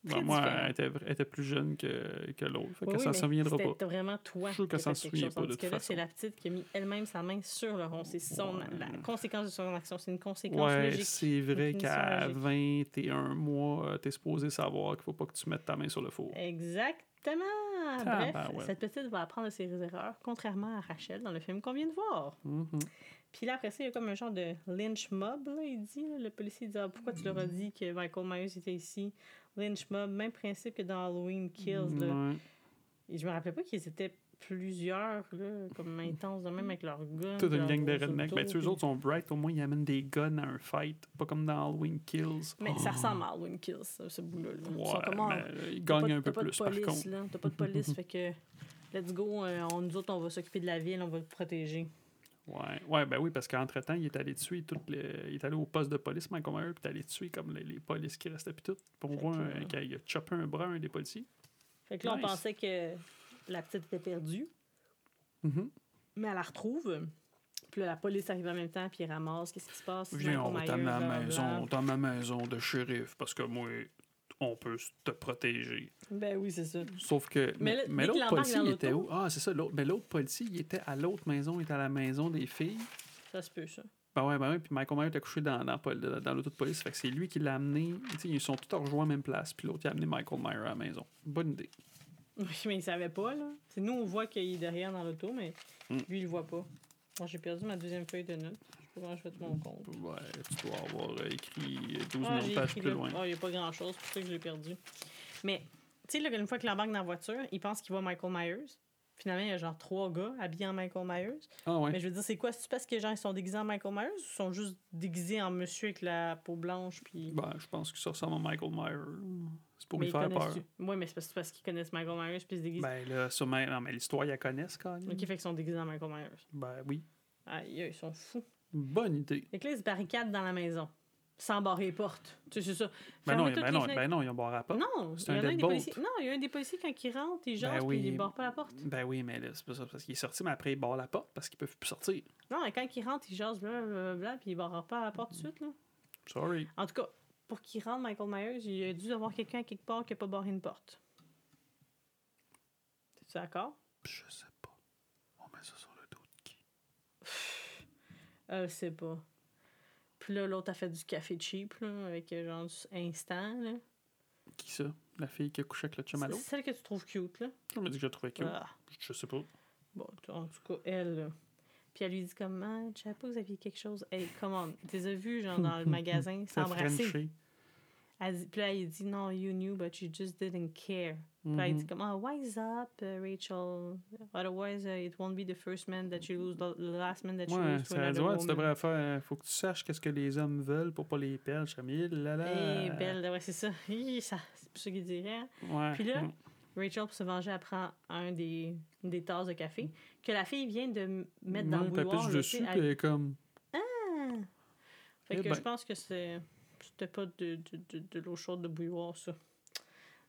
S1: Ben,
S2: Très
S1: moi,
S2: différent.
S1: elle était, elle était plus jeune que, que l'autre. Fait
S2: Oui,
S1: qu'elle
S2: oui,
S1: s'en
S2: mais
S1: souviendra pas.
S2: C'était vraiment toi
S1: Je suis sûr
S2: qui as
S1: qu'elle s'en
S2: fait quelque
S1: souvient
S2: chose.
S1: pas, de
S2: Tandis que
S1: toute
S2: là, c'est
S1: façon.
S2: la petite qui a mis elle-même sa main sur le rond. C'est son,
S1: Ouais.
S2: la conséquence de son action. C'est une conséquence
S1: Ouais,
S2: logique.
S1: c'est vrai
S2: Définition
S1: qu'à
S2: logique.
S1: 21 mois, euh, t'es supposé savoir qu'il faut pas que tu mettes ta main sur le four.
S2: Exactement! Bref,
S1: Tabarouette.
S2: cette petite va apprendre de ses erreurs, contrairement à Rachel dans le film qu'on vient de voir.
S1: Mhm.
S2: Puis là, après ça, il y a comme un genre de lynch mob, là, il dit. là. Le policier dit ah, Pourquoi tu leur as dit que Michael Myers était ici Lynch mob, même principe que dans Halloween Kills. Là.
S1: Ouais.
S2: Et je me rappelais pas qu'ils étaient plusieurs, là, comme intenses, de même avec leurs guns.
S1: Toute une
S2: leurs
S1: gang de
S2: gros sur le
S1: rednecks. Ben,
S2: dos,
S1: tu sais, eux
S2: puis-
S1: autres sont bright, au moins ils amènent des guns à un fight. Pas comme dans Halloween Kills.
S2: Mais ça ressemble à Halloween Kills, ça, ce bout-là. là. Ils sont
S1: Ouais,
S2: comme, Ah,
S1: mais ils
S2: t'as pas
S1: gagnent
S2: de-
S1: un peu
S2: t'as pas de
S1: plus, par
S2: police,
S1: contre.
S2: là. T'as pas de police, fait que let's go, euh, on, nous autres, on va s'occuper de la ville, on va le protéger.
S1: Ouais. ouais, ben oui, parce qu'entre-temps, il est allé tuer toutes les... Il est allé au poste de police, Michael Myers, puis il est allé tuer comme les, les polices qui restaient, puis tout. Puis on
S2: Fait
S1: voit
S2: que- euh,
S1: un- qu'il a chopé un bras à un des policiers.
S2: Fait que là,
S1: Nice.
S2: on pensait que la petite était perdue. Mm-hmm.
S1: Mhm.
S2: Mais elle la retrouve. Puis là, la police arrive en même temps, puis ils ramassent. Qu'est-ce qui se passe?
S1: Viens, on
S2: Michael
S1: t'amène à la
S2: Myers, blablabla.
S1: maison, on t'amène à la maison de shérif, parce que moi, on peut te protéger.
S2: Ben oui, c'est ça.
S1: Sauf que.
S2: Mais là,
S1: Mais,
S2: dès
S1: mais
S2: qu'il
S1: l'autre
S2: embarque
S1: policier,
S2: dans
S1: il était
S2: l'auto-
S1: où Ah, c'est ça, l'autre. Mais l'autre policier, il était à l'autre maison, il était à la maison des filles.
S2: Ça se peut, ça.
S1: Ben ouais, ben ouais, puis Michael Myers était couché dans, dans, pol- dans l'auto de police, fait que c'est lui qui l'a amené. Tu sais, ils sont tous rejoints à la même place, puis l'autre, il a amené Michael Myers à la maison. Bonne idée.
S2: Oui, mais il savait pas, là. C'est nous, on voit qu'il est derrière dans l'auto, mais
S1: Mm.
S2: lui, il le voit pas. Moi, j'ai perdu ma deuxième feuille de notes. Je sais pas comment je fais de mon compte.
S1: Ouais, tu dois avoir euh, écrit 12
S2: Ah,
S1: 000
S2: j'ai
S1: pages
S2: écrit
S1: plus
S2: là.
S1: loin.
S2: Ah, il n'y a pas grand-chose, c'est pour ça que je l'ai perdu. Mais, tu sais, là, une fois qu'il embarque dans la voiture, il pense qu'il voit Michael Myers. Finalement, il y a genre trois gars habillés en Michael Myers.
S1: Ah ouais.
S2: Mais je veux dire, c'est quoi? C'est parce que les gens ils sont déguisés en Michael Myers ou sont juste déguisés en monsieur avec la peau blanche? Puis...
S1: Ben, je pense que ça ressemble à Michael Myers. C'est pour
S2: mais
S1: lui
S2: ils
S1: faire peur.
S2: connaissent-tu? Ouais, mais c'est parce, c'est parce qu'ils connaissent Michael Myers puis ils se déguisent.
S1: Ben là, sûrement. Non, mais l'histoire, ils la connaissent quand même.
S2: Ok, fait qu'ils sont déguisés en Michael Myers.
S1: Ben oui.
S2: Aïe, aïe, ils sont fous.
S1: Bonne idée.
S2: Fait que là, ils se barricadent dans la maison. sans barrer les portes. Tu sais, c'est ça.
S1: Ben non,
S2: Fermer
S1: il-
S2: toutes
S1: ben
S2: les
S1: non,
S2: fenêtres.
S1: ben non, ils ont barré la porte.
S2: Non,
S1: C'est
S2: il y
S1: un
S2: en a un des
S1: deadbolt.
S2: policiers. Non, il y a un des policiers quand il rentre, il jase, puis
S1: oui.
S2: il ne barre pas la porte.
S1: Ben oui, mais là, c'est pas ça, parce qu'il est sorti, mais après, il barre la porte parce qu'ils peuvent plus sortir.
S2: Non, et quand il rentre, il jase, blablabla, puis il barre pas la porte tout de suite. Là.
S1: Sorry.
S2: En tout cas, pour qu'il rentre Michael Myers, il a dû avoir quelqu'un à quelque part qui n'a pas barré une porte. T'es-tu d'accord?
S1: Je sais pas. On met ça sur le dos de qui
S2: Euh, je sais pas. Puis là, l'autre a fait du café cheap, là, avec euh, genre du instant, là.
S1: Qui ça La fille qui a couché avec le chum à
S2: C'est
S1: l'autre
S2: celle que tu trouves cute, là.
S1: Je me dis que je la trouvais cute.
S2: Ah.
S1: Je sais pas.
S2: Bon, en tout cas, elle, là. Puis elle lui dit comme, man, je savais pas que vous aviez quelque chose. Hey, come on, tu les as vus, genre, dans le magasin,
S1: Ça
S2: s'embrasser. Elle dit, puis là, il dit, non, you knew, but you just didn't care.
S1: Mhm.
S2: Puis là, il
S1: Mm-hmm.
S2: dit comme, ah, wise up, uh, Rachel. Otherwise, uh, it won't be the first man that you lose, the last man that you
S1: Ouais,
S2: lose
S1: ça
S2: to
S1: dit,
S2: another
S1: ouais,
S2: woman.
S1: tu devrais faire. euh, Faut que tu saches qu'est-ce que les hommes veulent pour pas les perdre, Chamille. Là, là.
S2: Eh, belle, ouais, c'est ça. Hi, ça c'est pour ça qu'il dirait. hein.
S1: Ouais.
S2: Puis là,
S1: Mm.
S2: Rachel, pour se venger, elle prend un des, une des tasses de café que la fille vient de m- mettre dans
S1: Ouais,
S2: le
S1: puis elle
S2: bouilloire.
S1: pitche
S2: là, tu sais,
S1: Mm. dessus, puis
S2: elle- Ah!
S1: elle est comme.
S2: Fait
S1: Eh
S2: que
S1: ben.
S2: je pense que c'est- c'était pas de, de, de, de l'eau chaude de bouilloire, ça.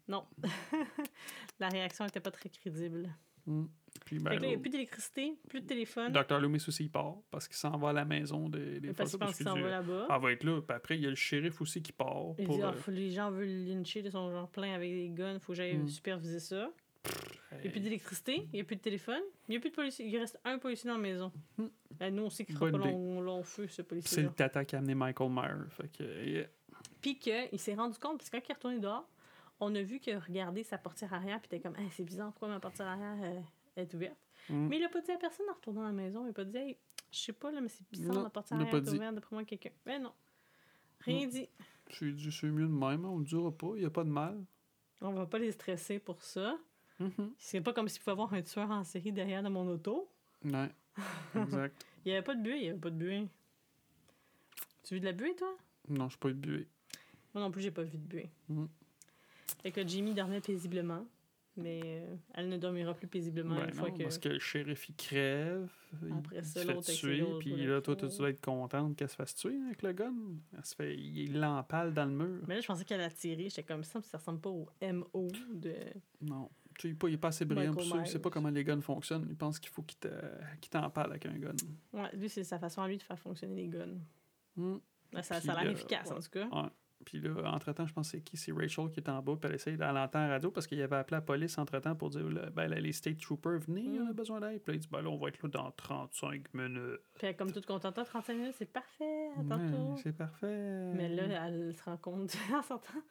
S2: Non. la réaction était pas très crédible.
S1: Mm. Puis
S2: fait
S1: ben.
S2: que là, il n'y a
S1: là,
S2: plus d'électricité, plus de téléphone.
S1: Docteur Loomis aussi, il part parce qu'il s'en va à la maison des, des Fossés,
S2: parce qu'il pense qu'il s'en
S1: dit,
S2: va là-bas.
S1: Ah, va être là. Puis après, il y a le shérif aussi qui part.
S2: il
S1: pour,
S2: dit Ah,
S1: euh,
S2: faut- les gens veulent le lyncher, ils sont genre pleins avec des guns, faut que j'aille
S1: Mm.
S2: superviser ça. ah, Il n'y a plus
S1: hey,
S2: d'électricité, il n'y a plus de téléphone, il n'y a plus de policier. Il reste un policier dans la maison.
S1: Mm.
S2: Ben, nous, on sait qu'il fera
S1: Bonne
S2: pas
S1: idée.
S2: long, long feu, ce
S1: puis c'est le
S2: policier-là.
S1: tata qui a amené Michael Myers. Fait que. yeah.
S2: Puis qu'il s'est rendu compte, parce que quand il est retourné dehors, on a vu qu'il regardait sa portière arrière, puis t'es comme, Ah, c'est bizarre, pourquoi ma portière arrière euh, est ouverte?
S1: Mm.
S2: Mais il a pas dit à personne en retournant à la maison, il a pas dit, hey, je sais pas, là, mais c'est bizarre,
S1: Non,
S2: ma portière
S1: il l'a
S2: arrière
S1: pas
S2: est
S1: dit.
S2: ouverte, d'après moi, quelqu'un. Mais non, rien dit.
S1: C'est du- c'est mieux de même, hein, on le dira pas, il n'y a pas de mal.
S2: On va pas les stresser pour ça.
S1: Mhm.
S2: C'est pas comme s'il pouvait avoir un tueur en série derrière dans mon auto.
S1: Ouais. Exact.
S2: Il y avait pas de buée, il y avait pas de buée. Tu as vu de la buée, toi?
S1: Non, je suis pas une buée.
S2: Moi non plus, j'ai pas vu de buée.
S1: Mhm.
S2: Fait que Jimmy dormait paisiblement, mais euh, elle ne dormira plus paisiblement
S1: Ben
S2: une fois
S1: non,
S2: que...
S1: Parce que le shérif, il crève,
S2: Après
S1: il se
S2: ça,
S1: fait
S2: l'autre avec ses
S1: tuer,
S2: gros
S1: puis
S2: bras
S1: là,
S2: de
S1: toi, toi,
S2: fou.
S1: tu dois être contente qu'elle se fasse tuer avec le gun. Elle se fait, il l'empale dans le mur.
S2: Mais là, je pensais qu'elle a tiré. J'étais comme ça, ça ressemble pas au MO de.
S1: Non. Tu sais, il est pas- il est pas assez brillant pour
S2: Michael
S1: ça, il sait
S2: Myers.
S1: pas comment les guns fonctionnent. Il pense qu'il faut qu'il te- qu'il t'empale avec un gun.
S2: Ouais, lui, c'est sa façon à lui de faire fonctionner les guns.
S1: Hum.
S2: Ouais, ça,
S1: Puis,
S2: ça a l'air
S1: euh,
S2: efficace, en tout cas.
S1: Puis là, entre-temps, je pense que c'est qui? C'est Rachel qui est en bas, puis elle essaye d'aller entendre la radio parce qu'il avait appelé la police entre-temps pour dire là, ben, là, les state troopers, venez,
S2: Hmm.
S1: on a besoin d'aide. Puis là, il dit ben là, on va être là dans 35 minutes.
S2: Puis elle est comme toute contente, Ah, 35 minutes, c'est parfait, à
S1: Ouais,
S2: tantôt.
S1: c'est parfait.
S2: Ah, Mais là, elle se rend compte en sortant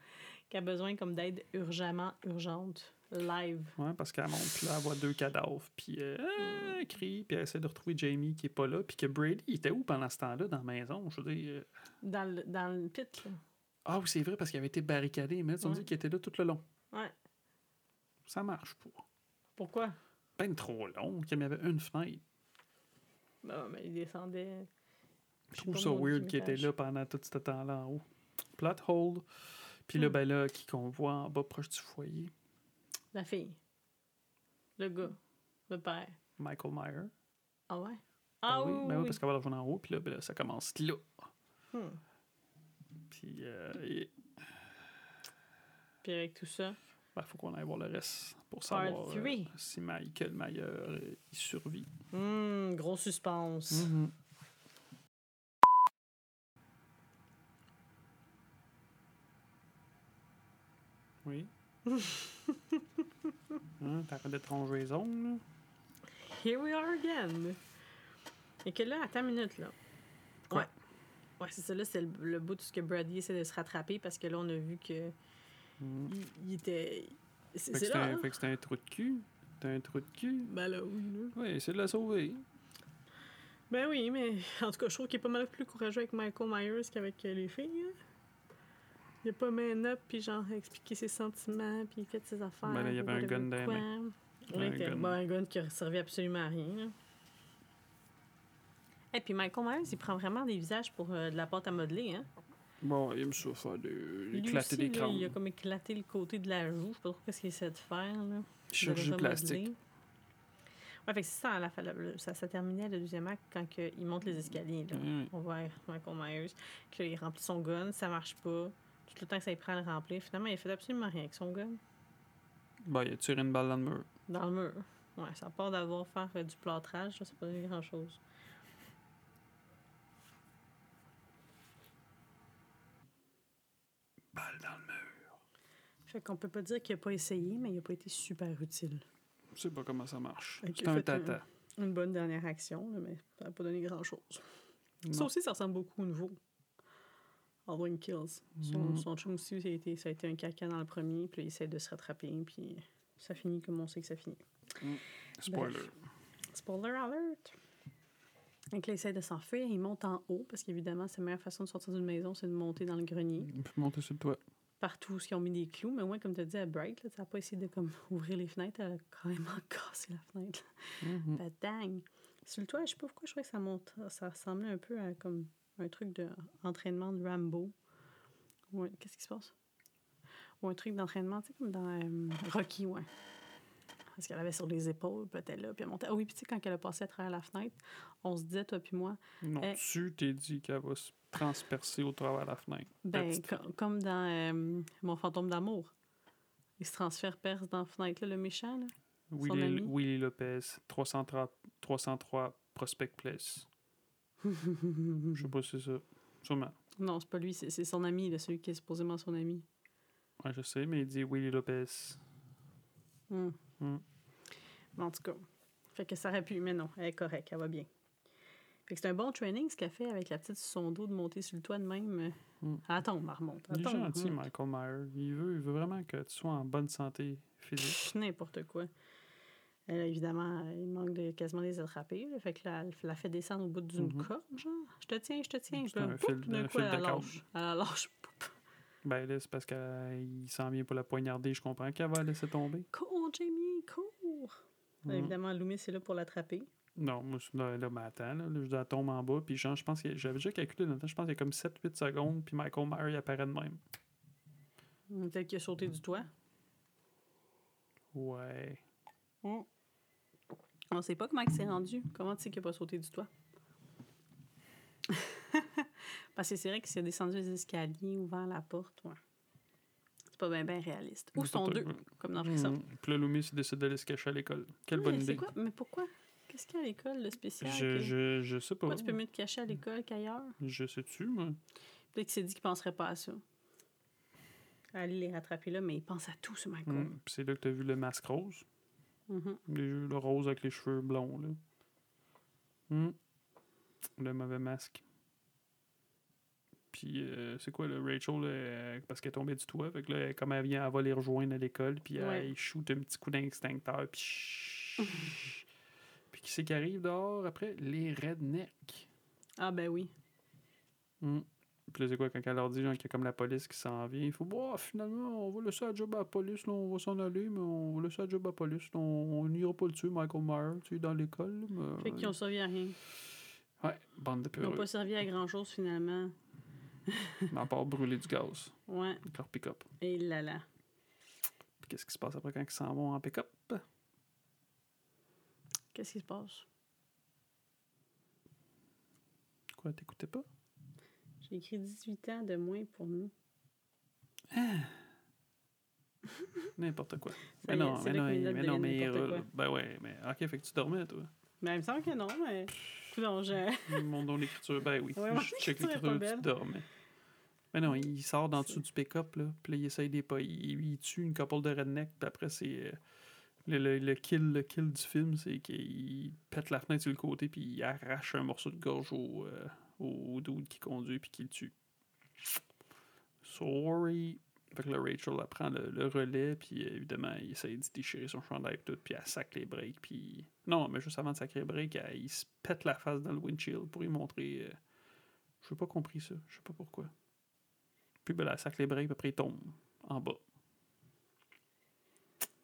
S2: qu'elle a besoin comme d'aide urgemment, urgente, live.
S1: Ouais, parce qu'elle monte, puis là, elle voit deux cadavres, puis euh, ah,
S2: Hmm.
S1: elle crie, puis elle essaie de retrouver Jamie qui est pas là, puis que Brady, il était où pendant ce temps-là, dans la maison? Je veux dire. euh,
S2: Dans le, dans le pit, là.
S1: Ah oui, c'est vrai, parce qu'il avait été barricadé, mais ils ont
S2: Ouais.
S1: dit qu'il était là tout le long.
S2: Ouais.
S1: Ça marche pas.
S2: Pourquoi?
S1: Ben trop long, qu'il y avait une fenêtre.
S2: Bah, mais il descendait.
S1: Je
S2: sais
S1: trouve
S2: pas,
S1: ça
S2: moi, au
S1: weird
S2: deuxième
S1: qu'il était
S2: étage.
S1: là pendant tout ce temps-là en haut. Plot hole. Puis là,
S2: Hmm.
S1: ben là, qui qu'on voit en bas proche du foyer,
S2: La fille. Le gars. Le père.
S1: Michael Myers.
S2: Ah ouais? Ah
S1: Ben
S2: oui,
S1: ben
S2: oui.
S1: parce qu'on va le rejoindre en haut, puis là, ben là, ça commence là.
S2: Hmm.
S1: Puis euh, il
S2: Puis avec tout ça.
S1: ben, faut qu'on aille voir le reste pour
S2: Part
S1: savoir euh,
S2: three.
S1: si Michael Myers euh, il survit.
S2: Hum, gros suspense.
S1: Oui. hein, T'arrêtes de tronger les ongles. là. Hmm.
S2: Here we are again. Et que là, attends une minute, là.
S1: Quoi?
S2: Ouais. Ouais, c'est ça, là, c'est le, le bout de ce que Brady essaie de se rattraper parce que là, on a vu que
S1: Mm.
S2: il, il était. C'est
S1: Fait que
S2: c'est
S1: c'est
S2: là.
S1: un,
S2: hein?
S1: fait que c'est un trou de cul. T'as un trou de cul.
S2: Ben là, oui, là.
S1: Oui, c'est de la sauver.
S2: Ben oui, mais en tout cas, je trouve qu'il est pas mal plus courageux avec Michael Myers qu'avec euh, les filles. hein. Il a pas man up, puis genre expliqué ses sentiments, puis il fait ses affaires.
S1: Ben là, il y avait un
S2: whatever
S1: gun dans les
S2: quoi.
S1: mains.
S2: Ouais,
S1: Un
S2: il était-
S1: gun.
S2: ben, un gun qui ne servait absolument à rien. là. Et Eh, puis Michael Myers, il prend vraiment des visages pour euh, de la pâte à modeler. Hein?
S1: Bon, il me ça faire de...
S2: Lui
S1: éclater
S2: aussi,
S1: des
S2: là,
S1: crânes.
S2: il a comme éclaté le côté de la joue. Je sais pas trop qu'est-ce qu'il essaie de faire. Là.
S1: Chirurgie
S2: De remodeler.
S1: plastique.
S2: Ouais, fait que c'est ça, la, la- ça, ça terminait le deuxième acte quand que il monte les escaliers. Là.
S1: Ouais.
S2: On voit Michael Myers, qu'il remplit son gun, ça marche pas. Tout le temps que ça lui prend à le remplir, finalement, il fait absolument rien avec son gun.
S1: Bah, il a tiré une balle dans le mur.
S2: Dans le mur. Ouais, ça part d'avoir faire euh, du plâtrage, ça, c'est pas grand chose.
S1: Balle dans le mur.
S2: Fait qu'on peut pas dire qu'il a pas essayé, mais il a pas été super utile.
S1: Je sais pas comment ça marche.
S2: Ok,
S1: C'est un
S2: faites un-
S1: tata.
S2: Une bonne dernière action, là, mais ça a pas donné grand chose. Ça
S1: Non.
S2: aussi, ça ressemble beaucoup au nouveau. Halloween Kills. Son,
S1: Mm.
S2: son chum aussi, ça a, été, ça a été un caca dans le premier, puis là, il essaie de se rattraper, puis ça finit comme on sait que ça finit.
S1: Spoiler.
S2: Spoiler alert! Donc là, il essaie de s'enfuir, il monte en haut, parce qu'évidemment, c'est la meilleure façon de sortir d'une maison, c'est de monter dans le grenier.
S1: Puis monter sur le toit.
S2: Partout où ils ont mis des clous, mais au moins, comme tu as dit à Bright, là, tu n'as pas essayé de comme, ouvrir les fenêtres, elle a carrément cassé la fenêtre.
S1: Mhm.
S2: Bah dang! Sur le toit, je sais pas pourquoi je trouvais que ça monte. Ça ressemblait un peu à comme un truc d'entraînement de Rambo. Ou un- Qu'est-ce qui se passe? Ou un truc d'entraînement, tu sais, comme dans euh, Rocky, ouais. Parce qu'elle avait sur les épaules, puis elle était là, puis elle montait. Ah oui, puis tu sais, quand elle a passé à travers la fenêtre, on se disait, toi puis moi,
S1: Non,
S2: Eh.
S1: tu t'es dit qu'elle va se transpercer au travers de la fenêtre.
S2: ben,
S1: petite
S2: co- comme dans euh, Mon fantôme d'amour. Il se transfère perse dans la fenêtre, là, le méchant, là.
S1: Willy,
S2: ami.
S1: Willy Lopez, 303, 303 Prospect Place. Je
S2: Mhm.
S1: sais pas si c'est ça. Sûrement.
S2: non, c'est pas lui, c'est c'est son ami, là, celui qui est supposément son ami.
S1: Ouais, je sais, mais il dit Willy Lopez.
S2: Hmm.
S1: Hmm.
S2: Mais En tout cas, fait que ça aurait pu, mais non, elle est correcte, elle va bien. Fait que c'est un bon training ce qu'elle fait avec la petite sur son dos de monter sur le toit de même.
S1: Hmm.
S2: Elle tombe, elle remonte. Elle
S1: Il est
S2: tombe, Hmm. elle
S1: gentil,
S2: remonte.
S1: Michael Myers. Il veut, il veut vraiment que tu sois en bonne santé physique.
S2: Pff, N'importe quoi. Elle, évidemment, il manque de quasiment les attraper. là. Fait que là, elle la fait descendre au bout d'une
S1: Mhm.
S2: corde, genre. Je te tiens, je te tiens.
S1: C'est
S2: Puis là,
S1: un
S2: poup,
S1: fil-
S2: d'un
S1: un
S2: coup,
S1: fil
S2: elle la
S1: de corde.
S2: lâche. Elle la lâche. poup.
S1: Ben là, c'est parce qu'il s'en vient pour la poignarder. Je comprends qu'elle va la laisser tomber.
S2: Cours, Jamie, cours. Là,
S1: Mhm.
S2: Évidemment, Loomis est là pour l'attraper.
S1: Non, moi, je- là, là, mais attends, là, là, je la tombe en bas, puis genre, je pense que j'avais déjà calculé dans le temps, je pense qu'il y a comme 7-8 secondes, puis Michael Myers il apparaît de même.
S2: Hmm, Peut-être qu'il a sauté du toit.
S1: Ouais.
S2: On sait pas comment il s'est rendu. Comment tu sais qu'il n'a pas sauté du toit? Parce que c'est vrai qu'il s'est descendu les escaliers, ouvert la porte. Ouais. C'est pas bien ben réaliste. Ou
S1: Mais
S2: sont
S1: peut-être-
S2: deux, comme dans Prison.
S1: Mhm. Puis là, Loomis il décide d'aller se cacher à l'école. Quelle
S2: Ouais,
S1: bonne
S2: c'est
S1: idée.
S2: quoi? Mais pourquoi? Qu'est-ce qu'il y a à l'école, le spécial?
S1: Je,
S2: que-
S1: je, je sais pas.
S2: Pourquoi tu peux mieux te cacher à l'école qu'ailleurs?
S1: Je sais-tu, moi?
S2: Peut-être qu'il s'est dit qu'il penserait pas à ça. Aller les rattraper là, mais il pense à tout, ce Michael.
S1: Mhm. Puis c'est là que t'as vu le masque rose. Hmm.
S2: Mhm.
S1: Les yeux- le rose avec les cheveux blonds, là. Mhm. Le mauvais masque. Puis, euh, c'est quoi, le Rachel, euh, parce qu'elle est tombée du toit, fait que là, elle- comme elle vient, elle va les rejoindre à l'école, puis elle-
S2: Ouais.
S1: elle shoot un petit coup d'extincteur, puis chut. Puis qui c'est qui arrive dehors après? Les rednecks.
S2: Ah ben oui.
S1: Mm. Puis là, c'est quoi, quand elle leur dit genre, qu'il y a comme la police qui s'en vient, il faut, bah, finalement, on va laisser la job à la police, là, on va s'en aller, mais on va laisser la job à la police, là, on on n'ira pas le tuer, Michael Myers, tu sais, dans l'école. là, mais- euh,
S2: Fait qu'ils ont servi à rien.
S1: Ouais, bande de
S2: Ils n'ont
S1: peureux.
S2: pas servi à grand-chose, finalement.
S1: À part brûler du gaz,
S2: Ouais.
S1: avec leur pick-up.
S2: Et là là.
S1: Puis qu'est-ce qui se passe après quand ils s'en vont en pick-up?
S2: Qu'est-ce qui se passe?
S1: Quoi, t'écoutais pas?
S2: J'ai écrit 18 ans de moins pour nous.
S1: N'importe quoi.
S2: Ça
S1: Mais
S2: y est,
S1: non,
S2: c'est
S1: mais
S2: là
S1: non,
S2: que mes
S1: il-
S2: notes
S1: mais non,
S2: deviennent
S1: mais il
S2: n'importe
S1: roule.
S2: quoi.
S1: Ben ouais, mais ok, fait que tu dormais, toi.
S2: Mais Ben, il me semble que non, mais. Coudon, je.
S1: Mon don d'écriture, ben oui.
S2: Ouais, mon
S1: je check
S2: écriture est pas
S1: l'écriture, tu
S2: belle.
S1: dormais. Mais non, il sort d'en
S2: C'est-
S1: dessous du pick-up, là. Puis là, il essaye des pas. Il, il tue une couple de redneck, puis après, c'est. euh, le, le- le kill, le kill du film, c'est qu'il pète la fenêtre sur le côté, puis il arrache un morceau de gorge au, euh, au dude qui conduit, puis qu'il tue. Sorry. Fait que là, Rachel, elle prend le, le relais, puis euh, évidemment, il essaie de déchirer son chandail, puis tout, puis elle sac les breaks, puis. Non, mais juste avant de sacrer les breaks, elle- il se pète la face dans le windshield pour lui montrer. Je n'ai pas compris ça, je sais pas pourquoi. Puis ben, là, elle sac les breaks, puis après, il tombe en bas.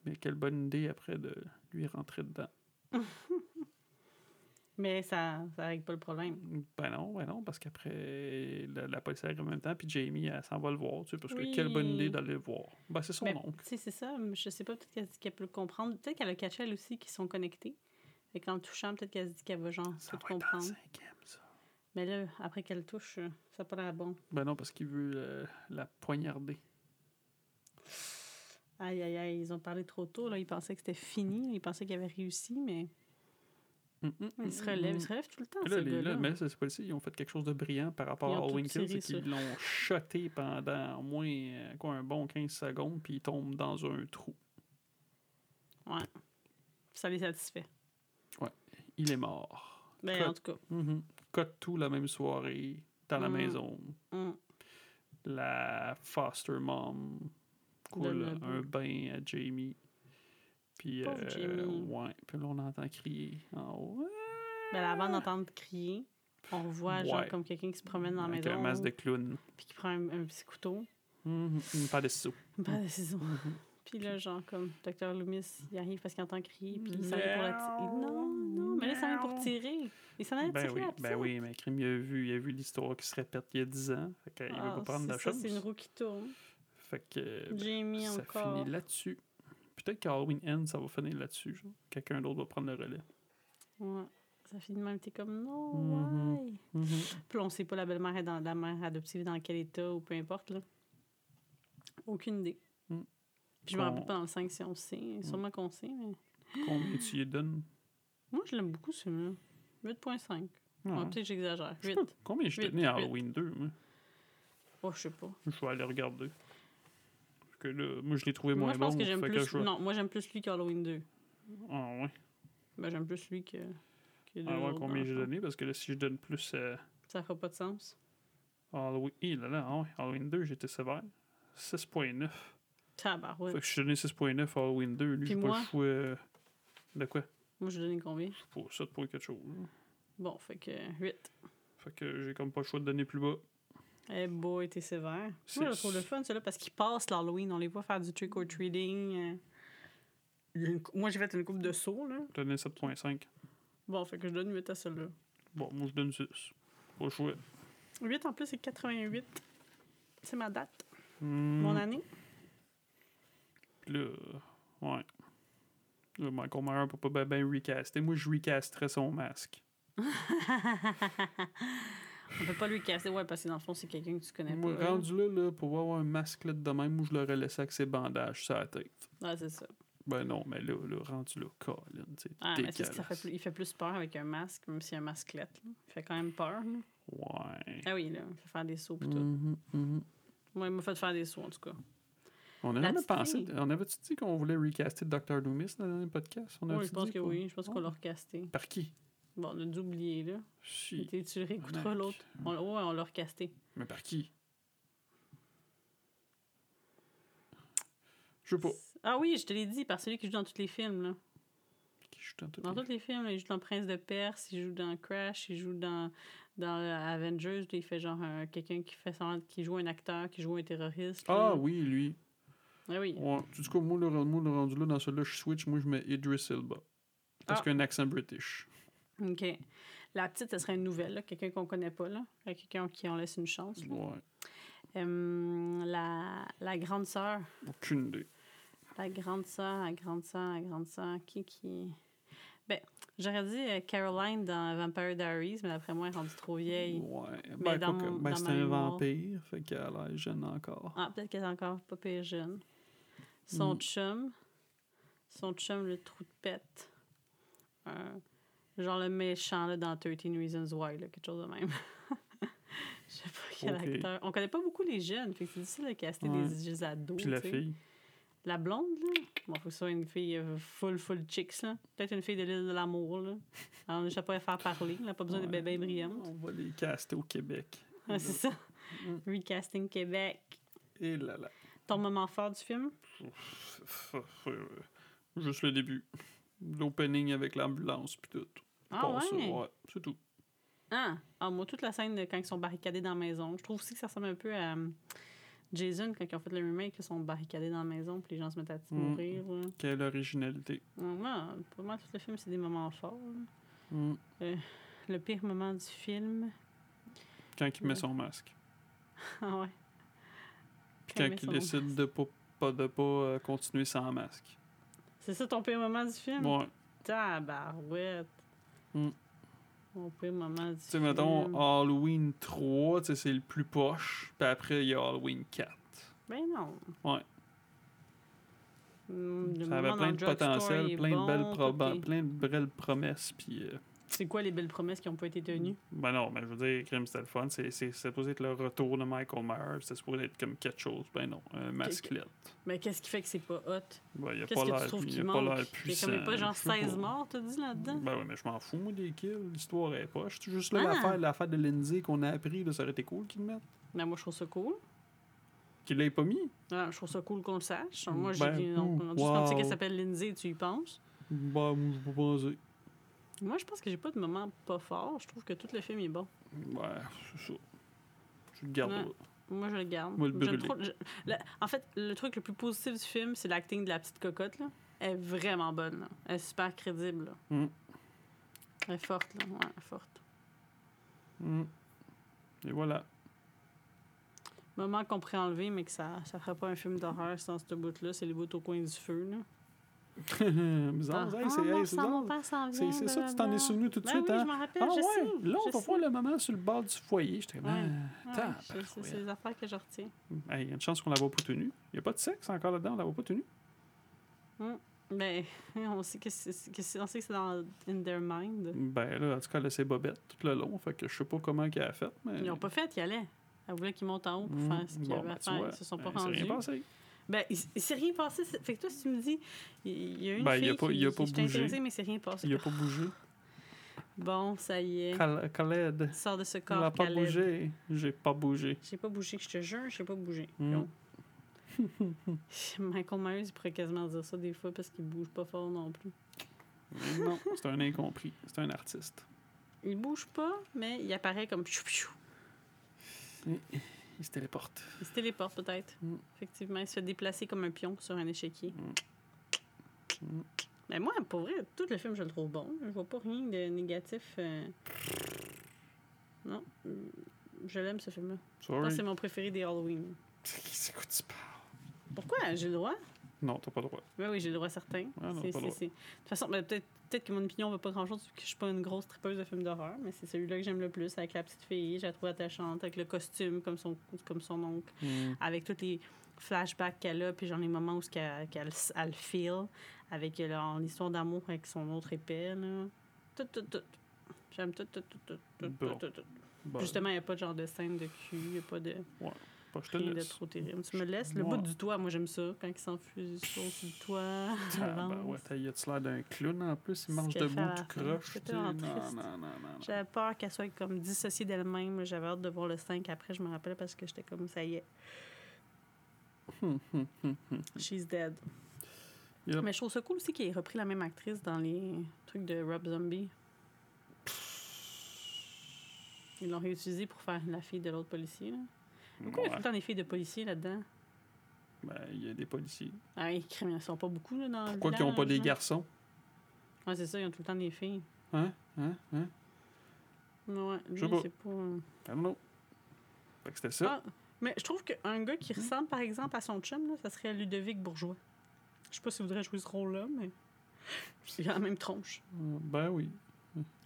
S1: Mais quelle bonne idée après de lui rentrer dedans.
S2: Mais ça ça règle pas le problème.
S1: Ben non, ben non, parce qu'après, la, la police arrive en même temps, puis Jamie, elle s'en va le voir, tu sais, parce que
S2: Oui.
S1: quelle bonne idée d'aller le voir. Ben, c'est son
S2: Mais,
S1: oncle.
S2: Tu sais, c'est ça. mais Je sais pas, peut-être qu'elle qu'elle peut le comprendre. Peut-être qu'elle a catché elle aussi qui sont connectés. Fait qu'en le touchant, peut-être qu'elle se dit qu'elle va genre
S1: Ça va
S2: tout
S1: être en
S2: comprendre.
S1: cinquième, ça.
S2: Mais là, après qu'elle le touche, euh, ça n'a pas l'air bon.
S1: Ben non, parce qu'il veut euh, la poignarder.
S2: Aïe, aïe, aïe, ils ont parlé trop tôt. Là. Ils pensaient que c'était fini. là. Ils pensaient qu'ils avaient réussi, mais
S1: Hum, hum, hum,
S2: ils se relèvent.
S1: hum.
S2: Ils se relèvent tout le temps,
S1: Là,
S2: ces
S1: les,
S2: gars-là.
S1: là, mais c'est pas ici, ils ont fait quelque chose de brillant par rapport
S2: Ils ont
S1: à
S2: tout
S1: Owen Kill, c'est
S2: tiré
S1: qu'ils l'ont shoté pendant au moins euh, quoi, un bon 15 secondes, puis il tombe dans un trou.
S2: Ça les satisfait.
S1: Il est mort.
S2: Ben,
S1: Cut.
S2: en tout cas.
S1: Mhm. Cote tout la même soirée, dans la
S2: Mm.
S1: maison.
S2: hum.
S1: La foster mom coule
S2: Donne le
S1: un bain à Jamie. Puis,
S2: Pauvre
S1: euh,
S2: Jamie.
S1: ouais. Puis là, on entend crier en haut. hein,
S2: Ben, là, avant d'entendre crier, on voit genre
S1: Ouais.
S2: comme quelqu'un qui se promène dans la
S1: Avec
S2: maison.
S1: un masque de clown.
S2: Puis qui prend un, un petit couteau.
S1: Mhm.
S2: Mm-hmm.
S1: Une paire de sous.
S2: Une paire de ciseaux. Puis là, genre, comme Dr. Loomis, il arrive parce qu'il entend crier, puis il s'en vient pour la tirer. Non, non, mais là, il s'en vient pour
S1: Miaou.
S2: tirer. Il s'en vient
S1: Ben
S2: tirer
S1: oui,
S2: la
S1: ben
S2: petite.
S1: oui, mais crime, il a vu, il a vu l'histoire qui se répète il y a 10 ans. Fait qu'il veut
S2: Ah,
S1: pas prendre de
S2: c'est ça,
S1: chance.
S2: C'est une roue qui tourne.
S1: Fait que ben,
S2: Jamie
S1: ça
S2: encore.
S1: finit là-dessus. Peut-être qu'Halloween End, ça va finir là-dessus. genre. Quelqu'un d'autre va prendre le relais.
S2: Ouais. Ça finit de même, t'es comme non,
S1: Mhm.
S2: why?
S1: Mhm.
S2: Puis là, on sait pas la belle-mère est dans la mère adoptive dans quel état ou peu importe. Là. Aucune idée.
S1: Mm.
S2: Puis je me rappelle
S1: Bon.
S2: pas dans le 5 si on sait. Sûrement qu'on sait, mais.
S1: Combien tu lui donnes
S2: Moi, je l'aime beaucoup celui-là. 8.5.
S1: Non,
S2: Ouais,
S1: hein.
S2: Peut-être que j'exagère.
S1: Je sais
S2: 8.
S1: pas Combien je
S2: Ah, Huit,
S1: tenais à
S2: huit.
S1: Halloween 2, moi?
S2: Oh, je sais pas.
S1: Je vais aller regarder. Parce que là, moi, je l'ai trouvé
S2: moi,
S1: moins
S2: je
S1: bon.
S2: pense que j'aime
S1: fait
S2: plus.
S1: je vais-
S2: Non, moi, j'aime plus lui qu'Halloween 2.
S1: Ah ouais.
S2: Ben, j'aime plus lui que. que les
S1: On va voir
S2: autres,
S1: Ah, combien
S2: dans
S1: j'ai
S2: le fond.
S1: donné, parce que là, si je donne plus à
S2: Ça fera pas de sens.
S1: Halloween... Hi, là, là, ah ouais, Halloween 2, j'étais sévère. 6.9.
S2: Tabarouette.
S1: Fait que je suis donné 6.9 à Halloween 2. Lui, j'ai
S2: Puis
S1: pas
S2: moi?
S1: le choix... euh, De quoi?
S2: Moi, je donné combien
S1: Pour 7 pour quelque chose. là.
S2: Bon, fait que 8.
S1: Fait que j'ai comme pas le choix de donner plus bas.
S2: Eh boy, t'es sévère.
S1: C'est-
S2: Moi, je trouve le fun, celui-là, parce qu'ils passent l'Halloween. On les voit faire du trick-or-treating. euh. Il y a une cou- Moi, j'ai fait une coupe de sauts, là.
S1: J'ai donné 7.5.
S2: Bon, fait que je donne 8 à celui-là.
S1: Bon, moi, je donne 6. Pas le choix.
S2: 8 en plus, c'est 88. C'est ma date,
S1: Hmm.
S2: mon année.
S1: Puis là, ouais. Là, Michael Myers peut pas bien ben recaster. Moi, je recasterais son masque.
S2: On peut pas lui casser, ouais, parce que dans le fond, c'est quelqu'un que tu connais
S1: Moi,
S2: pas. hein.
S1: rendu là, là, pour avoir un masque là de même, moi, je l'aurais laissé avec ses bandages sur la tête.
S2: Ouais, c'est ça.
S1: Ben non, mais là, là rendu là, Colin, c'est
S2: Ah, mais c'est parce que ça fait
S1: dégueulasse.
S2: plus, il fait plus peur avec un masque, même s'il y a un masquelette. là. Il fait quand même peur. là.
S1: Ouais.
S2: Ah oui, là, il fait faire des sauts pis tout.
S1: Mhm, mhm.
S2: Moi, il m'a fait faire des sauts, en tout cas.
S1: On a
S2: La
S1: jamais
S2: petite
S1: pensé.
S2: fille.
S1: On avait-tu dit qu'on voulait recaster Dr. Loomis dans le dernier podcast On
S2: Oui,
S1: avait-tu
S2: je pense
S1: dit
S2: que
S1: pour-
S2: oui. Je pense qu'on
S1: Ouais.
S2: l'a recasté.
S1: Par qui
S2: Bon, on a dû oublier, là.
S1: Si.
S2: Tu- Tu le réécouteras
S1: Mac.
S2: l'autre. On, l'a- ouais, on l'a recasté.
S1: Mais par qui Je sais pas.
S2: Ah oui, je te l'ai dit, par celui qui joue dans tous les films, là.
S1: Qui joue dans tous
S2: Dans
S1: les-
S2: tous les films, là, il joue dans Prince de Perse, il joue dans Crash, il joue dans, dans euh, Avengers, il fait genre un- quelqu'un qui fait semblant- qui joue un acteur, qui joue un terroriste. là.
S1: Ah oui, lui.
S2: Ah oui.
S1: Ouais. Du coup, moi, le, ren- moi, le rendu là, dans celui-là, je switch. Moi, je mets Idris Elba. Parce
S2: Ah.
S1: qu'il a un accent british.
S2: OK. La petite, ce serait une nouvelle, là, quelqu'un qu'on connaît pas, là. à Quelqu'un qui en laisse une chance. là.
S1: Ouais.
S2: Euh, la, la grande sœur.
S1: Aucune idée.
S2: La grande sœur, la grande sœur, la grande sœur. Qui qui. Ben, j'aurais dit euh, Caroline dans Vampire Diaries, mais d'après moi, elle est rendue trop vieille.
S1: Ouais. Ben,
S2: dans
S1: quoique,
S2: mon-
S1: ben
S2: dans
S1: c'est
S2: ma
S1: un
S2: mémoire.
S1: vampire. Fait qu'elle a l'air jeune encore.
S2: Ah, peut-être qu'elle est encore pas pire jeune. Son
S1: Mm.
S2: chum. Son chum, le trou de pète. Euh, genre le méchant là, dans 13 Reasons Why, là, quelque chose de même. Je sais pas quel
S1: Ok.
S2: acteur. On connaît pas beaucoup les jeunes, fait que c'est difficile de caster
S1: Ouais.
S2: des, des ados.
S1: Puis la
S2: tu sais.
S1: fille.
S2: La blonde, là. Bon, faut que ce soit une fille euh, full, full chicks, là. Peut-être une fille de l'île de l'amour, là. Alors, je sais pas, elle faire parler. Elle a pas besoin de
S1: Ouais.
S2: bébés brillants.
S1: On va les caster au Québec.
S2: Ah, c'est ça.
S1: Mm.
S2: Recasting Québec.
S1: Et là là.
S2: Ton moment fort du film?
S1: Juste le début. L'opening avec l'ambulance, puis tout.
S2: Ah
S1: Bon, ça,
S2: ouais?
S1: c'est tout.
S2: Ah! Ah, moi, toute la scène de quand ils sont barricadés dans la maison. Je trouve aussi que ça ressemble un peu à euh, Jason, quand ils ont fait le remake, ils sont barricadés dans la maison, puis les gens se mettent à
S1: Mm.
S2: mourir. là.
S1: Quelle originalité.
S2: Ouais, Moi, pour moi, tout le film, c'est des moments forts. là.
S1: Mm.
S2: Le pire moment du film.
S1: Quand il met
S2: Ouais.
S1: son masque.
S2: Ah ouais.
S1: Puis
S2: Quand il
S1: quand
S2: met
S1: il
S2: son
S1: décide de pas, pas- de pas euh, continuer sans masque.
S2: C'est ça ton pire moment du film?
S1: Ouais.
S2: Tabarouette.
S1: Mm.
S2: Mon pire moment du
S1: Tu sais,
S2: film.
S1: mettons, ah. Halloween 3, tu sais, c'est le plus poche. Puis après, il y a Halloween 4.
S2: Ben non.
S1: Ouais.
S2: Mm, le
S1: ça avait
S2: moment
S1: plein
S2: dans
S1: de
S2: Drugstore
S1: potentiel,
S2: est
S1: plein,
S2: bon,
S1: de belles pro-
S2: tout est-
S1: plein de belles promesses. Puis, euh,
S2: C'est quoi les belles promesses qui n'ont pas été tenues?
S1: ben non, mais je veux dire, Crime, c'était le fun. C'est c'est- c'est supposé être le retour de Michael Myers. C'est supposé être comme quelque chose. Ben non, un masquelette.
S2: Mais Ben, qu'est-ce qui fait que c'est pas hot?
S1: Ben, il a
S2: Qu'est-ce
S1: pas
S2: que tu
S1: l'air
S2: trouves
S1: il
S2: qui
S1: a pas l'air
S2: manque? Il y a
S1: puissant.
S2: comme il y a pas genre
S1: je sais pas.
S2: 16 morts, t'as dit là-dedans?
S1: Ben oui, mais je m'en fous, moi, des kills. L'histoire est poche. C'est juste là
S2: Ah.
S1: l'affaire, l'affaire de Lindsay qu'on a appris, là, ça aurait été cool qu'ils le mettent.
S2: Ben, moi, je trouve ça cool.
S1: Qu'il l'ait pas mis.
S2: Ah, je trouve ça cool qu'on le sache. Moi, j'ai
S1: Ben,
S2: dit non.
S1: ouh,
S2: Rendu, c'est comme ça qu'elle
S1: wow.
S2: s'appelle Lindsay, tu y penses.
S1: Ben, moi, je peux penser.
S2: Moi, je pense que j'ai pas de moment pas fort. Je trouve que tout le film est bon.
S1: Ouais, c'est ça. Tu le gardes
S2: Ouais.
S1: là.
S2: Moi, je le garde.
S1: Moi, le
S2: Je le
S1: brûler.
S2: trouve- je- le- en fait, le truc le plus positif du film, c'est l'acting de la petite cocotte. Là. Elle est vraiment bonne. là. Elle est super crédible. là.
S1: Mm.
S2: Elle est forte. Là. Ouais, elle est forte.
S1: Mm. Et voilà.
S2: Moment qu'on pourrait enlever, mais que ça ne ferait pas un film d'horreur sans ce bout-là, c'est les bouts au coin du feu. Là.
S1: bizarre,
S2: Ah,
S1: hey, c'est
S2: ah,
S1: hey,
S2: mon
S1: c'est
S2: sang,
S1: drôle.
S2: mon père s'en
S1: C'est
S2: vient,
S1: c'est ça, tu t'en
S2: blablabla.
S1: es souvenu tout de
S2: Ben
S1: suite,
S2: oui,
S1: hein?
S2: je m'en rappelle,
S1: Ah
S2: je sais.
S1: ouais, là, on
S2: je
S1: va
S2: sais.
S1: voir le maman sur le bord du foyer. J'étais comme,
S2: Ouais.
S1: ah,
S2: Ouais, je-
S1: tabarouette.
S2: c'est c'est les affaires que je retiens.
S1: Hey, y a une chance qu'on la voit pas tenue. Y a pas de sexe encore là-dedans, on la voit pas tenue.
S2: Ben, on sait que c'est que c'est- on sait que c'est dans In Their Mind.
S1: Ben là, en tout cas, elle a ses bobettes tout le long, fait que je sais pas comment qu'elle a fait, mais...
S2: Ils l'ont pas fait, ils allaient. Elle voulait qu'ils montent en haut pour
S1: Mm.
S2: faire ce qu'ils
S1: Bon,
S2: avaient
S1: ben,
S2: à
S1: tu
S2: faire.
S1: vois,
S2: ils se sont
S1: ben,
S2: pas
S1: il s'est
S2: rendus.
S1: rien passé.
S2: Ben, il, il s'est rien passé. c'est- Fait que toi, si tu me dis, il il y a une
S1: Ben, il
S2: fille
S1: a pas-
S2: qui,
S1: il a pas
S2: qui s'est
S1: bougé.
S2: intéressée, mais c'est rien passé.
S1: Il a pas bougé.
S2: Bon, ça y est.
S1: Khaled, Khaled,
S2: Sors de
S1: il
S2: ce
S1: a
S2: corps,
S1: pas
S2: Khaled.
S1: bougé. J'ai pas bougé.
S2: J'ai pas bougé, je te jure, j'ai pas bougé.
S1: Mm.
S2: Non. Michael Myers, il pourrait quasiment dire ça des fois parce qu'il bouge pas fort non plus.
S1: Mais Non, c'est un incompris. C'est un artiste.
S2: Il bouge pas, mais il apparaît comme pchou pchou.
S1: Il se téléporte.
S2: Il se téléporte peut-être.
S1: Mm.
S2: Effectivement, il se fait déplacer comme un pion sur un échiquier.
S1: Mm.
S2: Mais moi, pour vrai, tout le film, je le trouve bon. Je vois pas rien de négatif. euh. Non. Mm. Je l'aime, ce film-là. Je pense que
S1: Sorry.
S2: c'est mon préféré des Halloween.
S1: C'est quoi tu parles?
S2: Pourquoi? J'ai le droit? Ben
S1: Non, t'as pas le droit.
S2: Oui, oui, j'ai le droit certain.
S1: Ah, non,
S2: C'est-
S1: pas
S2: c'est-
S1: le droit.
S2: c'est- De toute façon, ben, peut-être peut-être que mon opinion ne va pas grand-chose, vu que je suis pas une grosse tripeuse de films d'horreur, mais c'est celui-là que j'aime le plus, avec la petite fille, je la trouve attachante, avec le costume, comme son, comme son oncle.
S1: Mm.
S2: avec tous les flashbacks qu'elle a, puis genre les moments où ce qu'elle, qu'elle, s- elle feel, avec euh, leur- l'histoire d'amour avec son autre épée, là. Tout, tout, tout. J'aime tout, tout, tout, tout, tout,
S1: Bon.
S2: tout, tout.
S1: Bon,
S2: Justement, il n'y a pas de genre de scène de cul, il n'y a pas de
S1: pas, je te
S2: rien de
S1: laisse.
S2: trop terrible. Tu me laisses le
S1: Moi.
S2: bout du toit, moi j'aime ça, quand il s'enfuit sur sur le toit,
S1: Ah,
S2: avance.
S1: ben ouais, t'as- y a-tu l'air d'un clown en plus? Il
S2: Ce
S1: mange
S2: qu'elle fait à
S1: debout,
S2: la
S1: tu
S2: fin,
S1: croches.
S2: c'est
S1: tu sais. Non,
S2: tellement
S1: non,
S2: triste.
S1: non, non, non.
S2: J'avais peur qu'elle soit comme dissociée d'elle-même. J'avais hâte de voir le 5 après, je me rappelle, parce que j'étais comme ça y est.
S1: Hum,
S2: She's dead.
S1: Yep.
S2: Mais je trouve ça cool aussi qu'il ait repris la même actrice dans les trucs de Rob Zombie. Ils l'ont réutilisé pour faire la fille de l'autre policier. Là. Pourquoi il y a tout
S1: Ouais.
S2: le temps des filles de policiers là-dedans?
S1: Ben, il y a des policiers.
S2: Ah, ils criment, ils sont pas beaucoup là, dans le
S1: Pourquoi qu'ils
S2: village, hein?
S1: ont pas des
S2: là.
S1: garçons?
S2: Ouais, c'est ça, ils ont tout le temps des filles.
S1: Hein? Hein? Hein?
S2: Ouais, lui,
S1: sais pas.
S2: c'est pas... euh,
S1: I don't know. Fait que c'était ça. Hmm.
S2: Ah, mais je trouve qu'un gars qui ressemble, par exemple, à son chum, là, ça serait Ludovic Bourgeois. Je sais pas s'il voudrait jouer ce rôle-là, mais. Il a la même tronche.
S1: Euh, Ben oui.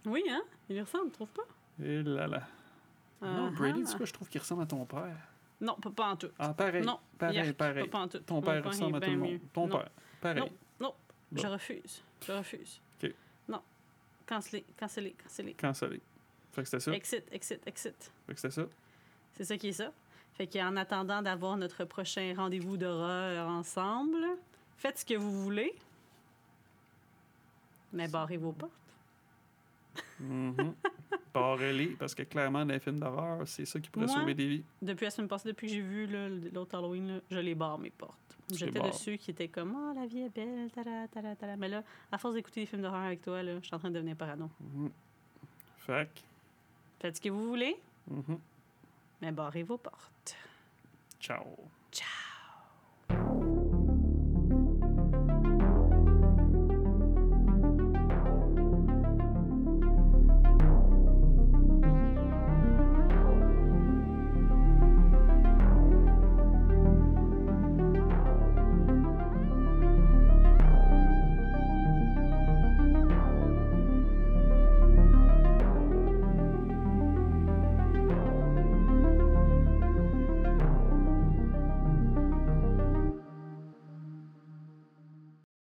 S2: Oui, hein? Il y ressemble, trouve pas?
S1: Et Eh là là. Non,
S2: Ah,
S1: Brady,
S2: ah.
S1: tu vois, je trouve qu'il ressemble à ton père.
S2: Non, pas, pas en tout.
S1: Ah, pareil.
S2: Non,
S1: pareil,
S2: Yark,
S1: pareil.
S2: Pas, pas en tout.
S1: Ton
S2: Mon
S1: père
S2: est
S1: ressemble à tout
S2: bien
S1: le monde.
S2: mieux.
S1: Ton
S2: Non,
S1: père. Pareil.
S2: Je
S1: Bon.
S2: refuse. Je refuse.
S1: OK.
S2: Non. Cancellé, cancellé, cancellé.
S1: Cancellé. Fait que c'était ça.
S2: Exit, exit, exit.
S1: Fait que c'était ça.
S2: C'est ça qui est ça. Fait qu'en attendant d'avoir notre prochain rendez-vous d'horreur ensemble, faites ce que vous voulez. Mais barrez vos portes.
S1: Mhm. Barrez-les, parce que clairement, dans les films d'horreur, c'est ça qui pourrait
S2: Moi,
S1: sauver des vies.
S2: Depuis la semaine passée, depuis que j'ai vu là, l'autre Halloween, là, je les barre mes portes.
S1: les
S2: J'étais de
S1: barres.
S2: ceux qui étaient comme Ah, la vie est belle, tara, tara, tara. Mais là, à force d'écouter des films d'horreur avec toi, là, je suis en train de devenir parano.
S1: Mhm. Fait que,
S2: Faites ce que vous voulez,
S1: mhm.
S2: mais barrez vos portes.
S1: ciao.
S2: Ciao!